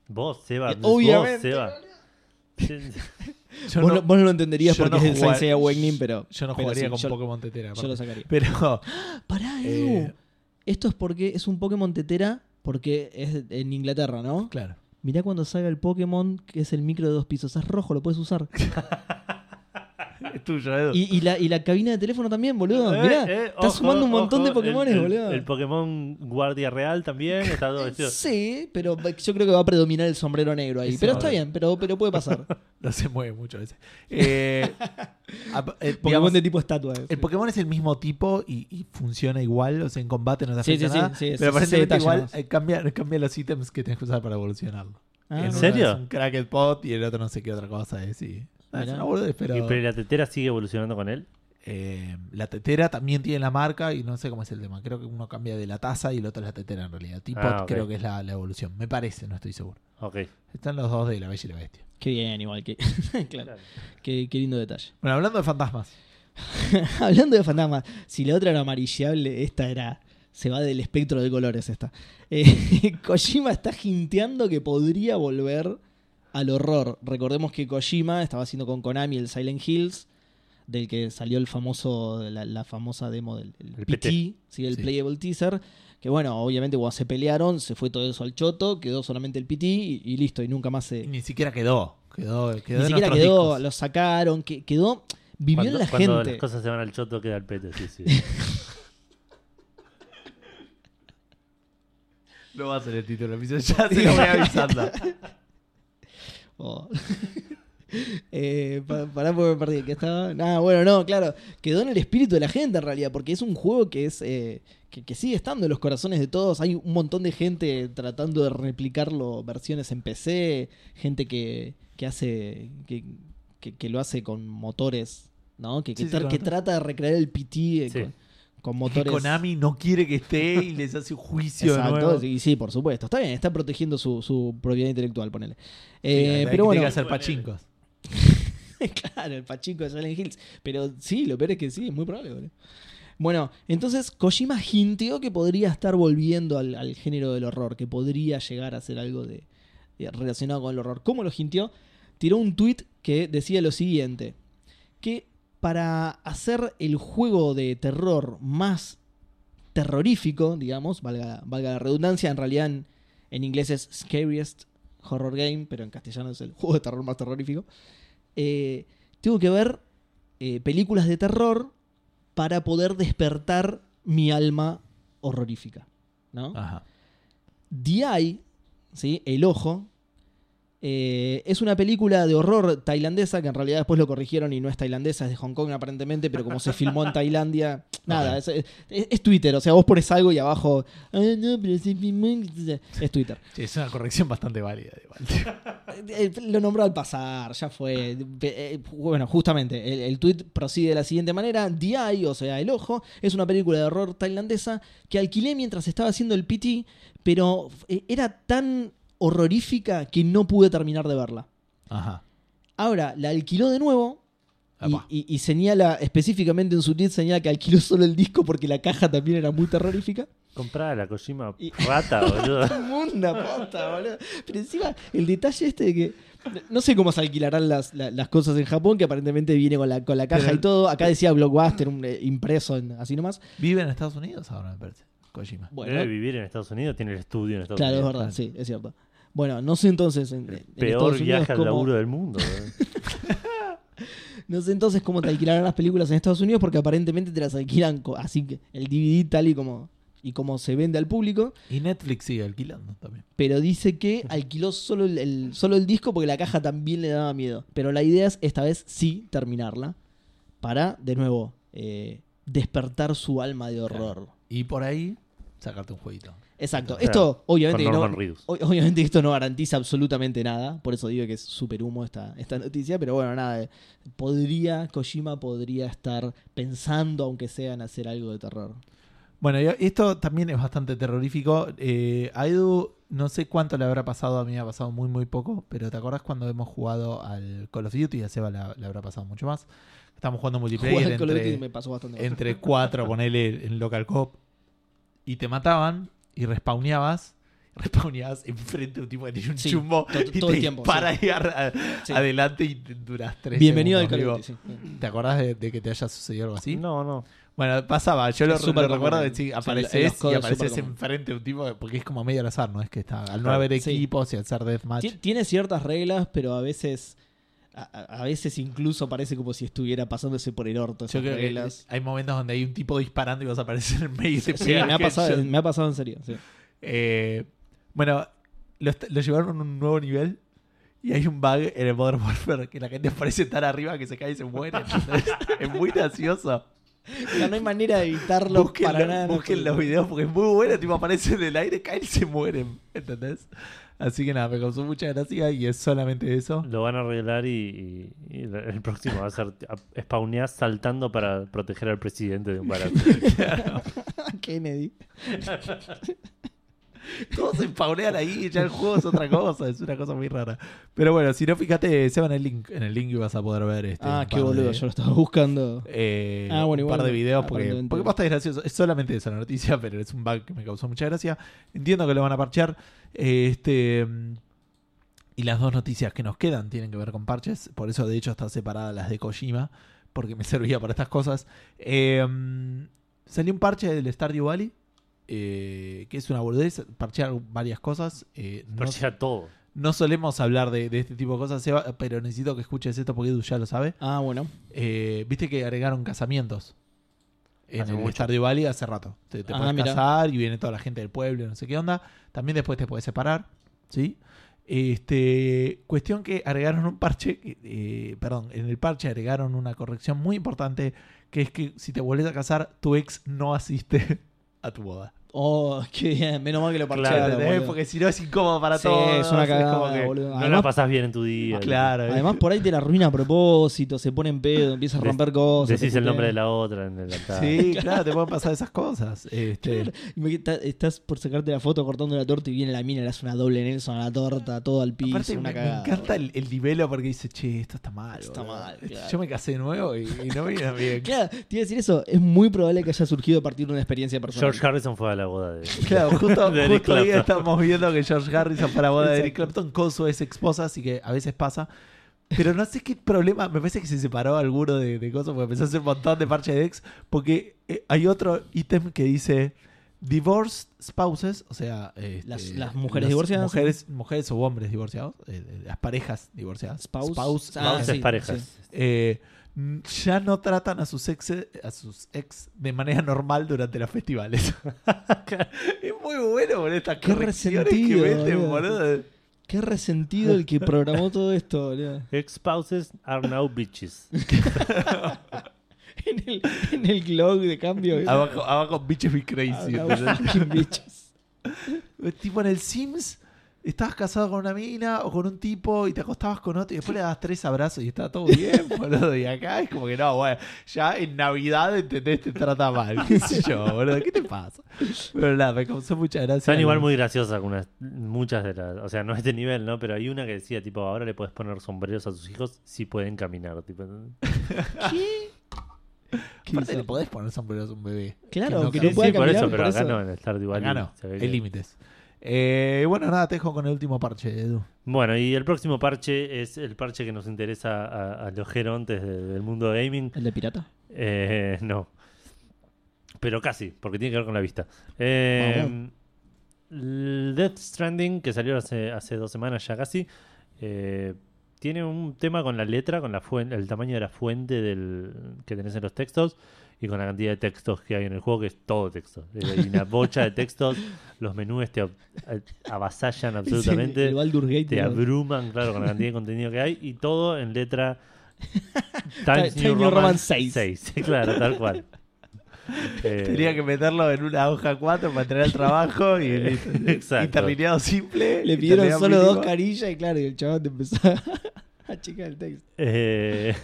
S1: Vos, Seba.
S3: Eh, obviamente,
S1: Vos, Seba.
S2: Yo
S3: vos,
S2: no,
S3: no, vos no lo entenderías
S2: yo
S3: porque
S2: no
S3: es el
S2: jugar-
S3: Saint Seiya Awakening, pero.
S2: yo no
S3: pero
S2: jugaría
S3: sí,
S2: con
S3: yo,
S2: Pokémon tetera.
S3: Yo lo
S2: aparte.
S3: sacaría.
S2: Pero
S3: Pará, Edu.
S2: Eh.
S3: Esto es porque es un Pokémon tetera porque es en Inglaterra, ¿no?
S2: claro.
S3: Mirá cuando salga el Pokémon que es el micro de dos pisos. Es rojo, lo puedes usar.
S2: Es tuyo, Edu.
S3: Y, y la, y la cabina de teléfono también, boludo.
S1: Eh,
S3: Mirá,
S1: eh,
S3: estás
S1: ojo,
S3: sumando un montón
S1: ojo,
S3: de Pokémones,
S1: el- el-
S3: boludo.
S1: El Pokémon Guardia Real también. Está todo vestido.
S3: Sí, pero yo creo que va a predominar el sombrero negro ahí.
S2: Eso,
S3: pero está
S2: boludo.
S3: bien, pero, pero puede pasar.
S2: No se mueve mucho ese. Eh, ap- eh, digamos,
S3: Pokémon de tipo estatua. eh.
S2: El Pokémon es el mismo tipo y, y funciona igual, o sea, en combate no te
S3: Sí,
S2: afecta
S3: sí, sí,
S2: nada,
S3: sí, es
S2: pero
S3: ese
S2: aparentemente
S3: detalle
S2: igual
S3: nomás.
S2: eh, cambia, cambia los ítems que tenés que usar para evolucionarlo. En
S3: Ah,
S1: ¿En
S2: uno
S1: serio?
S2: es un Cracked Pot y el otro no sé qué otra cosa es. Y, es
S3: Mirá.
S2: una boludez, pero,
S1: Y, pero la tetera sigue evolucionando con él.
S2: Eh, la tetera también tiene la marca y no sé cómo es el tema. Creo que uno cambia de la taza y el otro es la tetera en realidad. Teapot
S1: Ah, ok.
S2: creo que es la, la evolución. Me parece, no estoy seguro.
S1: Ok.
S2: Están los dos de La Bella y la Bestia.
S3: Qué bien, igual que. claro,
S1: Claro.
S3: qué, qué lindo detalle.
S2: Bueno, hablando de fantasmas.
S3: Hablando de fantasmas, si la otra era amarillable, esta era. Se va del espectro de colores esta. Eh, Kojima está jinteando que podría volver al horror. Recordemos que Kojima estaba haciendo con Konami el Silent Hills, del que salió el famoso, la, la famosa demo del el
S1: El
S3: PT,
S1: PT.
S3: ¿sí? el
S2: Sí.
S3: Playable Teaser. Que bueno, obviamente cuando se pelearon, se fue todo eso al choto, quedó solamente el PT y, y listo, y nunca más se.
S2: Y eh, ni siquiera quedó. Quedó, quedó
S3: Ni
S2: en
S3: siquiera
S2: nuestros
S3: quedó,
S2: discos.
S3: lo sacaron, que, quedó. Vivió en
S1: cuando,
S3: la
S1: cuando
S3: gente.
S1: las cosas se van al choto, queda el pete. Sí, sí.
S2: No va a ser el título del episodio, ya se lo voy avisando.
S3: Oh. Eh, pa- pará porque me perdí. ¿Qué estaba? Ah, bueno, no, claro. Quedó en el espíritu de la gente en realidad, porque es un juego que es eh, que, que sigue estando en los corazones de todos. Hay un montón de gente tratando de replicarlo, versiones en PC, gente que, que hace que, que- que lo hace con motores, ¿no? Que, que,
S2: Sí, sí,
S3: tra-
S2: con
S3: que
S2: motores.
S3: trata de recrear el PT eh,
S1: Sí.
S3: con, con
S2: Que
S3: motores.
S2: Konami no quiere que esté y les hace un juicio de
S3: Exacto,
S2: nuevo.
S3: y sí, por supuesto. Está bien, está protegiendo su, su propiedad intelectual, ponele.
S2: Sí, la
S3: Eh,
S2: verdad
S3: pero
S2: que tiene
S3: bueno,
S2: que hacer pachincos.
S3: claro, el pachico de Silent Hills. Pero sí, lo peor es que sí, es muy probable, boludo. Bueno, entonces Kojima hinteó que podría estar volviendo al, al género del horror, que podría llegar a ser algo de, de- relacionado con el horror. ¿Cómo lo hinteó? Tiró un tweet que decía lo siguiente: que para hacer el juego de terror más terrorífico, digamos, valga, valga la redundancia, en realidad en, en inglés es Scariest Horror Game, pero en castellano es el juego de terror más terrorífico eh, tengo que ver eh, películas de terror para poder despertar mi alma horrorífica. ¿no?
S2: Ajá.
S3: The Eye, ¿sí? El Ojo, eh, es una película de horror tailandesa que en realidad después lo corrigieron y no es tailandesa, es de Hong Kong aparentemente, pero como se filmó en Tailandia, nada, es, es- es Twitter, o sea, vos pones algo y abajo, "Ah, no, pero se filmó en-". es Twitter.
S2: Sí, es una corrección bastante válida. igual.
S3: Eh, Lo nombró al pasar, ya fue. Pe- eh, Bueno, justamente, el, el tweet prosigue de la siguiente manera. The Eye, o sea, El Ojo, es una película de horror tailandesa que alquilé mientras estaba haciendo el PT, pero eh, era tan horrorífica que no pude terminar de verla.
S2: Ajá.
S3: Ahora, la alquiló de nuevo y,
S2: Apa.
S3: y- y señala, específicamente en su tweet, señala que alquiló solo el disco porque la caja también era muy terrorífica.
S1: Comprá la Kojima
S3: Y-
S1: rata, boludo.
S3: Inmunda, posta, boludo. Pero encima, el detalle este de que. No sé cómo se alquilarán las, la- las cosas en Japón, que aparentemente viene con la, con la caja
S2: Pero-
S3: y todo. Acá decía Blockbuster, un, eh, impreso en- así nomás.
S2: Vive en Estados Unidos ahora, me parece. Kojima.
S1: Debe
S3: Bueno,
S1: vivir en Estados Unidos, tiene el estudio en Estados
S3: claro, es
S1: Unidos.
S3: verdad, sí, es cierto. Bueno, no sé entonces. En, en
S1: El peor
S3: Estados Unidos
S1: viaje al
S3: cómo-
S1: laburo del mundo. ¿eh? boludo.
S3: No sé entonces cómo te alquilarán las películas en Estados Unidos, porque aparentemente te las alquilan co- así que el DVD tal y como, y como se vende al público.
S2: Y Netflix sigue alquilando también.
S3: pero dice que alquiló solo el, el- solo el disco porque la caja también le daba miedo. Pero la idea es esta vez sí terminarla para, de nuevo, eh, despertar su alma de horror.
S2: Y por ahí, sacarte un jueguito.
S3: Exacto.
S1: Claro.
S3: Esto, obviamente,
S1: Con
S3: no,
S1: Norman Reedus.
S3: ob- obviamente esto no garantiza absolutamente nada. Por eso digo que es súper humo esta, esta noticia. Pero bueno, nada. eh, Podría, Kojima podría estar pensando, aunque sea, en hacer algo de terror.
S2: Bueno, y esto también es bastante terrorífico. Eh, a Edu, no sé cuánto le habrá pasado, a mí me ha pasado muy, muy poco, pero ¿te acordás cuando hemos jugado al Call of Duty? A Seba la- le habrá pasado mucho más. Estamos jugando multiplayer
S3: Jugar al Call of
S2: entre,
S3: Duty me pasó bastante. mal.
S2: entre cuatro, ponele en local cop, y te mataban y respawneabas. Respawneabas enfrente de un tipo que tenía un
S3: Sí,
S2: chumbo
S3: to-
S2: y
S3: todo
S2: te
S3: el tiempo,
S2: dispara ahí ar- a-
S3: Sí.
S2: adelante y te- durás tres
S3: Bienvenido al
S2: segundos
S3: Call of
S2: vivo.
S3: Duty. sí.
S2: ¿Te acordás de, de que te haya sucedido algo así?
S1: No, no.
S2: Bueno, pasaba, yo lo,
S3: Es súper
S2: lo recuerdo
S3: común.
S2: de sí,
S3: O sea, en los
S2: apareces y
S3: codos es súper
S2: apareces
S3: común.
S2: enfrente de un tipo, porque es como medio al azar, ¿no? Es que está, al no
S1: Claro.
S2: haber
S3: Sí.
S2: equipos y al ser deathmatch.
S3: Ti- Tiene ciertas reglas, pero a veces. A, a veces incluso parece como si estuviera pasándose por el orto.
S2: Yo
S3: Esas
S2: creo que
S3: reglas.
S2: hay momentos donde hay un tipo disparando y vas a aparecer en medio y te
S3: Sí,
S2: pega
S3: me ha, pasado,
S2: headshot.
S3: me ha pasado en serio. sí.
S2: Eh, bueno, lo, est- lo llevaron a un nuevo nivel y hay un bug en el Modern Warfare que la gente aparece tan arriba que se cae y se muere. ¿entendés? es muy gracioso.
S3: O sea, no hay manera de evitarlo
S2: Busquen,
S3: para nada. no
S2: busquen
S3: puede-
S2: los videos porque es muy bueno. Tipo, aparecen en el aire, caen y se mueren. ¿Entendés? Así que nada, me causó mucha gracia y es solamente eso.
S1: Lo van a arreglar y, y- y el próximo va a ser a- spawneás saltando para proteger al presidente de un barato.
S3: Kennedy.
S2: Todos se spawnean ahí y ya el juego es otra cosa, es una cosa muy rara. Pero bueno, si no, fíjate, se va en el link, en el link y vas a poder ver este.
S3: Ah,
S2: un
S3: qué
S2: par
S3: boludo,
S2: de-
S3: yo lo estaba buscando.
S2: eh,
S3: Ah, bueno,
S2: un
S3: igual,
S2: par de videos porque,
S3: aparentemente.
S2: porque posta es gracioso. Es solamente esa la noticia, pero es un bug que me causó mucha gracia. Entiendo que lo van a parchear. Eh, este mm, Y las dos noticias que nos quedan tienen que ver con parches. Por eso, de hecho, están separadas las de Kojima, porque me servía para estas cosas. Eh, mm, salió un parche del Stardew Valley. eh, que es una boludez, parchear varias cosas. eh, no-
S1: Parchea todo.
S2: no solemos hablar de, de este tipo de cosas, Seba, pero necesito que escuches esto porque Edu ya lo sabe.
S3: Ah, bueno.
S2: Eh, Viste que agregaron casamientos en
S1: Hace
S2: el
S1: mucho.
S2: Stardew Valley hace rato. Te, te
S3: Ah,
S2: podés
S3: mirá.
S2: casar y viene toda la gente del pueblo, no sé qué onda. También después te puedes separar, ¿sí? Este, cuestión que agregaron un parche, que, eh, perdón, en el parche agregaron una corrección muy importante, que es que si te volvés a casar, tu ex no asiste a tu boda.
S3: Oh, qué bien. Menos mal que lo parchearon.
S2: ¿Entendés?
S3: boludo.
S2: Porque si no es incómodo para
S3: Sí,
S2: todos.
S3: es una
S2: como
S3: cagada,
S2: que-
S3: boludo.
S1: No la
S3: Además,
S1: pasás bien en tu día.
S2: Claro. ¿eh?
S3: además, por ahí te la arruina a propósito, se pone en pedo, empieza a
S1: Dec-
S3: romper cosas.
S1: Decís
S3: te
S1: el nombre de
S3: putea.
S1: la otra en el altar.
S2: Sí, claro, te pueden pasar esas cosas. Este,
S3: Y me- ta- estás por sacarte la foto cortando la torta y viene la mina, le hace una doble Nelson a la torta, todo al piso,
S2: Aparte,
S3: una
S2: me, me
S3: cagada.
S2: encanta el, el libelo porque dice, che, esto está mal.
S3: Está
S2: boludo.
S3: mal,
S2: Esto-
S3: claro.
S2: Yo me casé de nuevo y, y no me viene bien.
S3: Claro, te iba a decir eso. Es muy probable que haya surgido a partir de una experiencia personal.
S1: George Harrison fue a la boda de.
S2: Claro, justo,
S1: De Eric
S2: justo hoy
S1: Clapton.
S2: estamos viendo que George Harrison para la boda de Eric
S3: Exacto.
S2: Clapton con su ex esposa, así que a veces pasa. Pero no sé qué problema, me parece que se separó alguno de, de cosas porque empezó a hacer un montón de parches de ex. Porque eh, hay otro ítem que dice divorced spouses, o sea, este,
S3: Las- las mujeres divorciadas.
S2: Mujeres, mujeres o hombres divorciados, eh, eh, las parejas divorciadas.
S3: Spouse.
S2: Spouse,
S3: Ah,
S1: Entonces,
S3: sí,
S1: parejas.
S2: eh, mm, ya no tratan a sus ex a sus ex de manera normal durante los festivales. es muy bueno con estas
S3: Qué
S2: correcciones que
S3: resentido,
S2: meten,
S3: boludo.
S2: boludo.
S3: Qué resentido el que programó todo esto, boludo.
S1: Ex-spouses are now bitches.
S3: En el, en el blog de cambio. boludo.
S2: Abajo, abajo bitches be
S3: Ah,
S2: crazy.
S3: no, fucking bitches.
S2: ¿entendés? tipo en el Sims, estabas casado con una mina o con un tipo y te acostabas con otro y después le dabas tres abrazos y estaba todo bien, boludo. Y acá es como que no, bueno, ya en Navidad, ¿entendés? Te trata mal. ¿Qué sé yo, boludo? ¿Qué te pasa? Pero nada, me causó mucha gracia.
S1: Son igual muy graciosas algunas, muchas de las. O sea, no a este nivel, ¿no? Pero hay una que decía, tipo, ahora le puedes poner sombreros a tus hijos si pueden caminar. Tipo,
S3: ¿Qué
S2: Aparte,
S3: hizo?
S2: le podés poner sombreros a un bebé.
S3: Claro, que
S1: sí,
S3: no puede
S2: puede Ah,
S1: sí, por eso,
S3: caminar, por
S1: pero acá
S3: eso.
S1: no, en el Stardew Valley se ve que-
S2: Hay límites. Eh, bueno, nada, te dejo con el último parche, Edu.
S1: Bueno, y el próximo parche es el parche que nos interesa a, a los gerontes de- del mundo gaming.
S3: ¿El de pirata?
S1: Eh, no. Pero casi, porque tiene que ver con la vista. Eh,
S3: Vamos.
S1: el Death Stranding, que salió hace, hace dos semanas ya casi, eh, tiene un tema con la letra, con la fuen- el tamaño de la fuente del, que tenés en los textos y con la cantidad de textos que hay en el juego, que es todo texto. Eh, Hay una bocha de textos, los menús te ab- a- avasallan absolutamente
S3: El Baldur Gate.
S1: te
S3: boludo.
S1: abruman, claro, con la cantidad de contenido que hay y todo en letra
S3: Times New Roman 6.
S1: 6, claro, tal cual. Eh,
S2: Tenía que meterlo en una hoja 4 para entregar el trabajo y, listo.
S1: Exacto.
S2: interlineado simple.
S3: Le pidieron
S2: interlineado
S3: solo dos
S2: mínimo.
S3: carillas y claro, y el chabón te empezó a achicar el texto.
S1: eh,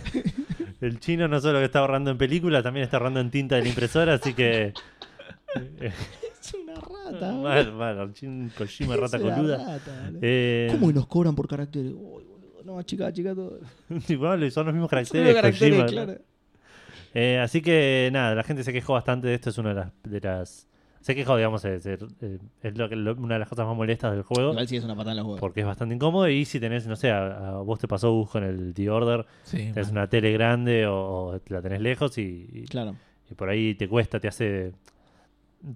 S1: el chino no solo que está ahorrando en películas, también está ahorrando en tinta de la impresora, así que... eh,
S3: Es una
S1: Ah,
S3: rata. boludo.
S1: mal, mal, el chin- Kojima
S3: Es
S1: rata
S3: una
S1: coluda.
S3: rata, boludo.
S1: Eh,
S3: ¿Cómo que nos cobran por caracteres? Uy, boludo, no, chica, chica, todo.
S1: igual, son los mismos
S3: Son los
S1: caracteres.
S3: caracteres,
S1: Kojima, ¿no?
S3: claro.
S1: Eh, así que nada, la gente se quejó bastante de esto, es una de las... de las- se quejó, digamos, es, es- es lo que- lo- una de las cosas más molestas del juego,
S3: Igual sí es una patada en los huevos.
S1: porque es bastante incómodo y si tenés, no sé, a, a vos te pasó Gus, con el The Order,
S2: Sí,
S1: tenés
S2: man.
S1: una tele grande o, o la tenés lejos y, y-
S3: Claro.
S1: y por ahí te cuesta, te hace...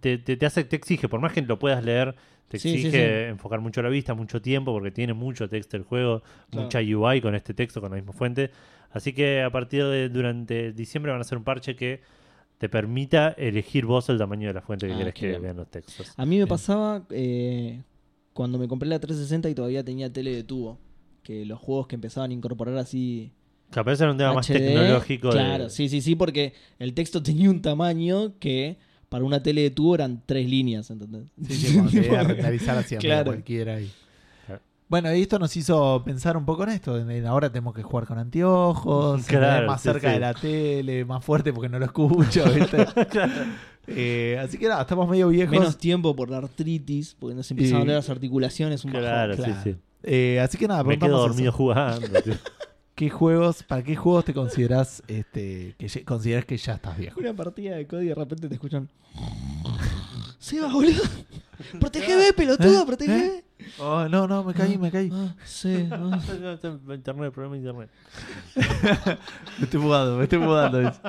S1: Te, te- te hace, te exige, por más que lo puedas leer, te
S3: Sí, sí,
S1: exige
S3: sí.
S1: enfocar mucho la vista, mucho tiempo, porque tiene mucho texto el juego,
S3: Claro.
S1: mucha UI con este texto, con la misma fuente. Así que a partir de durante diciembre van a hacer un parche que te permita elegir vos el tamaño de la fuente que
S3: Ah,
S1: querés
S3: qué
S1: que
S3: bien.
S1: vean los textos.
S3: A mí me
S2: Bien.
S3: pasaba eh, cuando me compré la 360 y todavía tenía tele de tubo. Que los juegos que empezaban a incorporar así.
S1: Capaz era un tema más
S3: HD,
S1: tecnológico. de-
S3: Claro, sí, sí, sí, porque el texto tenía un tamaño que para una tele de tubo eran tres líneas, ¿entendés?
S2: Sí, sí, cuando te iba a renderizar así a
S3: Claro.
S2: cualquiera. y-
S1: Ah.
S2: Bueno, y esto nos hizo pensar un poco en esto. en- en Ahora tenemos que jugar con anteojos,
S1: Claro,
S2: tener más
S1: sí,
S2: cerca
S1: sí.
S2: de la tele, más fuerte porque no lo escucho. ¿viste? Eh, así que nada, estamos medio viejos.
S3: Menos tiempo por la artritis, porque nos empiezan
S2: Y-
S3: a doler las articulaciones. Un bajón.
S1: Claro,
S2: claro.
S1: sí, sí.
S2: Eh, así
S3: Ah,
S2: que nada,
S1: Me quedo
S2: preguntamos
S1: dormido
S2: eso.
S1: jugando. tío.
S2: ¿Qué juegos, ¿Para qué juegos te consideras este, que ye- consideras que ya estás viejo?
S3: Una partida de COD y de repente te escuchan. Seba, boludo. Protegeme,
S2: ¿Eh?
S3: pelotudo, protegeme.
S2: Oh, no, no, me caí, me caí.
S3: Ah, Seba.
S1: internet, problema de internet.
S2: Me estoy mudando, me estoy mudando. dice.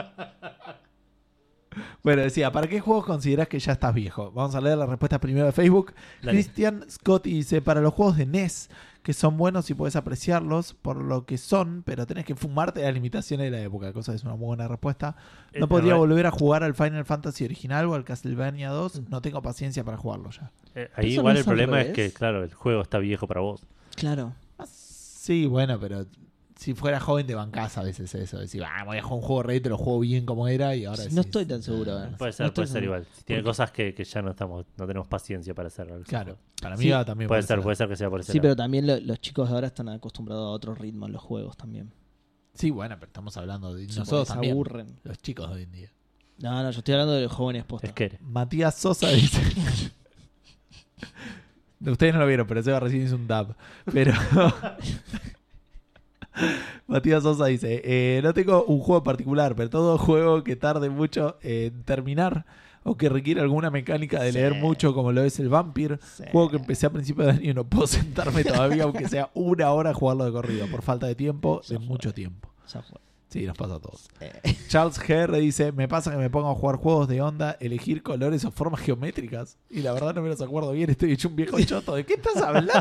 S2: Bueno, decía, ¿para qué juegos consideras que ya estás viejo? Vamos a leer la respuesta primero de Facebook.
S1: Dale.
S2: Christian Scott dice, para los juegos de NES, que son buenos y puedes apreciarlos por lo que son, pero tenés que fumarte las limitaciones de la época, cosa que es una muy buena respuesta.
S1: Eh,
S2: No podría
S1: re-
S2: volver a jugar al Final Fantasy original o al Castlevania
S1: Mm.
S2: 2, no tengo paciencia para jugarlo ya.
S1: eh, ahí
S3: Eso no
S1: igual el
S3: es al
S1: problema es
S3: revés.
S1: que, claro, el juego está viejo para vos.
S3: Claro.
S2: Ah, Sí, bueno, pero si fuera joven te bancás a veces eso. Decir, ah, voy a jugar un juego rey, te lo juego bien como era y ahora
S3: No
S2: decís,
S3: estoy tan seguro,
S2: "Ah".
S3: eh.
S1: Puede
S3: No
S1: ser,
S3: estoy
S1: puede ser
S3: seguro.
S1: igual. Tiene
S3: Porque-
S1: cosas que, que ya no estamos, no tenemos paciencia para hacer.
S2: Claro, para mí
S3: Sí.
S2: va también
S1: Puede
S2: por
S1: ser,
S2: ese
S1: puede
S2: lado.
S1: ser que sea por ese
S3: Sí,
S1: lado.
S3: pero también lo- los chicos de ahora están acostumbrados a otro ritmo en los juegos también.
S2: Sí, bueno, pero estamos hablando de
S3: Porque
S2: nosotros
S3: se
S2: también.
S3: aburren.
S2: Los chicos de hoy en día.
S3: No, no, yo estoy hablando de los jóvenes posta.
S1: Es que
S2: Matías Sosa dice. Ustedes no lo vieron, pero Seba recién hizo un dab. Pero. Matías Sosa dice: eh, No tengo un juego en particular, pero todo juego que tarde mucho en terminar o que requiere alguna mecánica de
S3: Sí.
S2: leer mucho, como lo es el Vampir.
S3: Sí.
S2: Juego que empecé a principios de año y no puedo sentarme todavía, aunque sea una hora a jugarlo de corrido, por falta de tiempo,
S3: Ya
S2: de
S3: fue.
S2: mucho tiempo.
S3: Ya fue.
S2: Sí, nos pasa a todos.
S3: Eh,
S2: Charles GR dice: Me pasa que me pongo a jugar juegos de onda, elegir colores o formas geométricas. Y la verdad no me los acuerdo bien, estoy hecho un viejo choto. ¿De qué estás hablando?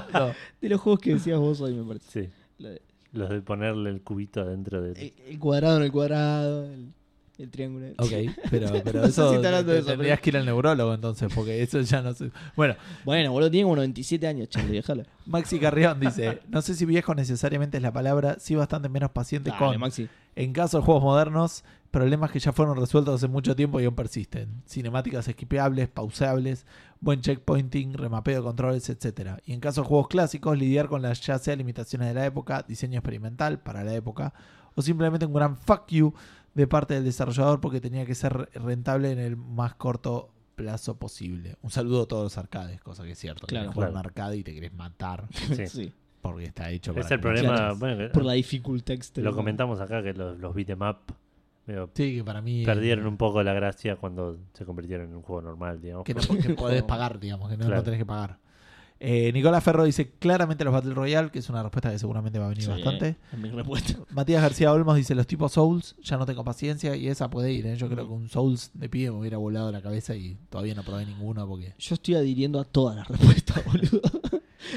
S3: de los juegos que decías vos hoy, me parece.
S1: sí.
S3: Lo de-
S1: Los de ponerle el cubito adentro de.
S3: El, el cuadrado en el cuadrado, el, el triángulo. en el-
S2: Ok, pero, pero
S3: No sé
S2: eso.
S3: si está hablando de eso,
S2: tendrías
S3: pero-
S2: que ir al neurólogo entonces, porque eso ya no sé. Bueno,
S3: Bueno, boludo, tiene como 97 años, Charlie, déjalo.
S2: Maxi Carrión dice: No sé si viejo necesariamente es la palabra, sí bastante menos paciente
S3: Dale,
S2: con.
S3: Maxi.
S2: En caso de juegos modernos, problemas que ya fueron resueltos hace mucho tiempo y aún persisten. Cinemáticas esquipeables, pauseables, buen checkpointing, remapeo de controles, etc. Y en caso de juegos clásicos, lidiar con las ya sea limitaciones de la época, diseño experimental para la época, o simplemente un gran fuck you de parte del desarrollador porque tenía que ser rentable en el más corto plazo posible. Un saludo a todos los arcades, cosa que es cierto.
S3: Claro.
S2: Querés jugar
S1: Claro.
S2: un arcade y te querés matar
S1: Sí.
S3: Sí.
S2: porque está hecho para
S1: Es el
S2: que-
S1: problema.
S3: Claro.
S1: Bueno, que-
S3: Por la dificultad extrema.
S1: lo comentamos acá que los, los beat 'em up medio
S2: Sí, que para mí...
S1: perdieron un poco la gracia cuando se convirtieron en un juego normal, digamos.
S2: que no que podés pagar, digamos, que no, no
S1: Claro.
S2: tenés que pagar. Eh, Nicolás Ferro dice claramente los Battle Royale, que es una respuesta que seguramente va a venir
S3: Sí,
S2: bastante.
S3: Es mi respuesta.
S2: Matías García Olmos dice los tipos Souls, ya no tengo paciencia y esa puede ir. ¿eh? Yo creo que un Souls de pibe me hubiera volado la cabeza y todavía no probé ninguno porque...
S3: Yo estoy adhiriendo a todas las respuestas, boludo.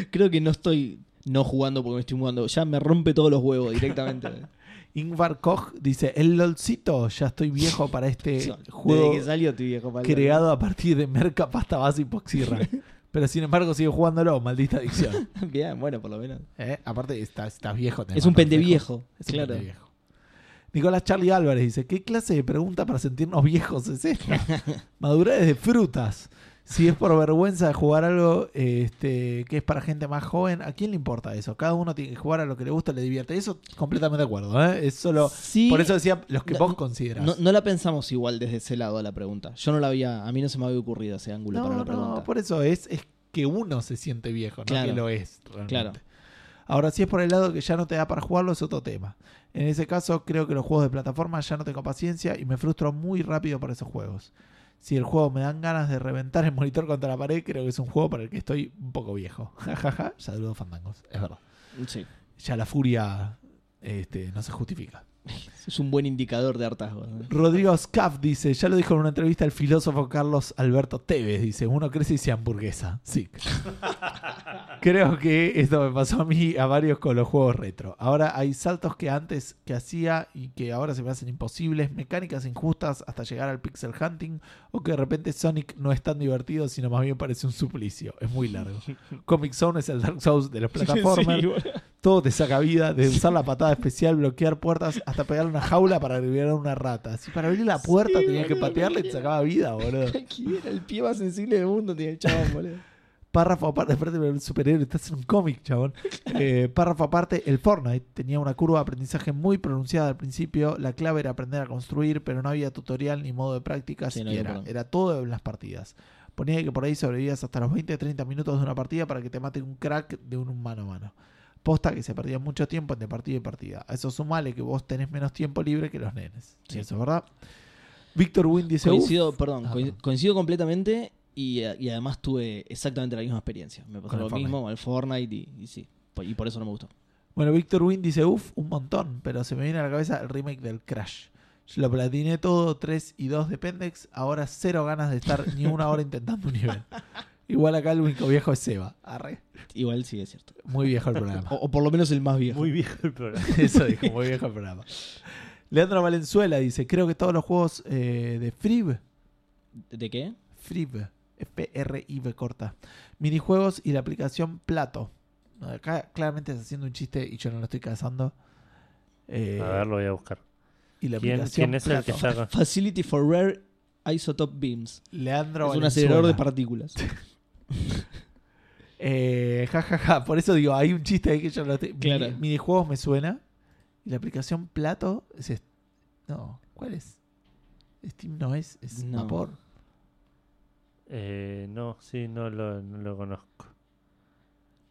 S3: Creo que no estoy no jugando porque me estoy jugando. Ya me rompe todos los huevos directamente.
S2: Ingvar Koch dice el LOLcito, ya estoy viejo para este
S3: Desde
S2: juego
S3: que salió estoy viejo para el-
S2: creado a partir de merca, pasta base y poxirra. Pero sin embargo sigo jugándolo, maldita adicción.
S3: Bien, bueno, por lo menos.
S2: ¿Eh? Aparte estás, estás viejo. tenés
S3: es un
S2: más reflejos.
S3: pendeviejo.
S2: Es un
S3: Claro.
S2: pene viejo. Nicolás Charlie Álvarez dice, ¿qué clase de pregunta para sentirnos viejos es esta? Madurez de frutas. Si es por vergüenza de jugar algo este, que es para gente más joven, ¿a quién le importa eso? Cada uno tiene que jugar a lo que le gusta, le divierte. Eso completamente de acuerdo. ¿eh? Es solo...
S3: Sí,
S2: por eso decía los que
S3: No,
S2: vos considerás.
S3: No, no la pensamos igual desde ese lado a la pregunta. Yo no la había. A mí no se me había ocurrido ese ángulo
S2: No,
S3: para la
S2: no,
S3: pregunta.
S2: por eso es, es que uno se siente viejo, no
S3: Claro.
S2: que lo es realmente.
S3: Claro.
S2: Ahora, si es por el lado que ya no te da para jugarlo, es otro tema. En ese caso, creo que los juegos de plataforma ya no tengo paciencia y me frustro muy rápido por esos juegos. Si el juego me dan ganas de reventar el monitor contra la pared, creo que es un juego para el que estoy un poco viejo. Jajaja, saludos fandangos, es verdad.
S3: Sí.
S2: Ya la furia este, no se justifica.
S3: Es un buen indicador de hartazgo. ¿no?
S2: Rodrigo Scaff dice, ya lo dijo en una entrevista el filósofo Carlos Alberto Tevez, dice, uno crece y se hamburguesa. Sí. Creo que esto me pasó a mí, a varios con los juegos retro. Ahora hay saltos que antes que hacía y que ahora se me hacen imposibles, mecánicas injustas hasta llegar al pixel hunting, o que de repente Sonic no es tan divertido, sino más bien parece un suplicio. Es muy largo. Comic Zone es el Dark Souls de los plataformas.
S3: Sí, boludo.
S2: Todo te saca vida, de usar la patada especial, bloquear puertas, hasta pegar una jaula para liberar una rata. Si para abrir la puerta
S3: Sí,
S2: tenía que
S3: boludo,
S2: patearle, te sacaba vida, boludo.
S3: Aquí era el pie más sensible del mundo, tiene el chabón, boludo.
S2: Párrafo aparte, aparte pero el superhéroe, estás en un cómic, chabón. Eh, párrafo aparte, el Fortnite tenía una curva de aprendizaje muy pronunciada al principio. La clave era aprender a construir, pero no había tutorial ni modo de práctica
S3: Sí, no había
S2: siquiera.
S3: perdón.
S2: era todo en las partidas. Ponía que por ahí sobrevivías hasta los 20-30 minutos de una partida para que te mate un crack de un mano a mano. Posta que se perdía mucho tiempo entre partida y partida. A eso sumale que vos tenés menos tiempo libre que los nenes. Sí,
S3: Sí.
S2: eso es verdad. Víctor Wynn dice. "Uf".
S3: Coincido, perdón,
S2: Ah,
S3: coin-
S2: perdón.
S3: coincido completamente y, y además tuve exactamente la misma experiencia. Me pasó
S2: Con el
S3: lo mismo al Fortnite y, y sí. po- Y por eso no me gustó.
S2: Bueno, Víctor Wynn dice, uff, un montón, pero se me viene a la cabeza el remake del Crash. Yo lo platiné todo, 3 y 2 de Pendex, ahora cero ganas de estar ni una hora intentando un nivel. Igual acá el único viejo es Seba. Arre.
S3: Igual sí es cierto.
S2: Muy viejo el programa.
S3: O, o por lo menos el más viejo.
S1: Muy viejo el programa.
S2: Eso dijo, muy viejo el programa. Leandro Valenzuela dice, creo que todos los juegos eh, de Frib,
S3: ¿De qué?
S2: Frib, F-R-I-B corta, minijuegos y la aplicación Plato. Acá claramente está haciendo un chiste y yo no lo estoy cazando. Eh,
S1: A ver, lo voy a buscar.
S2: y la
S1: ¿Quién,
S2: aplicación
S1: quién es el que
S2: Plato.
S1: está con-
S3: Facility for Rare Isotope Beams.
S2: Leandro
S3: es un
S2: Valenzuela.
S3: acelerador de partículas.
S2: Eh, ja, ja, ja. Por eso digo, hay un chiste ahí que yo no te...
S3: Claro.
S2: Mini- minijuegos me suena. Y la aplicación Plato es... est- No, ¿cuál es? Steam no es, es
S3: No.
S2: vapor.
S1: Eh, no, sí, no lo, no lo conozco.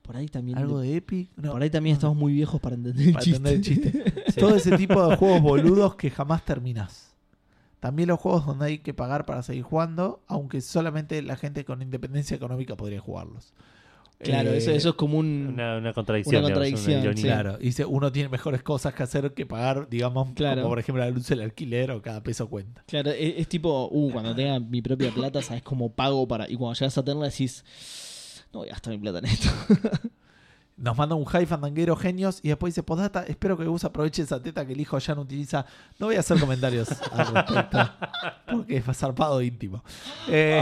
S3: Por ahí también.
S2: Algo de Epic. No,
S3: por ahí también
S2: no,
S3: estamos muy viejos para entender el
S2: para
S3: chiste.
S2: entender el chiste.
S1: Sí.
S2: Todo ese tipo de juegos boludos que jamás terminás. También los juegos donde hay que pagar para seguir jugando, aunque solamente la gente con independencia económica podría jugarlos.
S3: Claro,
S2: Eh,
S3: eso, eso es como un.
S1: Una, una contradicción.
S3: Mm. Una
S1: digamos,
S3: contradicción,
S1: ironía.
S3: sí.
S2: Claro, dice, uno tiene mejores cosas que hacer que pagar, digamos,
S3: Claro.
S2: como por ejemplo la luz del alquiler o cada peso cuenta.
S3: Claro, es, es tipo, uh, cuando tenga mi propia plata, sabes cómo pago para. Y cuando llegas a tenerla, decís, no voy a gastar mi plata en esto.
S2: Nos manda un high fandanguero genios y después dice, postdata, espero que vos aproveche esa teta que el hijo ya no utiliza. No voy a hacer comentarios al respecto, porque es zarpado e íntimo. Eh,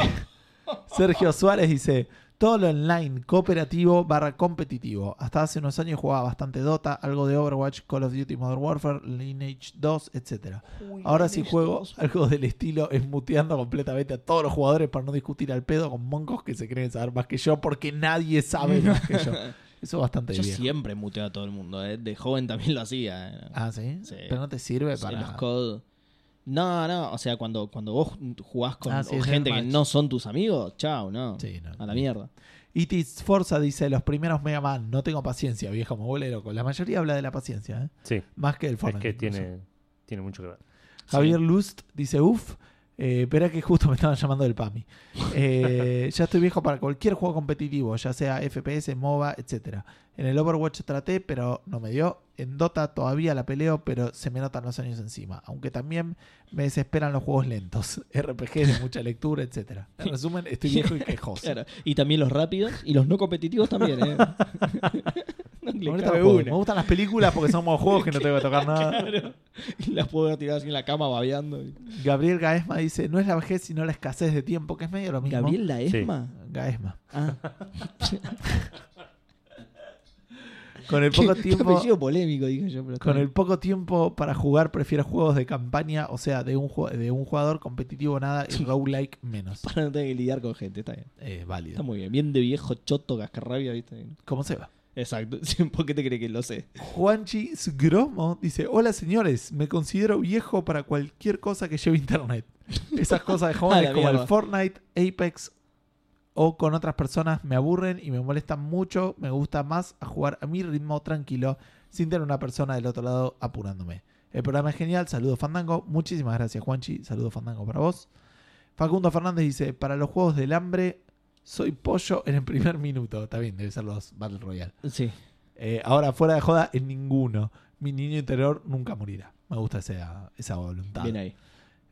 S2: Sergio Suárez dice, todo lo online, cooperativo barra competitivo. Hasta hace unos años jugaba bastante Dota, algo de Overwatch, Call of Duty Modern Warfare, Lineage 2, etcétera. Ahora sí juego algo del estilo es muteando completamente a todos los jugadores para no discutir al pedo con moncos que se creen saber más que yo porque nadie sabe más que yo. Eso es bastante
S3: Yo
S2: bien.
S3: siempre muteo a todo el mundo, eh. de joven también lo hacía. eh.
S2: Ah, eh, ¿sí?
S3: Sí.
S2: Pero no te sirve
S3: En
S2: para...
S3: los COD. No, no, o sea, cuando, cuando vos jugás con
S2: Ah, sí,
S3: o
S2: es
S3: gente que
S2: deathmatch.
S3: no son tus amigos, chao, no.
S2: Sí, no.
S3: A la mierda.
S2: E.T. Forza dice, los primeros Mega Man, no tengo paciencia, viejo mobile loco. La mayoría habla de la paciencia, ¿eh?
S1: Sí,
S2: Más que del
S1: es
S2: Fortnite.
S1: que
S2: incluso.
S1: tiene, tiene mucho que ver.
S2: Javier
S3: Sí.
S2: Lust dice, uff, eh, espera que justo me estaban llamando del PAMI. Eh, ya estoy viejo para cualquier juego competitivo, ya sea FPS, MOBA, etc. En el Overwatch traté, pero no me dio. En Dota todavía la peleo, pero se me notan los años encima. Aunque también me desesperan los juegos lentos, RPG de mucha lectura, etc. En resumen, estoy viejo y quejoso.
S3: Claro. Y también los rápidos y los no competitivos también, eh. no
S2: Me
S3: le
S2: gustan,
S3: cabe
S2: los juegos.
S3: una.
S2: Me gustan las películas porque son buenos juegos que no tengo que tocar nada.
S3: Claro. Y las puedo ver tiradas así en la cama babeando. y-
S2: Gabriel Gaesma dice, no es la vejez sino la escasez de tiempo, que es medio lo mismo.
S3: Gabriel la
S1: Sí.
S3: Esma.
S2: Gaesma.
S3: Ah,
S2: Con el poco
S3: qué- qué
S2: tiempo...
S3: apellido polémico, dije yo. Pero está
S2: Con
S3: bien.
S2: el poco tiempo para jugar, prefiero juegos de campaña, o sea, de un, ju- de un jugador competitivo nada y roguelike menos.
S3: Para no tener que lidiar con gente, está bien.
S2: Eh,
S3: Está
S2: válido.
S3: muy bien. Bien de viejo, choto, cascarrabia, ¿viste?
S2: ¿Cómo se va?
S3: Exacto. Sí, ¿Por qué te crees que lo sé?
S2: Juanchi Sgromo dice: Hola señores, me considero viejo para cualquier cosa que lleve internet. Esas cosas de
S3: A
S2: jóvenes
S3: la
S2: como el
S3: mierda.
S2: Fortnite, Apex o con otras personas me aburren y me molestan mucho. Me gusta más a jugar a mi ritmo tranquilo sin tener una persona del otro lado apurándome. El programa es genial. Saludos Fandango. Muchísimas gracias Juanchi. Saludos Fandango para vos. Facundo Fernández dice: Para los juegos del hambre, soy pollo en el primer minuto. Está bien, debe ser los Battle Royale.
S3: Sí.
S2: Eh, ahora, fuera de joda, en ninguno. Mi niño interior nunca morirá. Me gusta esa, esa voluntad.
S3: Bien ahí.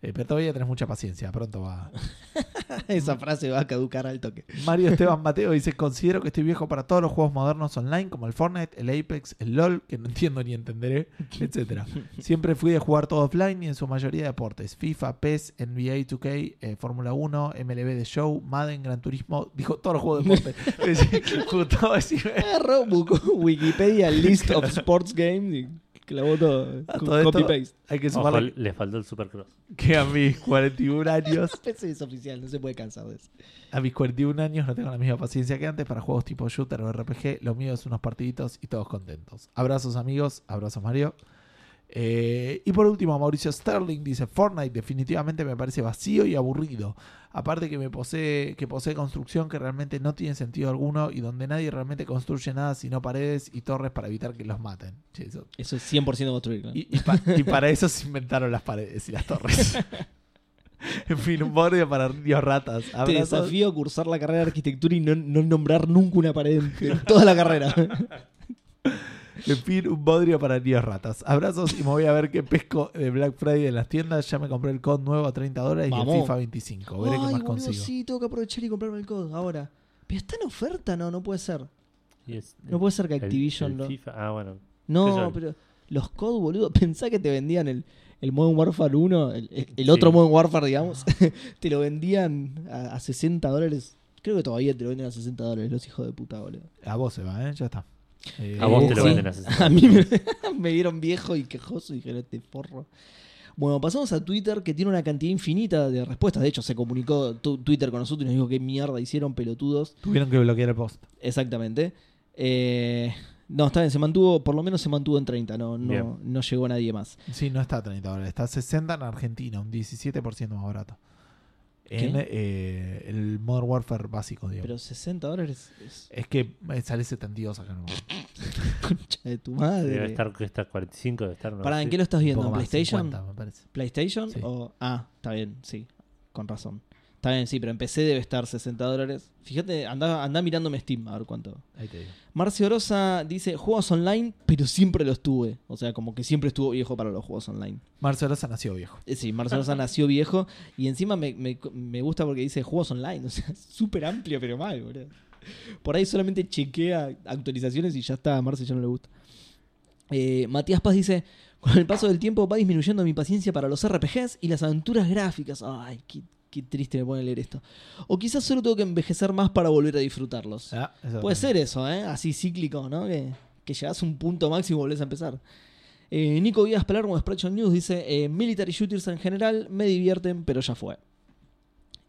S2: Eh, pero todavía tenés mucha paciencia. Pronto va.
S3: Esa frase va a caducar al toque.
S2: Mario Esteban Mateo dice: Considero que estoy viejo para todos los juegos modernos online, como el Fortnite, el Apex, el LOL, que no entiendo ni entenderé, etcétera Siempre fui de jugar todo offline y en su mayoría deportes: FIFA, PES, NBA 2K, eh, Fórmula 1, MLB The Show, Madden, Gran Turismo. Dijo todos los juegos de deporte. Es decir, justo así.
S3: Agarró, buscó Wikipedia List of Sports Games. y- Clavó todo.
S2: A
S3: co-
S2: todo esto-
S3: Copy-paste.
S2: Hay que
S1: Ojo,
S2: sumarle
S1: les faltó el Supercross.
S2: que a mis 41 años
S3: Ese pues es oficial, no se puede cansar de eso.
S2: A mis 41 años no tengo la misma paciencia que antes para juegos tipo shooter o RPG. Lo mío es unos partiditos y todos contentos. Abrazos amigos, abrazos Mario. Eh, y por último, Mauricio Sterling dice, Fortnite definitivamente me parece vacío y aburrido. Aparte que me posee, que posee construcción que realmente no tiene sentido alguno y donde nadie realmente construye nada sino paredes y torres para evitar que los maten. Che, eso-
S3: Eso es 100% construir. ¿no?
S2: y, y pa- y para eso se inventaron las paredes y las torres. en fin, un borde para niños ratas.
S3: Te
S2: Abrazos.
S3: desafío a cursar la carrera de arquitectura y no, no nombrar nunca una pared en en toda la carrera.
S2: En fin, un bodrio para niños ratas. Abrazos y me voy a ver qué pesco de Black Friday en las tiendas. Ya me compré el COD nuevo a 30 dólares y
S3: Vamos.
S2: el FIFA 25. Veré qué más
S3: boludo,
S2: consigo.
S3: sí, tengo que aprovechar y comprarme el code ahora. Pero está en oferta, no, no puede ser.
S1: Y es-
S3: No puede ser que
S1: el-
S3: Activision
S1: el
S3: lo-
S1: FIFA. Ah, bueno.
S3: No,
S1: Eso es.
S3: pero los COD, boludo, pensá que te vendían el, el Modern Warfare 1, el, el- el otro
S1: Sí. Ah.
S3: Modern Warfare, digamos, te lo vendían a, a 60 dólares. Creo que todavía te lo venden a 60 dólares los hijos de puta, boludo.
S2: A vos se va, ¿eh? Ya está. Eh,
S1: A vos
S3: Eh,
S1: te lo
S3: sí.
S1: venden a 60.
S3: A mí me, me vieron viejo y quejoso y dijeron, este forro. Bueno, pasamos a Twitter que tiene una cantidad infinita de respuestas. De hecho, se comunicó tu- Twitter con nosotros y nos dijo qué mierda hicieron, pelotudos.
S2: Tuvieron que bloquear el post.
S3: Exactamente. Eh, no, está bien, se mantuvo, por lo menos se mantuvo en 30, no, no,
S1: Bien.
S3: no llegó nadie más.
S2: Sí, no está a 30 dólares. Está a 60 en Argentina, un 17% más barato. En
S3: ¿Qué?
S2: eh, el Modern Warfare básico, digamos.
S3: Pero 60 dólares es
S2: Es que eh, sale 72 acá en el mundo.
S3: concha Ah, de tu madre.
S1: Debe estar, que está 45, debe estar. no
S3: Pará,
S1: sé.
S3: ¿en qué lo estás
S2: Un
S3: viendo?
S2: poco
S3: ¿En
S2: más,
S3: PlayStation?
S2: 50, me parece.
S3: ¿PlayStation?
S2: Sí.
S3: O... Ah, está bien, sí, con razón. Está bien, sí, pero en PC debe estar 60 dólares. Fíjate, andá, andá mirándome Steam a ver cuánto.
S2: Ahí te digo.
S3: Marcio Orosa dice, juegos online, pero siempre los tuve. O sea, como que siempre estuvo viejo para los juegos online.
S2: Marcelo Rosa nació viejo.
S3: Eh, Sí, Marcelo Sosa nació viejo y encima me, me- me gusta porque dice juegos online, o sea, súper amplio pero mal, boludo. Por ahí solamente chequea actualizaciones y ya está, a Marcelo ya no le gusta. Eh, Matías Paz dice, con el paso del tiempo va disminuyendo mi paciencia para los RPGs y las aventuras gráficas. Ay, qué, qué triste me pone leer esto. O quizás solo tengo que envejecer más para volver a disfrutarlos.
S2: Ah, eso también.
S3: Puede ser eso, ¿eh? Así cíclico, ¿no? Que, que llegás a un punto máximo y volvés a empezar. Eh, Nico Vidas Palermo de Spreadshot News dice: eh, Military shooters en general me divierten, pero ya fue.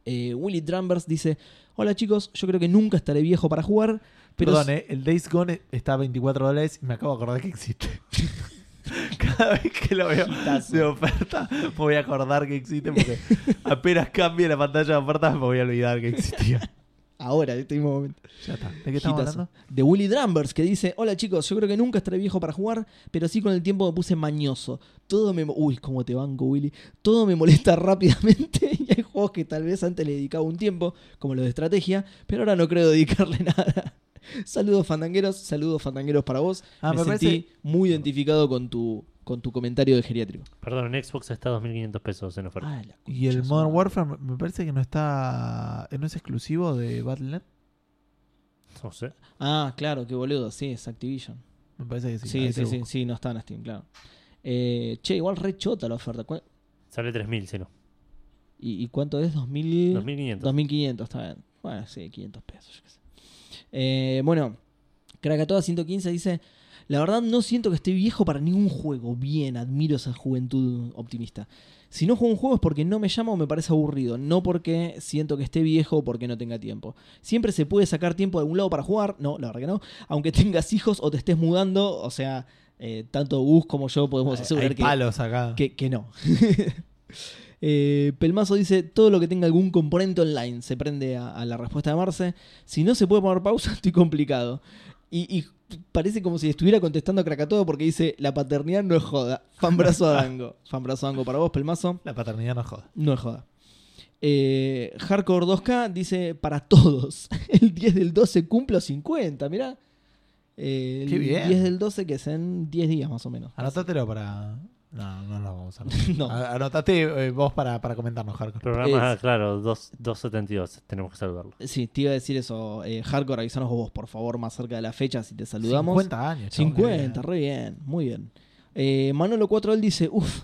S3: Eh, Willy Drumbers dice: Hola chicos, yo creo que nunca estaré viejo para jugar, pero.
S2: Perdón, eh, el Days Gone está a 24 dólares y me acabo de acordar que existe. Cada vez que lo veo
S3: Hitazo.
S2: de oferta, me voy a acordar que existe porque apenas cambie la pantalla de oferta me voy a olvidar que existía.
S3: Ahora, en este mismo momento.
S2: Ya está. ¿De qué estamos
S3: Hitazo.
S2: hablando?
S3: De Willy Drumbers que dice: Hola chicos, yo creo que nunca estaré viejo para jugar, pero sí con el tiempo me puse mañoso. Todo me. mo- Uy, cómo te banco, Willy. Todo me molesta rápidamente y hay juegos que tal vez antes le dedicaba un tiempo, como los de estrategia, pero ahora no creo dedicarle nada. Saludos fandangueros, saludos fandangueros para vos.
S2: Ah,
S3: me,
S2: me
S3: sentí
S2: parece-
S3: muy identificado con tu, con tu comentario de geriátrico.
S1: Perdón, en Xbox está 2.500 pesos en oferta.
S3: Ah, la
S2: Y
S3: concha
S2: el
S3: su
S2: Modern
S3: madre.
S2: Warfare me parece que no está. eh, ¿No es exclusivo de Battle.net?
S1: No sé.
S3: Ah, claro, qué boludo, sí, es Activision.
S2: Me parece que sí.
S3: Sí,
S2: Ahí
S3: sí,
S2: te
S3: sí,
S2: busco.
S3: sí, no está en Steam, claro. Eh, che, igual re chota la oferta. ¿Cuál-
S1: Sale 3.000, si no.
S3: ¿Y, y cuánto es? 2000...
S1: 2.500.
S3: 2500, está bien. Bueno, sí, 500 pesos, yo qué sé. Eh, bueno, Krakatoa 115 dice: La verdad, no siento que esté viejo para ningún juego. Bien, admiro esa juventud optimista. Si no juego un juego es porque no me llama o me parece aburrido, no porque siento que esté viejo o porque no tenga tiempo. Siempre se puede sacar tiempo de algún lado para jugar, no, la verdad que no. Aunque tengas hijos o te estés mudando, o sea, eh, tanto Gus como yo podemos
S2: Hay,
S3: asegurar que
S2: palos acá.
S3: que, que no. Eh, Pelmazo dice: Todo lo que tenga algún componente online se prende a, a la respuesta de Marce. Si no se puede poner pausa, estoy complicado. Y, y parece como si estuviera contestando a Krakatoa porque dice: La paternidad no es joda. Fanbrazo a Dango. Fanbrazo a Dango para vos, Pelmazo.
S2: La paternidad no joda.
S3: No es joda. Eh, Hardcore 2K dice: Para todos. El 10 del 12 cumplo 50. Mirá. Eh, el
S2: Qué bien.
S3: 10 del 12 que es en 10 días más o menos.
S2: Anótatelo para. No, no lo vamos a
S3: No.
S2: A- Anotate eh, vos para, para comentarnos, Hardcore.
S1: Programa, ah,
S3: Es-
S1: claro, 2, 2.72. Tenemos que saludarlo.
S3: Sí, te iba a decir eso. eh, hardcore, avisanos vos, por favor, más cerca de la fecha, si te saludamos.
S2: 50 años. chabón, qué
S3: 50, re bien, muy bien. Eh, Manolo 4 él dice, uff,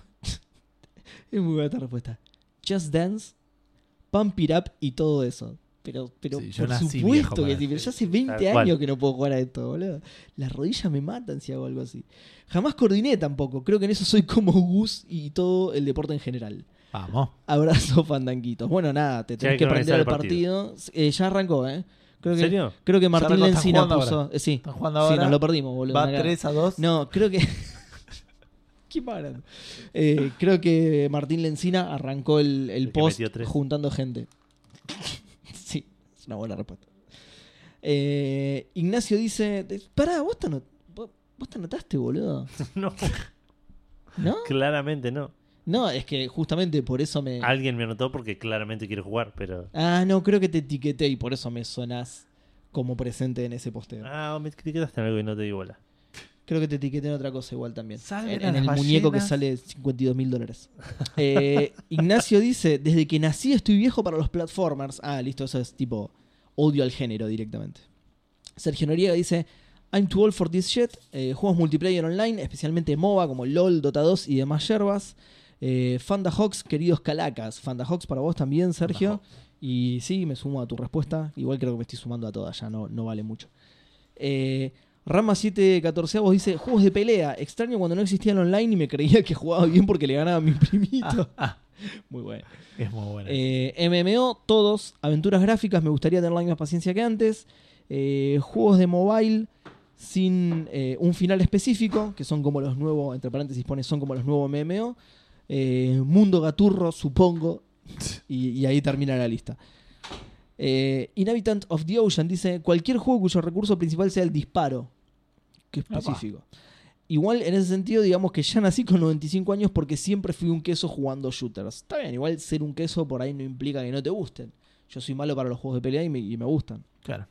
S3: es muy buena esta respuesta. Just Dance, Pump It Up y todo eso. Pero, pero
S2: Sí, yo
S3: por
S2: nací viejo
S3: supuesto
S2: para
S3: que sí,
S2: esto.
S3: pero yo hace
S1: Tal
S3: 20
S1: cual.
S3: años que no puedo jugar a esto, boludo. Las rodillas me matan si hago algo así. Jamás coordiné tampoco. Creo que en eso soy como Gus y todo el deporte en general.
S2: Vamos.
S3: Abrazo, fandanguitos. Bueno, nada, te
S1: Ya
S3: tenés
S1: hay
S3: que
S1: que
S3: prender
S1: organizar
S3: el
S1: el partido.
S3: partido. Eh, ya arrancó, ¿eh? Creo
S1: ¿En
S3: que,
S1: serio?
S3: Creo que
S2: Ya
S3: Martín
S2: arrancó, están
S3: Lencina
S2: jugando
S3: puso.
S2: ahora.
S3: eh, sí,
S2: Están jugando ahora.
S3: sí, nos lo perdimos, boludo.
S2: Va
S3: una cara.
S2: 3 a 2.
S3: No, creo que. ¿Quién va ganando? Eh, creo que Martín Lencina arrancó el, el
S1: El que
S3: post
S1: metió tres.
S3: juntando gente. sí, es una buena respuesta. Eh, Ignacio dice: Pará, vos te, anot- vos, vos te anotaste, boludo.
S1: No,
S3: ¿No?
S1: claramente no.
S3: No, es que justamente por eso me.
S1: Alguien me anotó porque claramente quiero jugar, pero.
S3: Ah, no, creo que te etiqueté y por eso me sonás como presente en ese posteo.
S1: Ah, me etiquetaste en algo y no te di bola.
S3: Creo que te etiqueté en otra cosa igual también.
S2: Salven
S3: en
S2: a
S3: en
S2: las
S3: el muñeco que
S2: ballenas.
S3: sale 52 mil dólares. Eh, Ignacio dice, desde que nací estoy viejo para los platformers. Ah, listo, eso es tipo odio al género directamente. Sergio Noriega dice, I'm too old for this shit. Eh, juegos multiplayer online, especialmente MOBA como LOL, Dota 2 y demás yerbas. Eh, Fandahawks, queridos calacas. Fandahawks para vos también, Sergio. Y sí, me sumo a tu respuesta. Igual creo que me estoy sumando a todas, ya no, no vale mucho. Eh, Rama 714 vos dice, juegos de pelea. Extraño cuando no existían online y me creía que jugaba bien porque le ganaba a mi primito.
S2: Ah,
S3: Muy bueno.
S2: es muy bueno.
S3: Eh, MMO, todos. Aventuras gráficas, me gustaría tener la misma paciencia que antes. Eh, juegos de mobile sin eh, un final específico, que son como los nuevos, entre paréntesis pone, son como los nuevos MMO. Eh, Mundo Gaturro, supongo. Y, y ahí termina la lista. Eh, Inhabitant of the Ocean dice: cualquier juego cuyo recurso principal sea el disparo. Qué
S2: Apa.
S3: específico. Igual en ese sentido, digamos que ya nací con 95 años porque siempre fui un queso jugando shooters. Está bien, igual ser un queso por ahí no implica que no te gusten. Yo soy malo para los juegos de pelea y me- y me gustan.
S2: claro.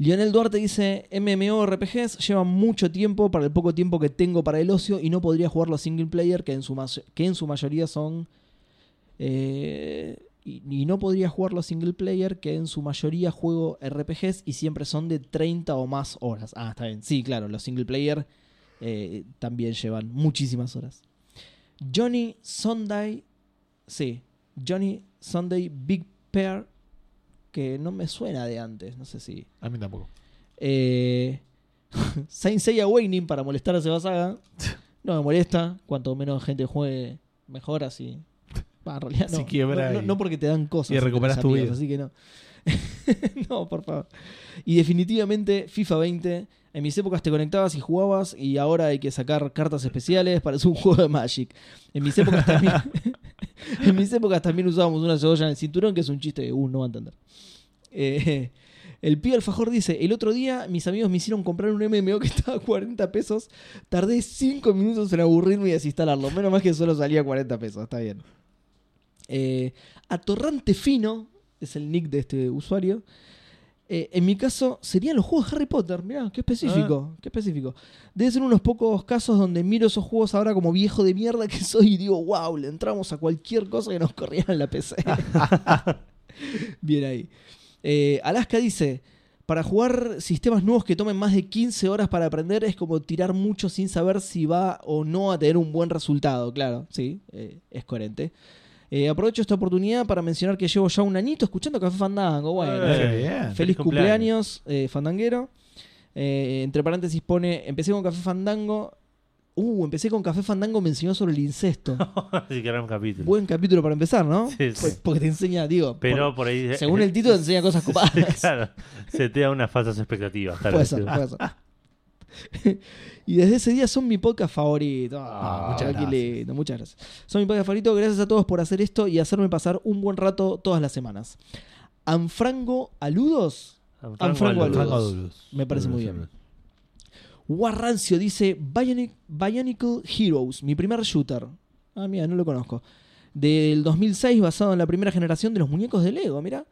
S3: Lionel Duarte dice, MMORPGs llevan mucho tiempo para el poco tiempo que tengo para el ocio y no podría jugar los single player que en su, mas- que en su mayoría son... eh, y, y no podría jugar los single player que en su mayoría juego RPGs y siempre son de 30 o más horas. Ah, está bien. Sí, claro, los single player eh, también llevan muchísimas horas. Johnny Sunday, sí, Johnny Sunday Big Pair, que no me suena de antes, no sé si...
S2: A mí tampoco.
S3: Eh, Saint Seiya Awakening para molestar a Sebasaga. No me molesta. Cuanto menos gente juegue, mejor así. Bah, en realidad no.
S2: Si quiebra
S3: no, no-
S2: y-
S3: no porque te dan cosas.
S2: y recuperas tu
S3: desafíos, Así que no. no, por favor. Y definitivamente FIFA 20. En mis épocas te conectabas y jugabas y ahora hay que sacar cartas especiales para hacer un juego de Magic. En mis épocas también... en mis épocas también usábamos una cebolla en el cinturón que es un chiste que Gus no va a entender. Eh, el pío alfajor dice, el otro día mis amigos me hicieron comprar un MMO que estaba a 40 pesos, tardé 5 minutos en aburrirme y desinstalarlo, menos mal que solo salía a 40 pesos, está bien. Eh, Atorrante Fino es el nick de este usuario. Eh, en mi caso, serían los juegos de Harry Potter. Mirá, qué específico, qué específico. Debe ser unos pocos casos donde miro esos juegos ahora como viejo de mierda que soy y digo, wow, le entramos a cualquier cosa que nos corriera en la PC. Bien ahí. Eh, Alaska dice, para jugar sistemas nuevos que tomen más de 15 horas para aprender es como tirar mucho sin saber si va o no a tener un buen resultado. Claro, sí, eh, es coherente. Eh, aprovecho esta oportunidad para mencionar que llevo ya un añito escuchando Café Fandango. Bueno,
S1: Eh,
S2: Qué bien.
S3: Feliz
S1: Feliz
S3: cumpleaños, eh, Fandanguero. Eh, entre paréntesis pone, empecé con Café Fandango. Uh, empecé con Café Fandango, me enseñó sobre el incesto.
S1: Así que era un capítulo.
S3: Buen capítulo para empezar, ¿no?
S1: Sí, sí.
S3: Por- Porque te enseña, digo,
S1: pero por ahí.
S3: por- según el título te enseña cosas copadas.
S1: Sí, claro, se te da unas falsas expectativas. tal
S3: Puede
S1: vez.
S3: ser, Ah, puede ser. y desde ese día son mi podcast favorito.
S2: Ah,
S3: Ah,
S2: muchas
S3: qué
S2: gracias.
S3: lindo, muchas gracias. Son mi podcast favorito. Gracias a todos por hacer esto y hacerme pasar un buen rato todas las semanas. Anfrango Aludos.
S1: Anfrango
S3: Anfrango
S1: Aludos.
S3: Aludos.
S2: Franco Dulus.
S3: Me parece muy
S2: Dulus,
S3: bien.
S2: Dulus.
S3: Warrancio dice Bionic, Bionicle Heroes, mi primer shooter. Ah, mira, no lo conozco. Del 2006, basado en la primera generación de los muñecos de Lego, mira.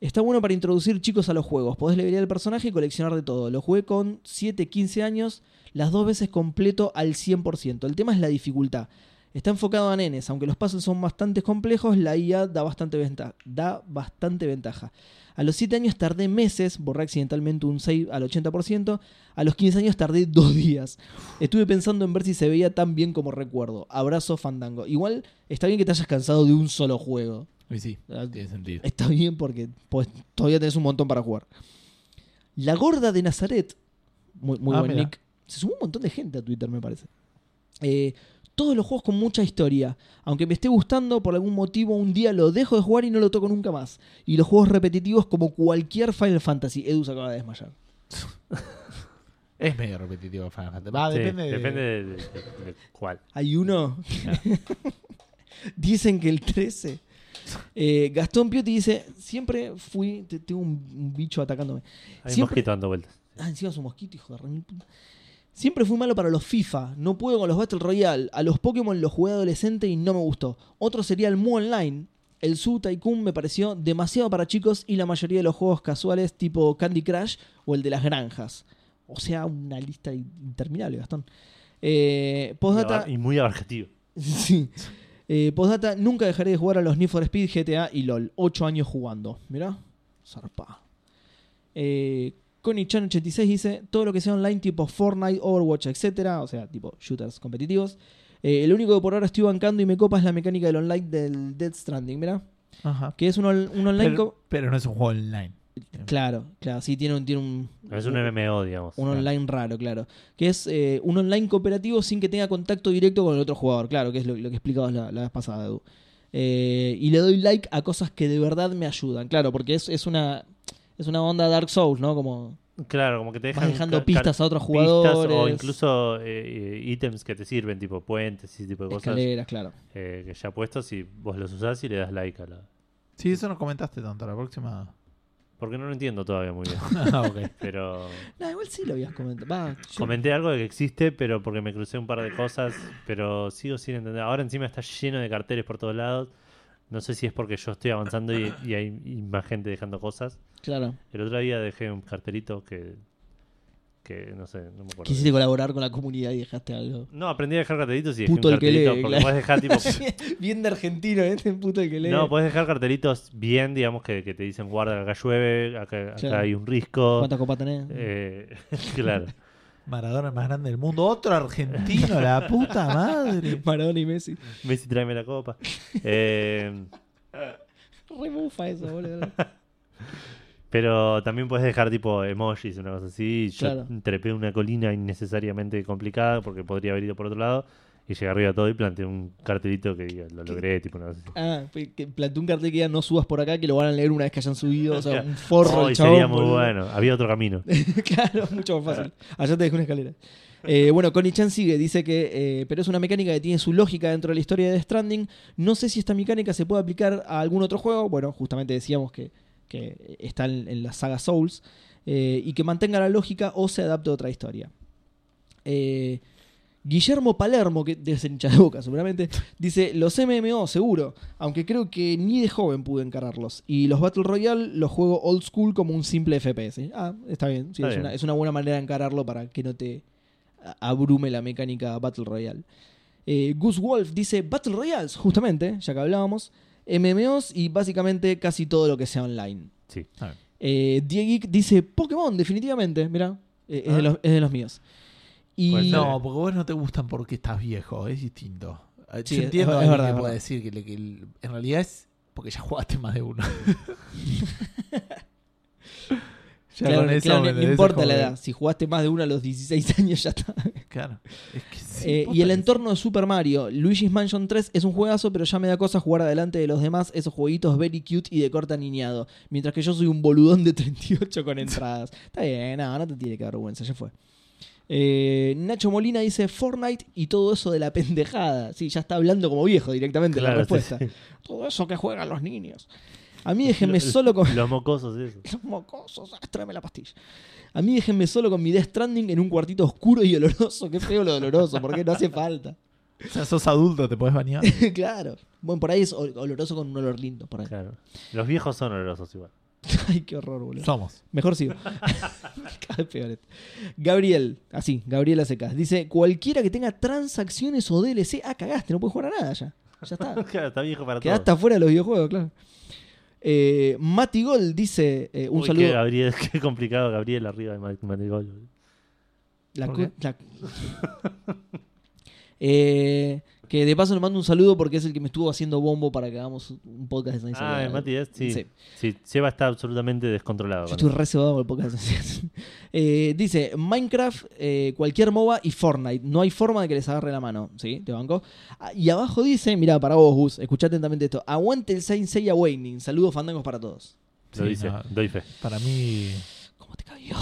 S3: Está bueno para introducir chicos a los juegos. Podés liberar el personaje y coleccionar de todo. Lo jugué con 7, 15 años, las dos veces completo al 100%. El tema es la dificultad. Está enfocado a nenes, aunque los pasos son bastante complejos, la IA da bastante, venta- da bastante ventaja. A los 7 años tardé meses, borré accidentalmente un 6 al 80%, a los 15 años tardé dos días. Estuve pensando en ver si se veía tan bien como recuerdo. Abrazo, Fandango. Igual está bien que te hayas cansado de un solo juego.
S2: Y sí,
S3: Ah,
S2: tiene sentido.
S3: Está bien porque pues, todavía tenés un montón para jugar. La gorda de Nazaret, muy, muy
S2: Ah,
S3: buen
S2: mirá.
S3: nick. Se sumó un montón de gente a Twitter, me parece. Eh, todos los juegos con mucha historia. Aunque me esté gustando, por algún motivo un día lo dejo de jugar y no lo toco nunca más. Y los juegos repetitivos como cualquier Final Fantasy. Edu se acaba de desmayar.
S2: Es medio repetitivo Final Fantasy. Va,
S1: Sí,
S2: Ah, depende, de-
S1: depende de, de- de cuál.
S3: Hay uno. Dicen que el 13. Eh, Gastón Piotti dice, siempre fui, te- tengo un- un bicho atacándome.
S1: Hay un
S3: Siempre-
S1: mosquito dando vueltas.
S3: Ah, encima es un mosquito, hijo de re mil puta. Siempre fui malo para los FIFA. No puedo con los Battle Royale. A los Pokémon los jugué adolescente y no me gustó. Otro sería el Mu Online. El Su Tycoon me pareció demasiado para chicos y la mayoría de los juegos casuales tipo Candy Crush o el de las granjas. O sea, una lista interminable, Gastón. Eh, postdata.
S1: Y, muy abarcativo.
S3: Sí. Eh, postdata, nunca dejaré de jugar a los Need for Speed, GTA y LOL. Ocho años jugando. Mirá, zarpa. Eh, Chan86 dice: Todo lo que sea online, tipo Fortnite, Overwatch, etcétera, o sea, tipo shooters competitivos. Eh, el único que por ahora estoy bancando y me copa es la mecánica del online del Dead Stranding, mirá.
S2: Ajá.
S3: Que es un, on- un online.
S2: Pero,
S3: co-
S2: pero no es un juego online.
S3: Claro, claro, sí, tiene un. Tiene un
S1: Es un MMO, digamos.
S3: un
S2: Claro.
S3: online raro, claro. Que es eh, un online cooperativo sin que tenga contacto directo con el otro jugador, claro, que es lo, lo que explicabas la, la vez pasada, Edu. Eh, y le doy like a cosas que de verdad me ayudan, claro, porque es, es una es una onda Dark Souls, ¿no? Como
S1: Claro, como que te dejan
S3: vas dejando
S1: ca- ca-
S3: pistas a otros
S1: pistas
S3: jugadores.
S1: o incluso eh, eh, ítems que te sirven, tipo puentes y ese tipo de cosas
S3: escaleras, claro.
S1: eh, que ya puestos y vos los usás y le das like a la...
S2: Sí, eso no comentaste tanto. La próxima.
S1: Porque no lo entiendo todavía muy bien,
S2: Ah, ok.
S1: pero
S3: No, igual sí lo habías comentado. Va, yo-
S1: comenté algo de que existe, pero porque me crucé un par de cosas, pero sigo sin entender. Ahora encima está lleno de carteles por todos lados. No sé si es porque yo estoy avanzando y, y hay y más gente dejando cosas.
S3: claro.
S1: El otro día dejé un cartelito que, que no sé, no me acuerdo.
S3: Quisiste colaborar con la comunidad y dejaste algo.
S1: No, aprendí a dejar cartelitos y dejé
S3: Puto
S1: un
S3: el que lee,
S1: cartelito. porque
S3: claro.
S1: podés dejar tipo
S3: Bien de argentino, ¿eh? este puto el que lee.
S1: No, pues, puedes dejar cartelitos bien, digamos, que, que te dicen guarda, acá llueve, acá, acá
S3: Claro.
S1: hay un risco.
S3: ¿Cuántas copas tenés?
S1: Eh, claro.
S2: Maradona el más grande del mundo. Otro argentino, la puta madre.
S3: Maradona y Messi.
S1: Messi, tráeme la copa. Eh,
S3: Rebufa eso, boludo.
S1: pero también puedes dejar tipo emojis, una cosa así. Yo
S3: Claro.
S1: trepé una colina innecesariamente complicada porque podría haber ido por otro lado y llegué arriba de todo y planteé un cartelito que diga, lo logré, tipo una cosa así.
S3: Ah, que que planteó un cartel que diga no subas por acá, que lo van a leer una vez que hayan subido. O sea, un forro
S1: Oh, y
S3: el chabón,
S1: sería muy
S3: boludo.
S1: bueno. Había otro camino.
S3: claro, mucho más fácil. Allá te dejé una escalera. Eh, bueno, Connie Chan sigue, dice que, eh, pero es una mecánica que tiene su lógica dentro de la historia de Death Stranding. No sé si esta mecánica se puede aplicar a algún otro juego. Bueno, justamente decíamos que, que está en, en la saga Souls. eh, y que mantenga la lógica o se adapte a otra historia. Eh, Guillermo Palermo, que debe ser hincha de boca seguramente, dice, los MMO seguro, aunque creo que ni de joven pude encararlos. Y los Battle Royale los juego old school como un simple FPS. Ah, está bien, sí,
S1: Está
S3: es,
S1: bien.
S3: Una, es una buena manera de encararlo para que no te a- abrume la mecánica Battle Royale. Eh, Goose Wolf dice, Battle Royales, justamente, ya que hablábamos, MMOs y básicamente casi todo lo que sea online.
S1: Sí.
S3: Eh, Diegeek dice Pokémon, definitivamente. Mirá, eh, es, de
S2: Ah.
S3: los, es de los míos. Y
S1: Pues
S2: No, porque vos no te gustan porque estás viejo, es distinto. Eh,
S3: Sí,
S2: Yo
S3: es-
S2: entiendo
S3: es
S2: a alguien
S3: verdad,
S2: que
S3: es
S2: pueda
S3: verdad.
S2: decir que, le- que el- en realidad es porque ya jugaste más de uno. Ya
S3: claro,
S2: con eso,
S3: claro,
S2: ¿me
S3: no- no
S2: entendés?
S3: importa
S2: Como
S3: la
S2: que-
S3: edad. Si jugaste más de uno a los 16 años, ya está.
S2: Claro. Es que sí,
S3: Eh, y
S2: posta
S3: el
S2: que-
S3: entorno de Super Mario, Luigi's Mansion 3 es un juegazo, pero ya me da cosa jugar adelante de los demás esos jueguitos very cute y de corta niñado. Mientras que yo soy un boludón de 38 con entradas. Está bien, no, no te tiene que dar vergüenza, ya fue. Eh, Nacho Molina dice Fortnite y todo eso de la pendejada. Sí, ya está hablando como viejo directamente la
S1: Claro, sí,
S3: respuesta.
S1: sí.
S3: Todo eso que juegan los niños. A mí déjenme solo con.
S1: Los mocosos, eso.
S3: Los mocosos, ah, tráeme la pastilla. A mí déjenme solo con mi Death Stranding en un cuartito oscuro y oloroso. Qué feo lo doloroso, porque no hace falta.
S2: O sea, sos adulto, te podés bañar.
S3: claro. Bueno, por ahí es ol- oloroso con un olor lindo. Por ahí.
S1: Claro. Los viejos son olorosos igual.
S3: Ay, qué horror, boludo.
S2: Somos.
S3: Mejor sigo. Cada vez peor esto. Gabriel, así, Gabriel Acecas. Dice: cualquiera que tenga transacciones o DLC, ah, cagaste, no puedes jugar a nada ya. Ya está.
S1: Claro, está viejo para
S3: Quedaste
S1: todo.
S3: afuera de los videojuegos, claro. Eh, Mati Gol dice: eh, un
S1: Uy,
S3: saludo.
S1: Qué, Gabriel, qué complicado Gabriel arriba de Mat- Matigol, boludo.
S3: La
S2: ¿Por
S3: cu- la- Eh, Que de paso le mando un saludo porque es el que me estuvo haciendo bombo para que hagamos un podcast de Science
S1: Ah,
S3: Alert.
S1: el Mati es, sí.
S3: Sí.
S1: Sí, Seba está absolutamente descontrolado.
S3: Yo
S1: con
S3: estoy re cebado con el podcast de Science Alert. Eh, dice, Minecraft, eh, cualquier MOBA y Fortnite. No hay forma de que les agarre la mano. ¿Sí? Te banco. Ah, Y abajo dice, mira, para vos, Gus, escuchá atentamente esto. Aguante el Saint Seiya Awakening. Saludos fandangos para todos.
S1: eso. Lo
S2: Sí,
S1: dice,
S2: no.
S1: doy fe.
S2: Para mí.
S3: ¿Cómo te cayó?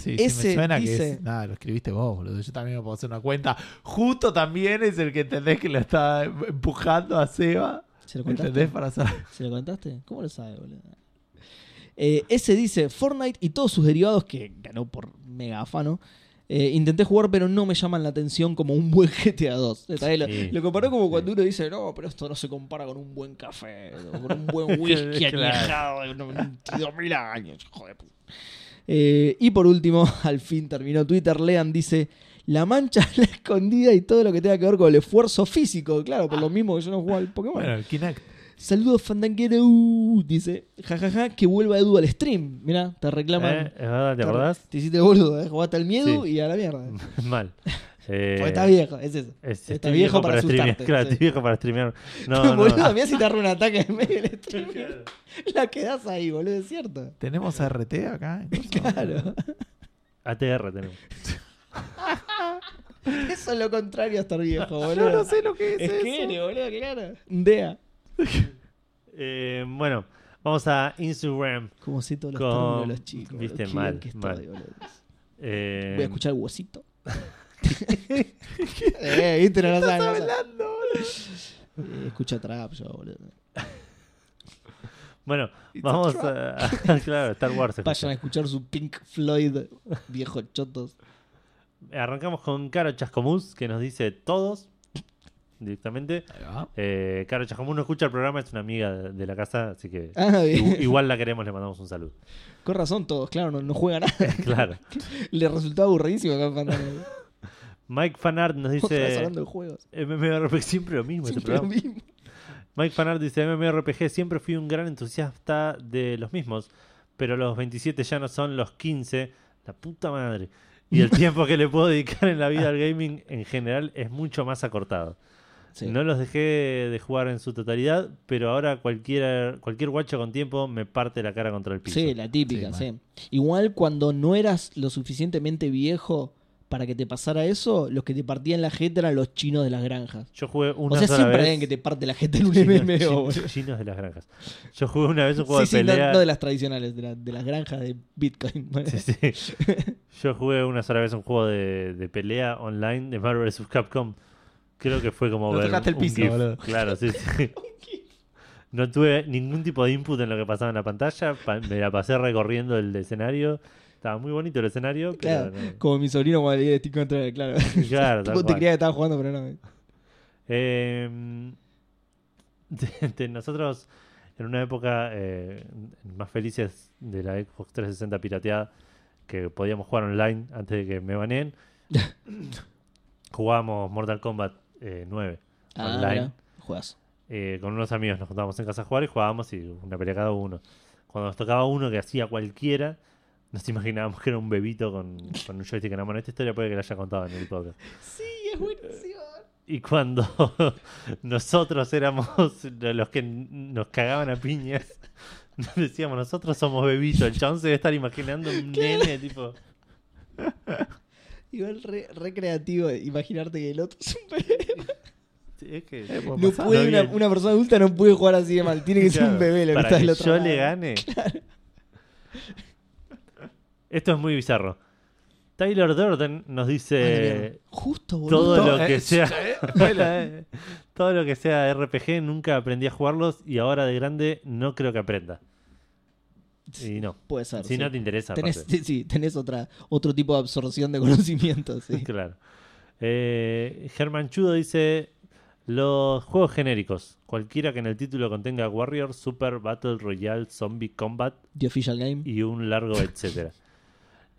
S2: Sí, sí
S3: Ese
S2: me suena que
S3: dice-
S2: es. Nada, lo escribiste vos, boludo. Yo también me puedo hacer una cuenta. Justo también es el que entendés que lo está empujando a Seba.
S3: ¿Se lo contaste?
S2: ¿Entendés? Para hacer.
S3: ¿Se lo contaste? ¿Cómo lo sabe, boludo? Eh, ese dice Fortnite y todos sus derivados que ganó por mega afano. Eh, intenté jugar, pero no me llaman la atención como un buen GTA 2. Lo,
S1: Sí.
S3: lo comparó como cuando
S1: Sí.
S3: uno dice, no, pero esto no se compara con un buen café, o con un buen whisky
S2: Claro.
S3: añejado de 92.000 años, hijo de puta. Eh, y por último, al fin terminó Twitter, Lean dice, la mancha, la escondida y todo lo que tenga que ver con el esfuerzo físico. Claro, por lo mismo que yo no jugaba al Pokémon.
S2: Bueno, el Kinect.
S3: Saludos Fandanguero, dice. Jajaja, que vuelva Edu al stream. Mirá, te reclaman.
S1: Eh, ¿Es verdad? ¿Te
S3: te-
S1: acordás?
S3: Te hiciste el boludo, ¿eh? jugaste al miedo
S1: Sí.
S3: y a la mierda.
S1: Mal. Eh,
S3: Porque Pues está viejo, es eso.
S1: es-
S3: está
S1: estoy
S3: viejo para
S1: streamear.
S3: asustarte,
S1: Claro,
S3: sí.
S1: estoy viejo para streamear. No, no.
S3: boludo, mirá si te agarra un ataque en medio del stream. la quedás ahí, boludo, es cierto.
S2: ¿Tenemos RT acá?
S3: Claro.
S1: ATR tenemos.
S3: Eso es lo contrario a estar viejo, boludo.
S2: Yo no sé lo que es,
S3: Es
S2: eso.
S3: que eres, boludo, claro. Dea.
S1: Eh, bueno, vamos a Instagram.
S3: Como sé todos los
S1: Con-
S3: términos de los chicos. boludo.
S1: viste,
S3: Qué
S1: mal,
S3: bien que estoy,
S1: mal.
S3: boludo.
S1: Eh,
S3: Voy a escuchar el huesito. eh, viste, no lo sabes, no lo sabes. Eh, escucho trap yo, boludo.
S1: Bueno,
S2: It's a
S1: vamos a, Claro, Star Wars. se
S3: Vayan a
S1: escucha.
S3: escuchar su Pink Floyd, viejos chotos.
S1: Arrancamos con Caro Chascomús, que nos dice todos directamente.
S2: Ahí va.
S1: Eh, Caro Chascomús no escucha el programa, es una amiga de, de la casa, así que
S3: Ah,
S1: i-
S3: bien.
S1: igual la queremos, le mandamos un saludo.
S3: Con razón todos, claro, no, no juegan nada.
S1: Claro.
S3: Le resultaba aburridísimo acá en Fandango.
S1: Mike Fanart nos
S3: Otra vez
S1: dice eh,
S3: hablando de juegos.
S1: MMORPG siempre lo mismo. este
S3: Siempre lo
S1: programa.
S3: mismo.
S1: Mike Fanart dice MMORPG siempre fui un gran entusiasta de los mismos, pero los 27 ya no son los 15, la puta madre. Y el tiempo que le puedo dedicar en la vida al gaming en general es mucho más acortado.
S3: Sí.
S1: No los dejé de jugar en su totalidad, pero ahora cualquiera, cualquier guacho con tiempo me parte la cara contra el piso.
S3: Sí, la típica,
S2: Sí,
S3: sí, Igual cuando no eras lo suficientemente viejo para que te pasara eso, los que te partían la gente eran los chinos de las granjas.
S1: Yo jugué
S3: O
S1: una
S3: sea,
S1: sola
S3: siempre hay
S1: vez.
S3: alguien que te parte la gente en un
S1: Chinos-
S3: MMO,
S1: chin-
S3: boludo.
S1: chinos de las granjas. Yo jugué una vez un juego
S3: Sí,
S1: de
S3: sí, no,
S1: pelea.
S3: no de las tradicionales, de, la- de las granjas de Bitcoin.
S1: Sí, sí. Yo jugué una sola vez un juego de, de pelea online de Marvel vs. Capcom. Creo que fue como
S2: No
S1: ver
S2: tocaste el
S1: un
S2: piso,
S1: GIF.
S2: boludo.
S1: Claro, sí, sí. No tuve ningún tipo de input en lo que pasaba en la pantalla. pa- me la pasé recorriendo el escenario. Estaba muy bonito el escenario, pero
S3: Claro,
S1: no-
S3: como mi sobrino cuando leía Stick Control, claro.
S1: Claro, tal
S3: Tipo, te
S1: cual.
S3: creía que estaba jugando, pero no.
S1: Eh, de- de nosotros, en una época eh, más felices de la Xbox 360 pirateada, que podíamos jugar online antes de que me baneen, jugábamos Mortal Kombat eh, 9
S3: Ah,
S1: online
S3: mirá, juegas.
S1: eh, con unos amigos. Nos juntábamos en casa a jugar y jugábamos y una pelea cada uno. Cuando nos tocaba uno que hacía cualquiera, nos imaginábamos que era un bebito con, con un joystick en la mano. Esta historia puede que la haya contado en el podcast.
S3: Sí, es buenísimo.
S1: Y cuando nosotros éramos los que nos cagaban a piñas, nos decíamos, nosotros somos bebitos. El chabón se debe estar imaginando un nene, tipo.
S3: Igual re, re creativo imaginarte que el otro es un bebé.
S1: Es que
S2: Eh, puede
S3: No
S1: puedo-
S2: pasar.
S3: puede,
S1: No,
S3: una,
S1: bien.
S3: una persona adulta no puede jugar así de mal. Tiene que ser
S1: Claro,
S3: un bebé lo que
S1: para
S3: está del
S1: que
S3: otro
S1: yo
S3: lado.
S1: le gane. Esto es muy bizarro. Tyler Durden nos
S3: Ah, la
S1: dice
S3: mierda. Justo, boludo.
S1: eh, todo
S2: Justo,
S1: lo que
S2: eh,
S1: sea
S2: eh, spoiler, eh.
S1: todo lo que sea RPG nunca aprendí a jugarlos y ahora de grande no creo que aprenda. Y no.
S3: Puede ser.
S1: Si
S3: sí.
S1: no te interesa.
S3: tenés,
S1: aparte.
S3: sí, sí, tenés otra, otro tipo de absorción de conocimientos. Sí.
S1: Claro. Eh, Germán Chudo dice: Los juegos genéricos, cualquiera que en el título contenga Warrior, Super, Battle Royale, Zombie Combat
S3: The Official Game.
S1: y un largo etcétera.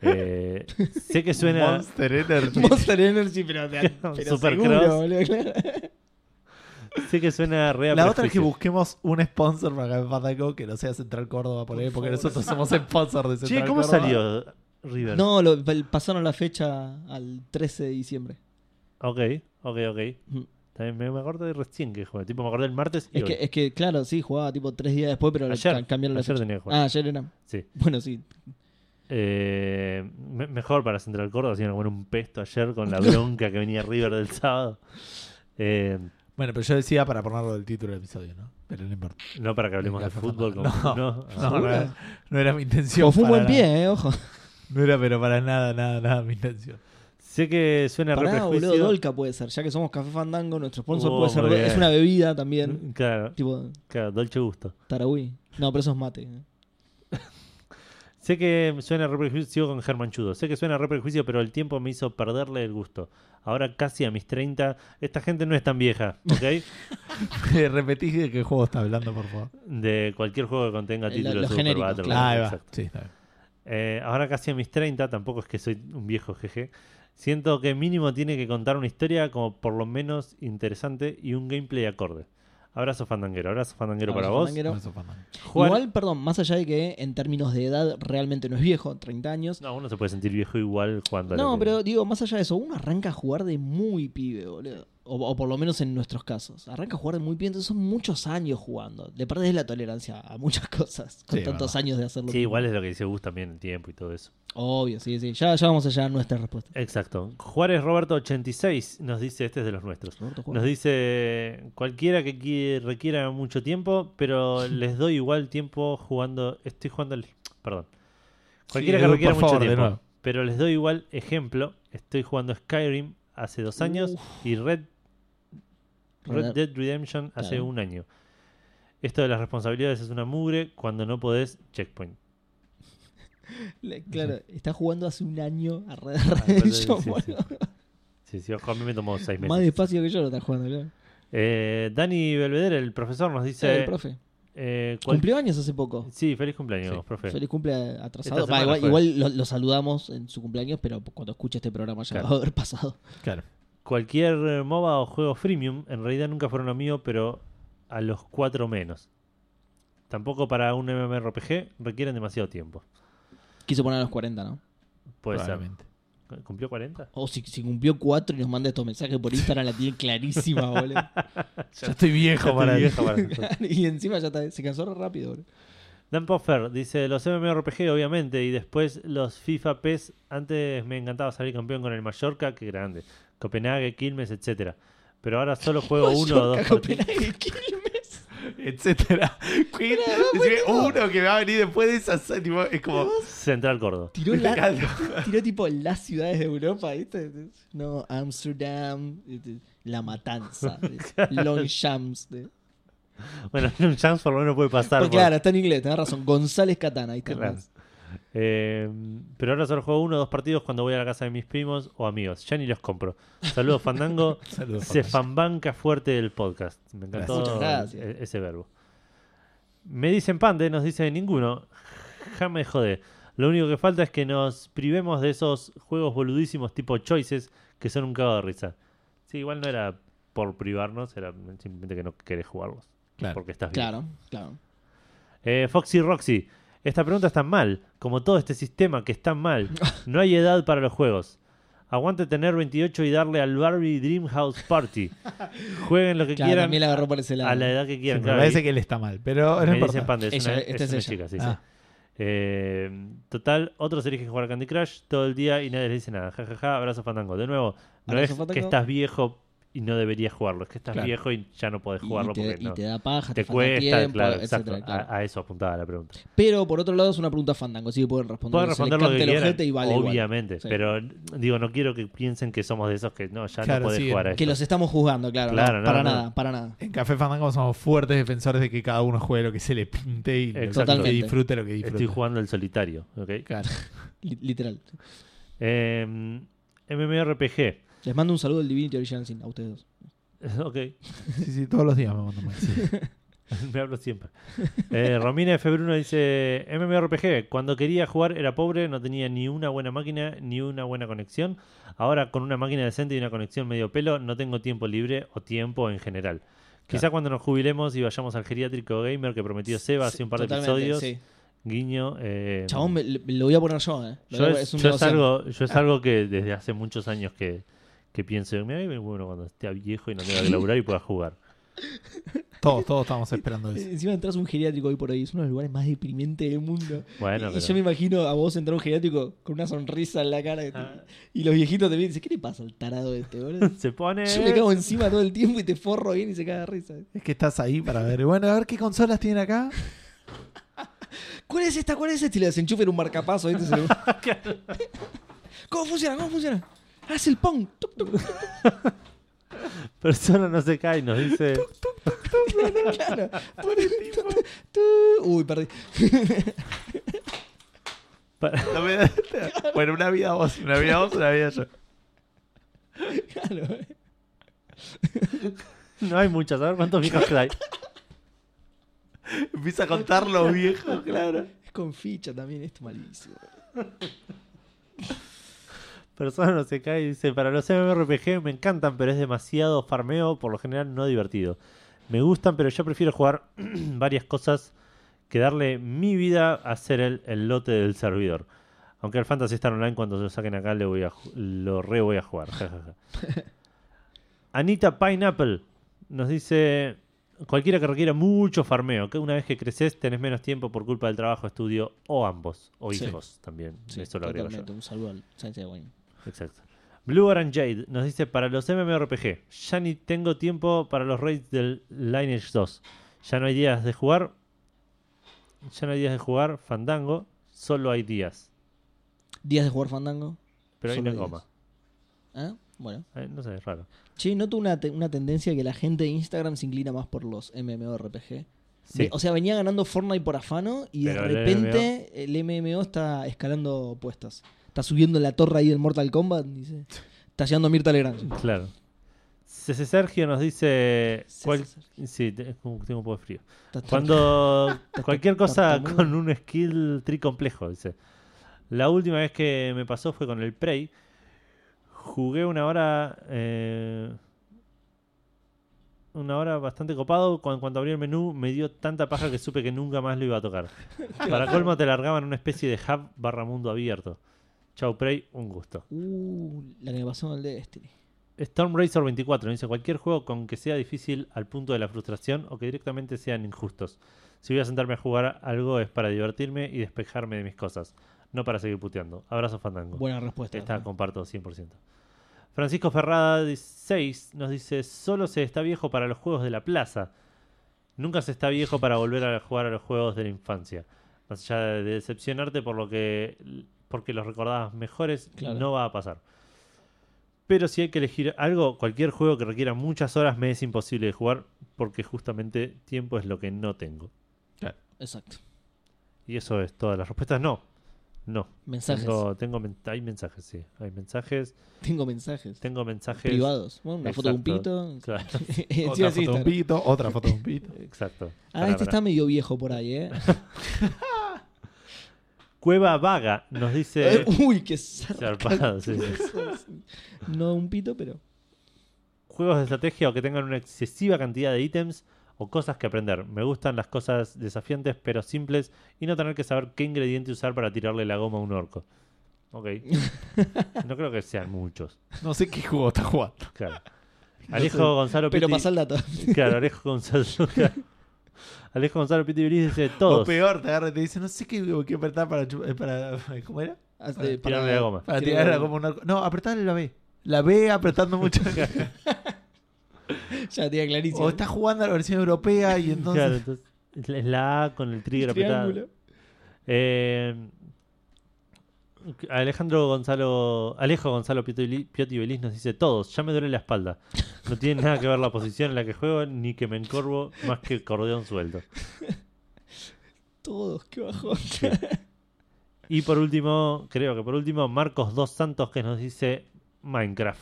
S1: Eh, sé que suena.
S2: Monster Energy.
S3: Monster Energy, pero, pero
S1: Supercross.
S3: seguro, boludo, claro.
S1: sé que suena re a
S2: La otra es que
S1: prejuicio.
S2: busquemos un sponsor para Fandango que no sea Central Córdoba, por ahí, porque
S3: favor.
S2: nosotros somos sponsor de Central
S1: Che, ¿cómo
S2: Córdoba.
S1: salió River?
S3: No, lo- pasaron la fecha al 13 de diciembre.
S1: Ok, ok, ok.
S3: Mm.
S1: Está También me me acordé de recién que jugué. Tipo, me acordé el martes y
S3: Es
S1: hoy.
S3: que, es que, claro, sí, jugaba tipo tres días después, pero lo
S1: Ayer,
S3: ca- cambiaron la
S1: ayer
S3: fecha.
S1: tenía que jugar.
S3: Ah, ayer era.
S1: Sí.
S3: Bueno, sí.
S1: Eh, me- mejor para Central Córdoba, sino comer un pesto ayer con la bronca que venía River del sábado. Eh,
S2: Bueno, pero yo decía para ponerlo del título del episodio, ¿no? Pero no importa.
S1: no para que hablemos
S2: La
S1: de
S2: Fernanda.
S1: fútbol. Como,
S2: No,
S1: no.
S2: No, no,
S3: ¿Seguro?
S2: era, no era mi intención.
S3: Como fue un
S2: para
S3: buen
S2: nada.
S3: pie, eh, ojo.
S2: No era, pero para nada, nada, nada mi intención.
S1: Sé que suena re
S3: Pará, boludo,
S1: prejuicio.
S3: Dolca puede ser. Ya que somos Café Fandango, nuestro sponsor
S1: Oh,
S3: puede ser.
S1: muy bien.
S3: Es una bebida también.
S1: ¿Mm? Claro,
S3: Tipo,
S1: claro, dolce gusto.
S3: Tarahui. No, pero eso es mate.
S1: Sé que suena re prejuicio con Germán Chudo. Sé que suena re prejuicio, pero el tiempo me hizo perderle el gusto. Ahora casi a mis 30, esta gente no es tan vieja, ¿ok?
S2: Repetís Eh, de qué juego está hablando, por favor.
S1: De cualquier juego que contenga
S3: Lo-
S1: títulos
S3: lo
S1: de Super
S3: genérico,
S1: Battle.
S2: Ah, ahí va.
S1: Exacto.
S2: Sí, está bien.
S1: Eh, ahora casi a mis 30, tampoco es que soy un viejo jeje. Siento que mínimo tiene que contar una historia como por lo menos interesante y un gameplay acorde. Abrazo fandanguero, abrazo fandanguero
S3: Abrazo
S1: para vos.
S3: fandanguero. Pero-
S2: Por eso, Fernando.
S1: Juan-
S3: Igual, perdón, más allá de que en términos de edad realmente no es viejo, 30 años.
S1: No, uno se puede sentir viejo igual jugando. a lo
S3: No,
S1: que-
S3: pero digo, más allá de eso, uno arranca a jugar de muy pibe, boludo. O, o por lo menos en nuestros casos. Arranca a jugar de muy pibe, entonces son muchos años jugando. Le perdés la tolerancia a muchas cosas con
S2: Sí,
S3: tantos
S2: verdad.
S3: años de hacerlo.
S1: Sí, igual es lo que dice Gus también, el tiempo y todo eso.
S3: Obvio, sí, sí. Ya, ya vamos a llegar a nuestra respuesta.
S1: Exacto. Juárez Roberto 86 nos dice, este es de los nuestros.
S3: Roberto Juan.
S1: Nos dice cualquiera que qui- requiera mucho tiempo, pero les doy igual tiempo jugando. Estoy jugando al. Perdón. Cualquiera
S2: Sí,
S1: que
S2: Edu,
S1: requiera
S2: por
S1: mucho
S2: favor, de
S1: tiempo,
S2: nuevo.
S1: pero les doy igual ejemplo. Estoy jugando Skyrim hace dos años y Red, Red
S3: Red-
S1: Dead Redemption hace
S3: Claro.
S1: un año. Esto de las responsabilidades es una mugre cuando no podés checkpoint.
S3: Le- Claro, está jugando hace un año a Red
S1: Ah,
S3: Dead Redemption,
S1: sí, sí.
S3: boludo.
S1: Sí, sí, ojo, a mí me tomó seis
S3: Más
S1: meses.
S3: despacio que yo lo está jugando, claro.
S1: Eh, Dani Belvedere, el profesor, nos
S3: Sí,
S1: dice...
S3: el profe.
S1: eh, cual-
S3: Cumplió años hace poco.
S1: Sí, feliz cumpleaños,
S2: Sí,
S1: profe.
S3: Feliz cumple atrasado.
S1: Esta semana
S3: Va, igual
S1: fue.
S3: igual lo, lo saludamos en su cumpleaños, pero cuando escuche este programa ya
S1: Claro.
S3: va a haber pasado.
S2: Claro.
S1: Cualquier eh, MOBA o juego freemium, en realidad nunca fueron lo mío, pero a los cuatro menos. Tampoco para un MMORPG requieren demasiado tiempo.
S3: Quiso poner a los 40, ¿no?
S1: Puede ser.
S2: probablemente.
S1: ¿Cumplió 40?
S3: O si, si cumplió 4 y nos manda estos mensajes por Instagram, la tiene clarísima, boludo.
S2: Ya estoy viejo para
S1: Estoy
S2: el
S1: viejo para eso.
S3: y encima ya está- se cansó re rápido, boludo.
S1: Dan Poffer dice: Los MMORPG, obviamente, y después los FIFA PES. Antes me encantaba salir campeón con el Mallorca, que grande. Copenhague, Quilmes, etcétera. Pero ahora solo juego uno o dos
S3: Mallorca,
S1: partidos.
S3: Copenhague, Quilmes.
S2: Etcétera. Que- decime, uno que va a venir después de esa. sa- tipo, es como.
S1: Central Córdoba.
S3: Tiró, la-
S2: Claro.
S3: tiró tipo las ciudades de Europa, ¿viste? No, Amsterdam, este, La Matanza, Longchamps. de-
S1: Bueno, un chance por lo menos puede pasar.
S3: Pues
S1: por-
S3: claro, está en inglés, tenés razón. González Catana, ahí está.
S1: Claro. Eh, pero ahora solo juego uno o dos partidos cuando voy a la casa de mis primos o amigos. Ya ni los compro. Saludos, Fandango.
S2: Saludos.
S1: Se
S2: Fernando.
S1: fanbanca fuerte el podcast. Me encantó
S3: Gracias. Muchas gracias.
S1: e- ese verbo. Me dicen pande, nos dice ninguno. Ja me jode. Lo único que falta es que nos privemos de esos juegos boludísimos tipo choices que son un cago de risa. Sí, igual no era por privarnos, era simplemente que no querés jugarlos.
S2: Claro.
S1: Porque estás bien.
S3: Claro, claro.
S1: Eh, Foxy Roxy, esta pregunta está mal, como todo este sistema que está mal. No hay edad para los juegos. Aguante tener 28 y darle al Barbie Dreamhouse Party. Jueguen lo que
S3: Claro,
S1: quieran
S3: también la agarró por ese lado.
S1: a la edad que
S2: Sí,
S1: quieran.
S2: me
S1: claro,
S2: parece
S1: y-
S2: que él está mal, pero no
S1: me
S2: importa.
S1: dicen panda, es
S3: Ella,
S1: una,
S3: esta
S1: es
S3: es
S1: una
S3: ella.
S1: chica, sí, sí.
S2: Ah.
S1: Eh, total, otros eligen jugar a Candy Crush todo el día y nadie les dice nada. Ja, ja, ja, abrazo fandango. De nuevo, no
S3: Abrazo
S1: es
S3: Fandango.
S1: que estás viejo y no deberías jugarlo, es que estás
S2: Claro.
S1: viejo y ya no podés
S3: Y-
S1: jugarlo
S3: y te,
S1: porque
S3: y
S1: no.
S3: te da paja, te,
S1: Te
S3: falta
S1: cuesta,
S3: tiempo,
S1: claro,
S3: etcétera,
S1: exacto.
S3: claro.
S1: A- a eso apuntaba la pregunta.
S3: Pero por otro lado es una pregunta fandango, así que pueden responder.
S1: Pueden
S3: se les
S1: responder lo que
S3: cante el
S1: quieran,
S3: ojete y vale igual.
S1: obviamente,
S3: Sí.
S1: pero digo, no quiero que piensen que somos de esos que no, ya
S2: Claro,
S1: no podés
S2: sí,
S1: jugar a
S3: Que
S1: esto.
S3: los estamos juzgando, claro.
S1: Claro,
S3: no,
S1: no,
S3: para
S1: no.
S3: nada, para nada.
S2: En Café Fandango somos fuertes defensores de que cada uno juegue lo que se le pinte y lo
S1: Exactamente.
S2: que disfrute lo que disfrute.
S1: Estoy jugando el solitario, ¿ok?
S2: Claro.
S3: Li- literal.
S1: Eh, MMORPG,
S3: Les mando un saludo del Divinity Original Sin a ustedes dos.
S1: ok,
S2: Sí, sí, todos los días me mando mensajes.
S1: me hablo siempre. Eh, Romina F. Bruno dice, MMORPG, cuando quería jugar era pobre, no tenía ni una buena máquina, ni una buena conexión. Ahora con una máquina decente y una conexión medio pelo, no tengo tiempo libre o tiempo en general. Quizá
S2: Claro.
S1: cuando nos jubilemos y vayamos al geriátrico gamer que prometió Seba hace un par de
S3: Totalmente,
S1: episodios.
S3: sí.
S1: Guiño. eh,
S3: Chabón, me- le- lo voy a poner yo, ¿eh? Lo
S1: yo
S3: voy a-
S1: es,
S3: un Ah.
S1: yo es
S3: negociante.
S1: algo, yo es algo que desde hace muchos años que, que piense, me voy bueno cuando esté viejo y no tenga que laburar y pueda jugar.
S2: Todos, todos estamos esperando eso.
S3: Encima entras a un geriátrico hoy por hoy, es uno de los lugares más deprimentes del mundo.
S1: Bueno,
S3: y
S1: pero-
S3: yo me imagino a vos entrar a un geriátrico con una sonrisa en la cara que te-
S1: Ah.
S3: y los viejitos te ven y dicen, ¿qué le pasa al tarado este, boludo?
S1: se pone.
S3: Yo me cago encima todo el tiempo y te forro bien y se caga de risa.
S2: Es que estás ahí para ver. Bueno, a ver qué consolas tienen acá.
S3: ¿Cuál es esta? ¿Cuál es esta? Y le desenchufa en un marcapaso. ¿viste? Se lo- ¿Cómo funciona? ¿Cómo funciona? Haz el pong. Tuc, tuc, tuc,
S1: Persona no se cae y nos dice.
S3: tuc, claro. Tu. Uy, perdí.
S1: "Pa-
S2: No me da- bueno, una vida vos, una vida vos, una vida yo.
S3: Claro. eh.
S1: No hay muchas, a ver cuántos viejos hay.
S2: Empieza a contar los viejos, claro.
S3: Es con ficha también, esto malísimo.
S1: Persona no se cae y dice, para los MMORPG me encantan, pero es demasiado farmeo, por lo general no divertido. Me gustan, pero yo prefiero jugar varias cosas que darle mi vida a ser el, el lote del servidor. Aunque el Fantasy Star Online cuando lo saquen acá le voy a, ju- lo re voy a jugar. Ja, ja, ja. Anita Pineapple nos dice, cualquiera que requiera mucho farmeo, que una vez que creces tenés menos tiempo por culpa del trabajo, estudio o ambos, o
S3: Sí.
S1: hijos también.
S3: Sí,
S1: Eso lo agrego yo.
S3: totalmente. Un saludo al Sánchez de Wayne.
S1: Exacto. Blue Orange Jade nos dice para los MMORPG, ya ni tengo tiempo para los raids del Lineage 2. Ya no hay días de jugar. Ya no hay días de jugar Fandango, solo hay días.
S3: Días de jugar Fandango.
S1: Pero hay
S3: Solo
S1: una
S3: días.
S1: coma.
S3: ¿Ah? Bueno.
S1: Eh, No sé, es raro.
S3: Che, noto una, te- una tendencia que la gente de Instagram se inclina más por los MMORPG.
S1: Sí.
S3: Ve- O sea, venía ganando Fortnite por afano y
S1: Pero el
S3: de repente el MMO. está escalando puestas. Está subiendo la torre ahí del Mortal Kombat. Dice. Está llegando a Mirta Legrand.
S1: Claro. CC Sergio nos dice.
S3: CC
S1: cual-
S3: Sergio.
S1: Sí, te- uh, tengo un poco de frío.
S3: Está- está-
S1: Cuando cualquier cosa
S3: tartamudo.
S1: con un skill tricomplejo, dice. La última vez que me pasó fue con el Prey. Jugué una hora. eh, una hora bastante copado. Cuando, cuando abrí el menú me dio tanta paja que supe que nunca más lo iba a tocar. Para colmo te largaban una especie de hub barra mundo abierto. Chau Prey, un gusto.
S3: Uh, la que me pasó en el Destiny.
S1: Stormracer 24 dice cualquier juego con que sea difícil al punto de la frustración o que directamente sean injustos. Si voy a sentarme a jugar algo es para divertirme y despejarme de mis cosas, no para seguir puteando. Abrazo Fandango.
S3: Buena respuesta.
S1: Esta comparto 100%. Francisco Ferrada 6 nos dice, solo se está viejo para los juegos de la plaza. Nunca se está viejo para volver a jugar a los juegos de la infancia. Más allá de decepcionarte por lo que porque los recordabas mejores,
S3: Claro.
S1: no va a pasar. Pero si hay que elegir algo, cualquier juego que requiera muchas horas me es imposible de jugar porque justamente tiempo es lo que no tengo.
S3: Exacto.
S1: Y eso es todas las respuestas. No, no.
S3: Mensajes. Tengo,
S1: Tengo, tengo men- hay mensajes, sí. Hay mensajes.
S3: mensajes.
S1: Tengo mensajes.
S3: Privados. Bueno, una foto de un
S1: Exacto.
S3: pito.
S1: Claro,
S2: Otra
S3: Encima es
S2: foto de un
S3: Instagram.
S2: pito, otra foto de un pito.
S1: exacto.
S3: Ah,
S1: Pará,
S3: este
S1: pará.
S3: está medio viejo por ahí, ¿eh?
S1: Cueva Vaga nos dice.
S3: Uy, qué zarpado.
S1: Zarpado, sí,
S3: No un pito, pero.
S1: Juegos de estrategia o que tengan una excesiva cantidad de ítems o cosas que aprender. Me gustan las cosas desafiantes pero simples y no tener que saber qué ingrediente usar para tirarle la goma a un orco. Ok. No creo que sean muchos.
S2: No sé qué juego está jugando.
S1: Claro.
S3: No
S1: Alejo
S3: sé.
S1: Gonzalo
S3: Pero
S1: Pitti-
S3: pasa el dato.
S1: Claro, Alejo Gonzalo. Alejo Gonzalo Pitti Briz dice
S2: O
S1: todos.
S2: peor, te agarra y te dice, no sé qué, qué apretar para, chu- eh, para... ¿Cómo era?
S3: Ah,
S2: Para
S3: eh,
S1: tirarle la goma.
S2: Para
S3: Quiero
S2: tirarla
S3: ver.
S2: como un arco. No, apretarle la B. La B apretando mucho.
S3: Ya tenía
S1: Oh,
S3: clarísimo.
S2: o está jugando a la versión europea y entonces...
S1: Claro, entonces, es la A con el trigger apretado.
S3: Triángulo.
S1: Eh, Alejandro Gonzalo, Alejo Gonzalo Piotibeliz nos dice todos, ya me duele la espalda. No tiene nada que ver la posición en la que juego ni que me encorvo más que el cordeón suelto.
S3: Todos, qué bajón.
S1: Y por último, creo que por último, Marcos Dos Santos que nos dice Minecraft.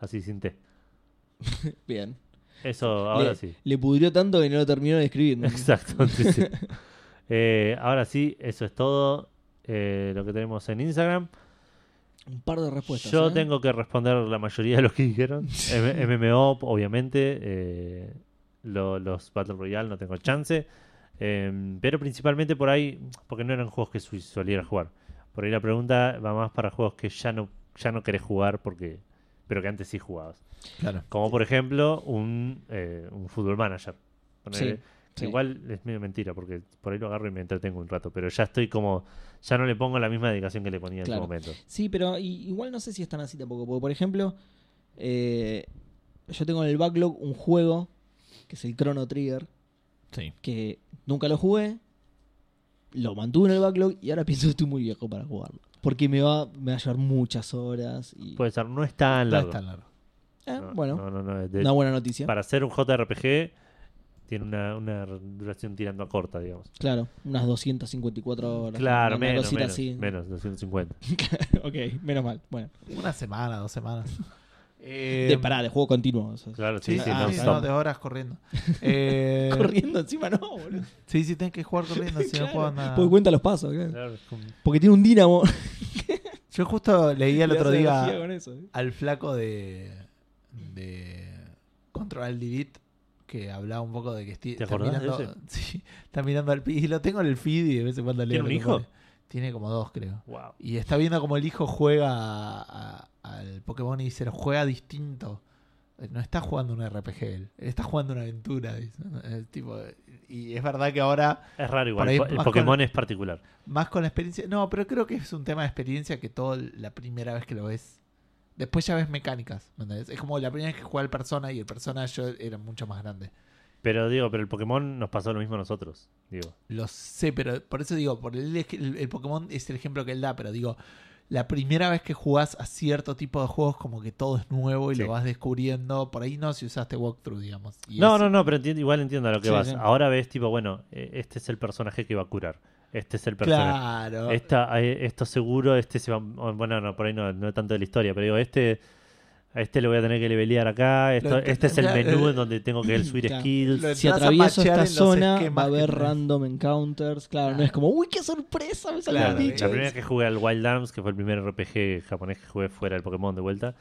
S1: Así sin té.
S3: Bien.
S1: Eso ahora
S3: le,
S1: sí.
S3: Le pudrió tanto que no lo terminó de escribir. ¿no?
S1: Exacto. sí, sí. Eh, ahora sí, eso es todo eh, lo que tenemos en Instagram.
S3: Un par de respuestas.
S1: Yo
S3: ¿eh?
S1: tengo que responder la mayoría de lo que dijeron. M- MMO, obviamente. eh, lo- los Battle Royale no tengo chance. Eh, pero principalmente por ahí, porque no eran juegos que su- soliera jugar. Por ahí la pregunta va más para juegos que ya no, ya no querés jugar porque pero que antes sí jugabas.
S2: Claro.
S1: Como por ejemplo un, eh, un fútbol manager. Ponele,
S3: Sí,
S1: que
S3: sí.
S1: Igual es medio mentira, porque por ahí lo agarro y me entretengo un rato, pero ya estoy como, ya no le pongo la misma dedicación que le ponía
S3: Claro.
S1: en su momento.
S3: Sí, pero i- igual no sé si están así tampoco. Porque, por ejemplo, eh, yo tengo en el backlog un juego que es el Chrono Trigger,
S2: Sí.
S3: que nunca lo jugué, lo mantuve en el backlog y ahora pienso que estoy muy viejo para jugarlo. Porque me va, me va a llevar muchas horas. Y,
S1: Puede ser, no es tan
S2: No
S1: largo.
S2: es tan largo.
S3: Eh,
S1: Pues, No,
S3: bueno,
S1: no, no, no, es de-
S3: una buena noticia.
S1: para ser un JRPG tiene una, una duración tirando a corta, digamos.
S3: Claro, unas 254 horas.
S1: Claro,
S3: una
S1: menos,
S3: cosita
S1: menos,
S3: así.
S1: menos, 250.
S3: ok, menos mal. Bueno,
S2: Una semana, dos semanas. Eh,
S3: de parada, de juego continuo. o sea,
S1: Claro, sí,
S2: Sí,
S1: sí,
S2: ah,
S1: no,
S2: sí,
S1: son-
S2: no, de horas corriendo. Eh,
S3: Corriendo encima, no, boludo.
S2: sí, sí, tenés que jugar corriendo, si no
S3: Claro, Pues,
S2: juegas nada.
S3: Porque cuenta los pasos, claro.
S1: claro, es como-
S3: Porque tiene un dínamo.
S2: Yo justo leí el
S3: Le
S2: otro
S3: hace energía
S2: día
S3: con eso, ¿eh?
S2: al flaco de, de Control Alt Delete que hablaba un poco de que esti-
S1: ¿Te
S2: está
S1: acordás de
S2: mirando, sí, está mirando al pi- y lo tengo en el feed y de vez en cuando
S1: ¿Tiene
S2: leo
S1: un
S2: lo que
S1: hijo?
S2: pone. Tiene como dos, creo.
S1: wow.
S2: Y está viendo como el hijo juega a- al Pokémon y se lo juega distinto. Eh, No está jugando un RPG él, está jugando una aventura. dice. Es tipo, y es verdad que ahora
S1: Es raro igual,
S2: Por ahí
S1: el po- el
S2: más
S1: Pokémon
S2: con-
S1: es particular.
S2: Más con la experiencia. No, pero creo que es un tema de experiencia que todo la primera vez que lo ves. Después ya ves mecánicas, ¿me entendés? Es como la primera vez que jugaba el persona y el persona yo era mucho más grande.
S1: Pero digo, pero el Pokémon nos pasó lo mismo a nosotros, digo.
S2: Lo sé, pero por eso digo, por el, el, el Pokémon es el ejemplo que él da, pero digo, la primera vez que jugás a cierto tipo de juegos, como que todo es nuevo y
S1: Sí.
S2: lo vas descubriendo. Por ahí no si usaste walkthrough, digamos. Y
S1: No,
S2: es-
S1: no, no, pero entiendo- igual entiendo a lo que
S2: Sí,
S1: vas.
S2: sí.
S1: Ahora ves tipo, bueno, eh, este es el personaje que va a curar. Este es el personaje.
S2: Claro.
S1: Esta, eh, esto seguro, este se va. o, Bueno, no, por ahí no, no tanto de la historia, pero digo, este. A este lo voy a tener que levelear acá. esto-
S2: Lo ent-
S1: este es el
S2: claro,
S1: menú
S2: eh,
S1: en donde tengo que subir
S3: claro.
S1: skills.
S2: Lo Entras
S3: Si
S2: a
S3: atravieso
S2: machear
S3: esta
S2: en los
S3: zona, va
S2: esquemas
S3: a
S2: que
S3: haber
S2: tenés.
S3: random encounters. Claro, no
S2: Claro.
S3: es como, uy, qué sorpresa, me salió
S2: Claro,
S3: el
S1: Claro,
S3: bicho.
S1: la primera vez que jugué al Wild Arms, que fue el primer RPG japonés que jugué fuera del Pokémon de vuelta,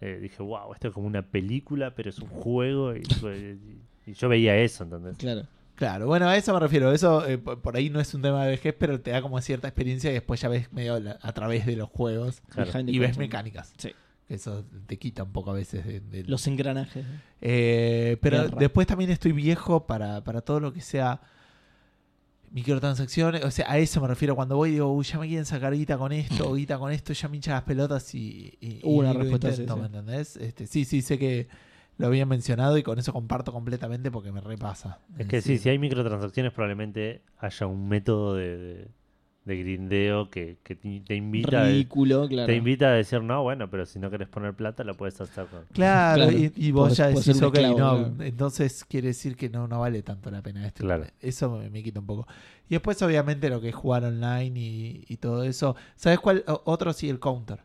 S1: eh, dije, wow, esto es como una película, pero es un juego. Y, y- y yo veía eso, ¿entendés?
S3: Claro,
S2: Claro, bueno, a eso me refiero. Eso eh, por por ahí no es un tema de vejez, pero te da como cierta experiencia y después ya ves medio la- a través de los juegos
S1: Claro.
S3: behind the
S2: y ves
S3: curtain.
S2: mecánicas.
S3: Sí.
S2: Que eso te quita un poco a veces de- de-
S3: Los engranajes. ¿eh?
S2: Eh, pero
S3: Del rap.
S2: después también estoy viejo para, para todo lo que sea microtransacciones. O sea, a eso me refiero. Cuando voy digo, "Uy, ya me quieren sacar guita con esto, guita con esto, ya me hincha las pelotas y, y,
S3: Hubo una
S2: y lo
S3: respuesta, sí,
S2: intento",
S3: sí.
S2: ¿me entendés? Este, sí, sí, sé que lo había mencionado y con eso comparto completamente porque me repasa.
S1: Es que sí, si hay microtransacciones, probablemente haya un método de, de, de grindeo que, que te te invita,
S2: eh,
S3: Ridículo, claro.
S1: te invita a decir, no, bueno, pero si no querés poner plata, lo puedes hacer con.
S2: Claro,
S3: Claro.
S2: y, y vos
S3: Puede-
S2: ya
S3: puede ser
S2: decís,
S3: un
S2: ok,
S3: esclavo,
S2: no,
S3: claro.
S2: entonces quiere decir que no, no vale tanto la pena esto.
S1: Claro.
S2: Eso me, me quita un poco. Y después, obviamente, lo que es jugar online y, y todo eso. ¿Sabes cuál? O- otro sí, el counter.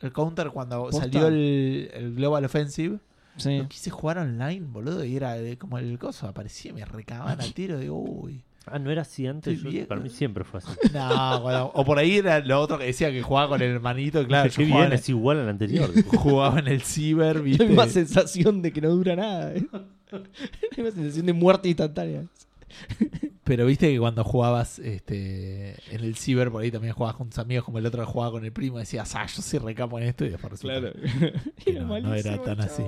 S2: El counter, cuando
S3: ¿Posta?
S2: salió el, el Global Offensive,
S3: Sí.
S2: lo quise jugar online, boludo, y era eh, como el coso, aparecía, y me recaban a tiro, digo, uy.
S1: Ah, no era así antes.
S2: Estoy
S1: Yo-
S2: viejo.
S1: para mí siempre fue así.
S2: No, bueno, o por ahí era lo otro que decía que jugaba con el hermanito, y claro,
S1: Qué
S2: yo jugaba,
S1: bien, es igual al anterior.
S2: en- jugaba en el ciber,
S3: La
S2: ¿viste?
S3: misma sensación de que no dura nada. ¿eh? La misma sensación de muerte instantánea.
S2: Pero viste que cuando jugabas este, en el ciber, por ahí también jugabas con tus amigos, como el otro jugaba con el primo, decías, ah, yo sí recapo en esto, y después resulta. no,
S3: Era
S2: no
S3: malísimo,
S2: era tan
S3: chabón.
S2: así.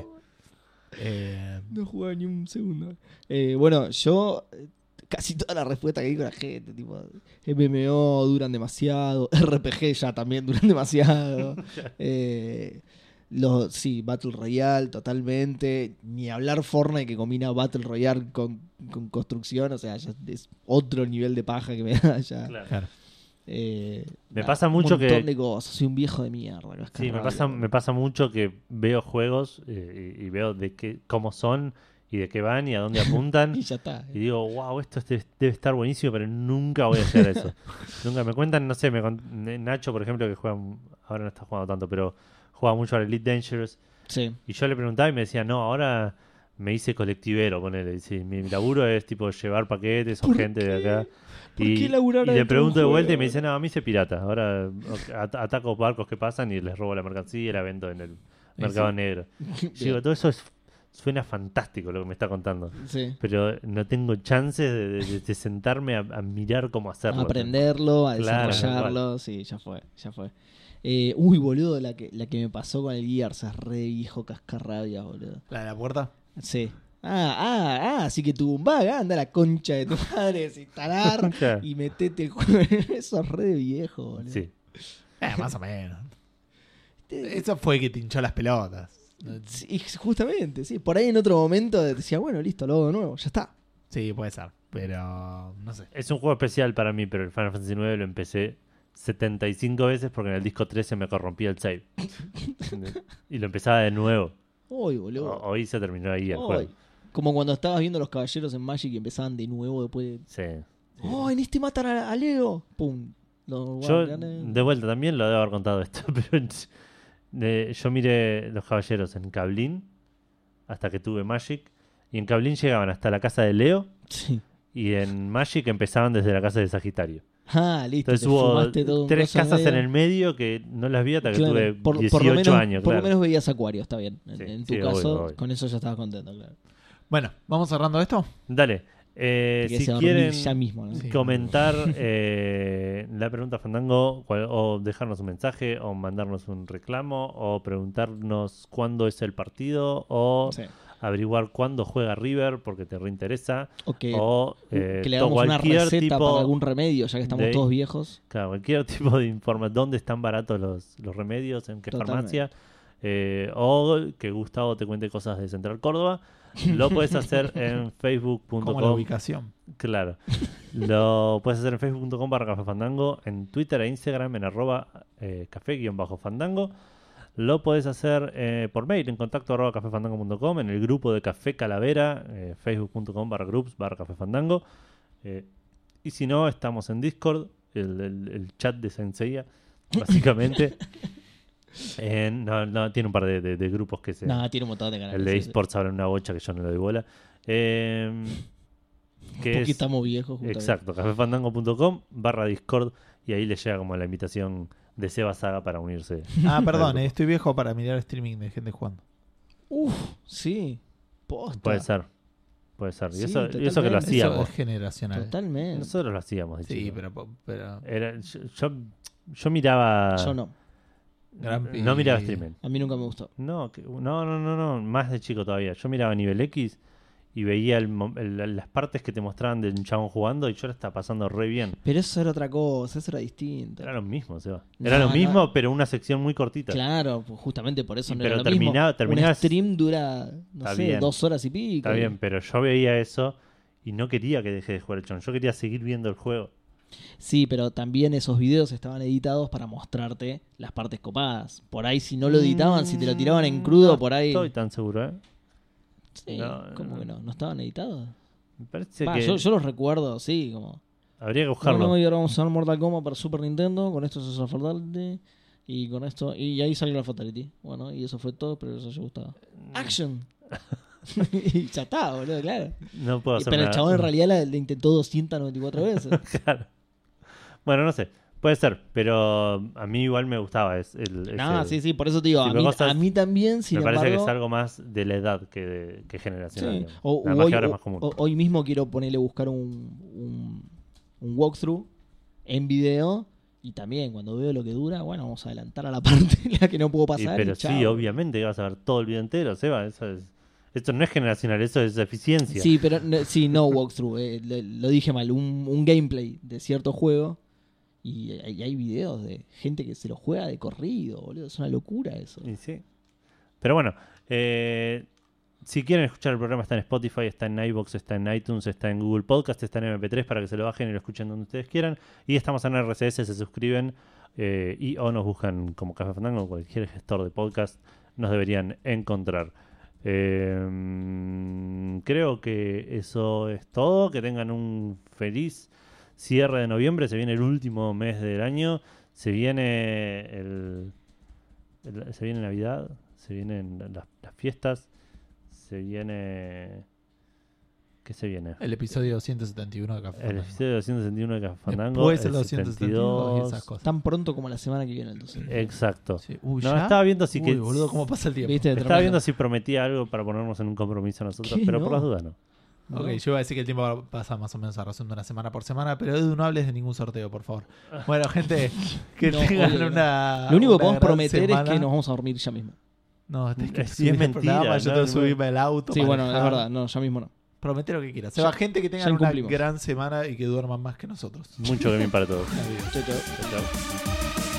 S2: Eh,
S3: No jugaba ni un segundo. Eh, bueno, yo eh, casi toda la respuesta que di con la gente, tipo, MMO duran demasiado, RPG ya también duran demasiado. Eh, los, sí, Battle Royale totalmente. Ni hablar Fortnite que combina Battle Royale con, con construcción, o sea, ya es otro nivel de paja que me da ya.
S1: Claro.
S2: claro.
S3: Eh,
S1: Me
S3: nada,
S1: pasa mucho
S3: un montón
S1: que-
S3: de cosas, soy un viejo de mierda.
S1: Sí, me
S3: cascarrabia.
S1: pasa, me pasa mucho que veo juegos eh, y, y veo de qué, cómo son y de qué van y a dónde apuntan.
S3: Y ya está.
S1: y digo, wow, esto este- debe estar buenísimo, pero nunca voy a hacer eso. nunca me cuentan, no sé, me con- Nacho, por ejemplo, que juega, ahora no está jugando tanto, pero juega mucho al Elite Dangerous.
S3: Sí.
S1: Y yo le preguntaba y me decía, no, ahora me hice colectivero, ponele. y sí, mi laburo es tipo llevar paquetes o
S3: ¿Por
S1: gente de
S3: qué?
S1: acá.
S3: ¿Por
S1: y,
S3: qué laburar
S1: y
S3: adentro de
S1: le
S3: un
S1: pregunto de vuelta y
S3: juego?
S1: me dice, no, a mí se pirata. Ahora ok, at- ataco barcos que pasan y les robo la mercancía y la vendo en el mercado negro. Y yo digo, todo eso es- suena fantástico lo que me está contando.
S3: Sí.
S1: Pero no tengo chances de, de- de sentarme a, a mirar cómo hacerlo.
S3: A aprenderlo, a
S1: Claro, tal
S3: desarrollarlo, sí, ya fue, ya fue. Eh, uy, boludo, la que, la que me pasó con el Gears es re viejo cascarrabia, boludo.
S2: ¿La de la puerta?
S3: Sí. Ah, ah, ah, así que tu bug, anda a la concha de tu madre, desinstalar
S1: Claro.
S3: y metete el juego. Eso es re viejo, boludo.
S1: Sí.
S2: Eh, más o menos.
S3: Te-
S2: Eso fue que te hinchó las pelotas.
S3: Sí, justamente, sí. Por ahí en otro momento decía, bueno, listo, lo hago de nuevo, ya está.
S2: Sí, puede ser. Pero no sé.
S1: Es un juego especial para mí, pero el Final Fantasy IX lo empecé 75 veces porque en el disco 13 me corrompía el save. y lo empezaba de nuevo.
S3: Uy,
S1: O-
S3: boludo.
S1: Hoy se terminó ahí Oh, el
S3: Uy.
S1: juego.
S3: Como cuando estabas viendo los caballeros en Magic y empezaban de nuevo después de...
S1: Sí.
S3: ¡Oh, en este matan a, a Leo! ¡Pum! Lo
S1: Yo,
S3: guardan, eh.
S1: de vuelta, también lo debo haber contado esto, pero de- yo miré Los Caballeros en Cablín hasta que tuve Magic. Y en Cablín llegaban hasta la casa de Leo
S3: Sí.
S1: y en Magic empezaban desde la casa de Sagitario.
S3: Ah, listo.
S1: Entonces
S3: te fumaste todo
S1: hubo
S3: un
S1: tres
S3: coso
S1: casas en
S3: medio.
S1: el medio que no las vi hasta que
S3: Claro,
S1: tuve 18
S3: lo menos,
S1: años.
S3: Por lo
S1: claro.
S3: menos veías Acuario, está bien. En,
S1: Sí,
S3: en tu
S1: sí, obvio,
S3: caso,
S1: obvio.
S3: con eso ya estabas contento, claro.
S2: Bueno, ¿vamos cerrando esto?
S1: Dale. eh,
S3: Te
S1: si
S3: quedas a dormir
S1: quieren
S3: ya mismo, ¿no?
S2: Sí.
S1: comentar eh, la pregunta Fandango, cual- o dejarnos un mensaje, o mandarnos un reclamo, o preguntarnos cuándo es el partido, o
S3: Sí.
S1: averiguar cuándo juega River porque te reinteresa,
S3: O que,
S1: o eh,
S3: que le
S1: to-
S3: hagamos una
S1: cualquier
S3: receta para
S1: tipo,
S3: algún remedio, ya que estamos
S1: de-
S3: todos viejos.
S1: claro, cualquier tipo de información, dónde están baratos los, los remedios, en qué
S3: Totalmente.
S1: farmacia. eh, o que Gustavo te cuente cosas de Central Córdoba, lo puedes hacer en
S2: Como la
S1: facebook.com
S2: ubicación.
S1: Claro. Lo puedes hacer en facebook.com barra Café Fandango, en Twitter e Instagram en arroba eh, café-fandango. Lo puedes hacer eh, por mail en contacto arroba cafefandango.com, en el grupo de Café Calavera, eh, facebook.com barra groups barra Café Fandango. Eh, y si no, estamos en Discord, el, el- el chat de Senseiya, básicamente. Eh, no, no, tiene un par de, de- de grupos que se...
S3: Nada, tiene un montón de canales.
S1: el de
S3: sí, sí.
S1: eSports habla una bocha que yo no le doy bola. Eh, que
S3: Porque
S1: es-
S3: estamos viejos. justamente.
S1: Exacto, cafefandango.com barra Discord y ahí le llega como la invitación de Seba Saga para unirse.
S2: Ah, perdón, eh, estoy viejo para mirar streaming de gente jugando.
S3: Uf, sí. Posta.
S1: Puede ser, puede ser. Y
S3: Sí,
S1: eso, y eso que lo
S3: totalmente. Sí,
S2: Eso
S1: hacíamos.
S2: es generacional.
S3: Totalmente.
S1: Nosotros lo hacíamos. de
S2: Sí,
S1: chicos.
S2: pero, pero
S1: Era- yo, yo- yo miraba...
S3: Yo no.
S2: Gran-
S1: no miraba
S2: y-
S1: streaming.
S3: A mí nunca me gustó.
S1: No, que- no, no, no, no, más de chico todavía. Yo miraba nivel X y veía el mo- el- las partes que te mostraban de un chabón jugando y yo la estaba pasando re bien.
S3: Pero eso era otra cosa, eso era distinto.
S1: Era
S3: Claro,
S1: lo mismo, Seba. Era
S3: No,
S1: lo
S3: no. eh.
S1: mismo, pero una sección muy cortita.
S3: pues justamente por eso
S1: Y
S3: no
S1: pero
S3: era lo
S1: terminaba-
S3: mismo.
S1: terminabas-
S3: Un stream dura, no
S1: Está
S3: sé,
S1: bien.
S3: dos horas y pico.
S1: Está bien, pero yo veía eso y no quería que deje de jugar el chon. Yo quería seguir viendo el juego.
S3: Sí, pero también esos videos estaban editados para mostrarte las partes copadas. Por ahí si no lo editaban, si te lo tiraban en crudo,
S1: Mm, No
S3: por ahí...
S1: Estoy tan seguro, ¿eh?
S3: Sí,
S1: no,
S3: ¿cómo
S1: no.
S3: que no? ¿No estaban editados?
S1: Me parece
S3: Va,
S1: que
S3: yo, yo los recuerdo, sí, como...
S1: habría que
S3: Bueno,
S1: buscarlo.
S3: y ahora vamos a usar Mortal Kombat para Super Nintendo. Con esto se hizo Fatality. Y con esto. Y ahí salió la Fatality. Bueno, y eso fue todo, pero eso yo gustaba.
S1: Mm.
S3: ¡Action! y ya está, boludo, claro.
S1: No puedo
S3: Y-
S1: hacer
S3: pero el
S1: nada.
S3: chabón en realidad la, la intentó 294 veces.
S1: Claro. Bueno, no sé. Puede ser, pero um, a mí igual me gustaba. Es el,
S3: no,
S1: ese-
S3: sí, sí, por eso te digo.
S1: Sí,
S3: a,
S1: pero
S3: mí,
S1: cosas-
S3: a mí también, sin
S1: me parece que
S3: embargo,
S1: es algo más de la edad que, de- que
S3: sí.
S1: generacional. digamos.
S3: O-
S1: Nada
S3: o
S1: más
S3: hoy,
S1: que ahora es
S3: o-
S1: más común.
S3: o- hoy mismo quiero ponerle buscar un, un, un walkthrough en video. Y también, cuando veo lo que dura, bueno, vamos a adelantar a la parte en la que no puedo
S1: Y-
S3: pasar. y
S1: pero sí,
S3: chao.
S1: obviamente que vas a ver todo el video entero, Seba. Eso es, esto no es generacional, eso es eficiencia.
S3: Sí, pero no- sí, no walkthrough. eh, lo, lo dije mal. Un, un gameplay de cierto juego. Y, hay- hay videos de gente que se lo juega de corrido, boludo. Es una locura eso.
S1: Y sí. Pero bueno, eh, si quieren escuchar el programa, está en Spotify, está en iBox, está en iTunes, está en Google Podcast, está en MP3 para que se lo bajen y lo escuchen donde ustedes quieran. Y estamos en RSS, se suscriben eh, y o nos buscan como Café Fandango o cualquier gestor de podcast, nos deberían encontrar. Eh, creo que eso es todo. Que tengan un feliz cierre de noviembre. Se viene el último mes del año. Se viene el el- se viene Navidad, se vienen la- las, las fiestas, se viene... ¿Qué se viene?
S2: El episodio 271 de Café.
S1: El
S2: Fandango.
S1: episodio 261 de Café Fandango.
S2: Después el
S1: el
S2: 272 y
S1: 72.
S2: esas cosas.
S3: Tan pronto como la semana que viene, entonces.
S1: Exacto.
S2: Sí. Uy,
S1: No,
S2: ¿ya?
S1: estaba viendo si
S2: Uy,
S1: que-
S2: boludo, cómo pasa el tiempo.
S3: ¿Viste?
S1: Estaba
S3: Tremendo.
S1: viendo si prometía algo para ponernos en un compromiso nosotros,
S3: ¿Qué?
S1: pero por
S3: No.
S1: las dudas no.
S3: ¿no?
S2: Ok, yo iba a decir que el tiempo pasa más o menos a razón de una semana por semana, pero Edu, no hables de ningún sorteo, por favor. Bueno, gente, que
S3: No,
S2: tengan
S3: obvio, no.
S2: una.
S3: Lo único que
S2: una gran
S3: podemos prometer es que
S2: semana.
S3: nos vamos a dormir ya mismo.
S2: No, tenés que
S1: Es-
S2: subir
S1: es
S2: el
S1: mentira,
S2: programa, yo
S1: no,
S2: tengo que
S1: no.
S2: subirme al auto.
S3: Sí, bueno, es
S2: manejar.
S3: verdad, no, ya mismo no.
S2: Promete lo que quieras. Seba,
S3: Ya-
S2: gente que tenga
S3: ya
S2: una
S3: cumplimos.
S2: gran semana y que duerman más que nosotros.
S1: Mucho que bien para todos.
S2: Adiós.
S3: Chau, chau.
S1: Chao, chao.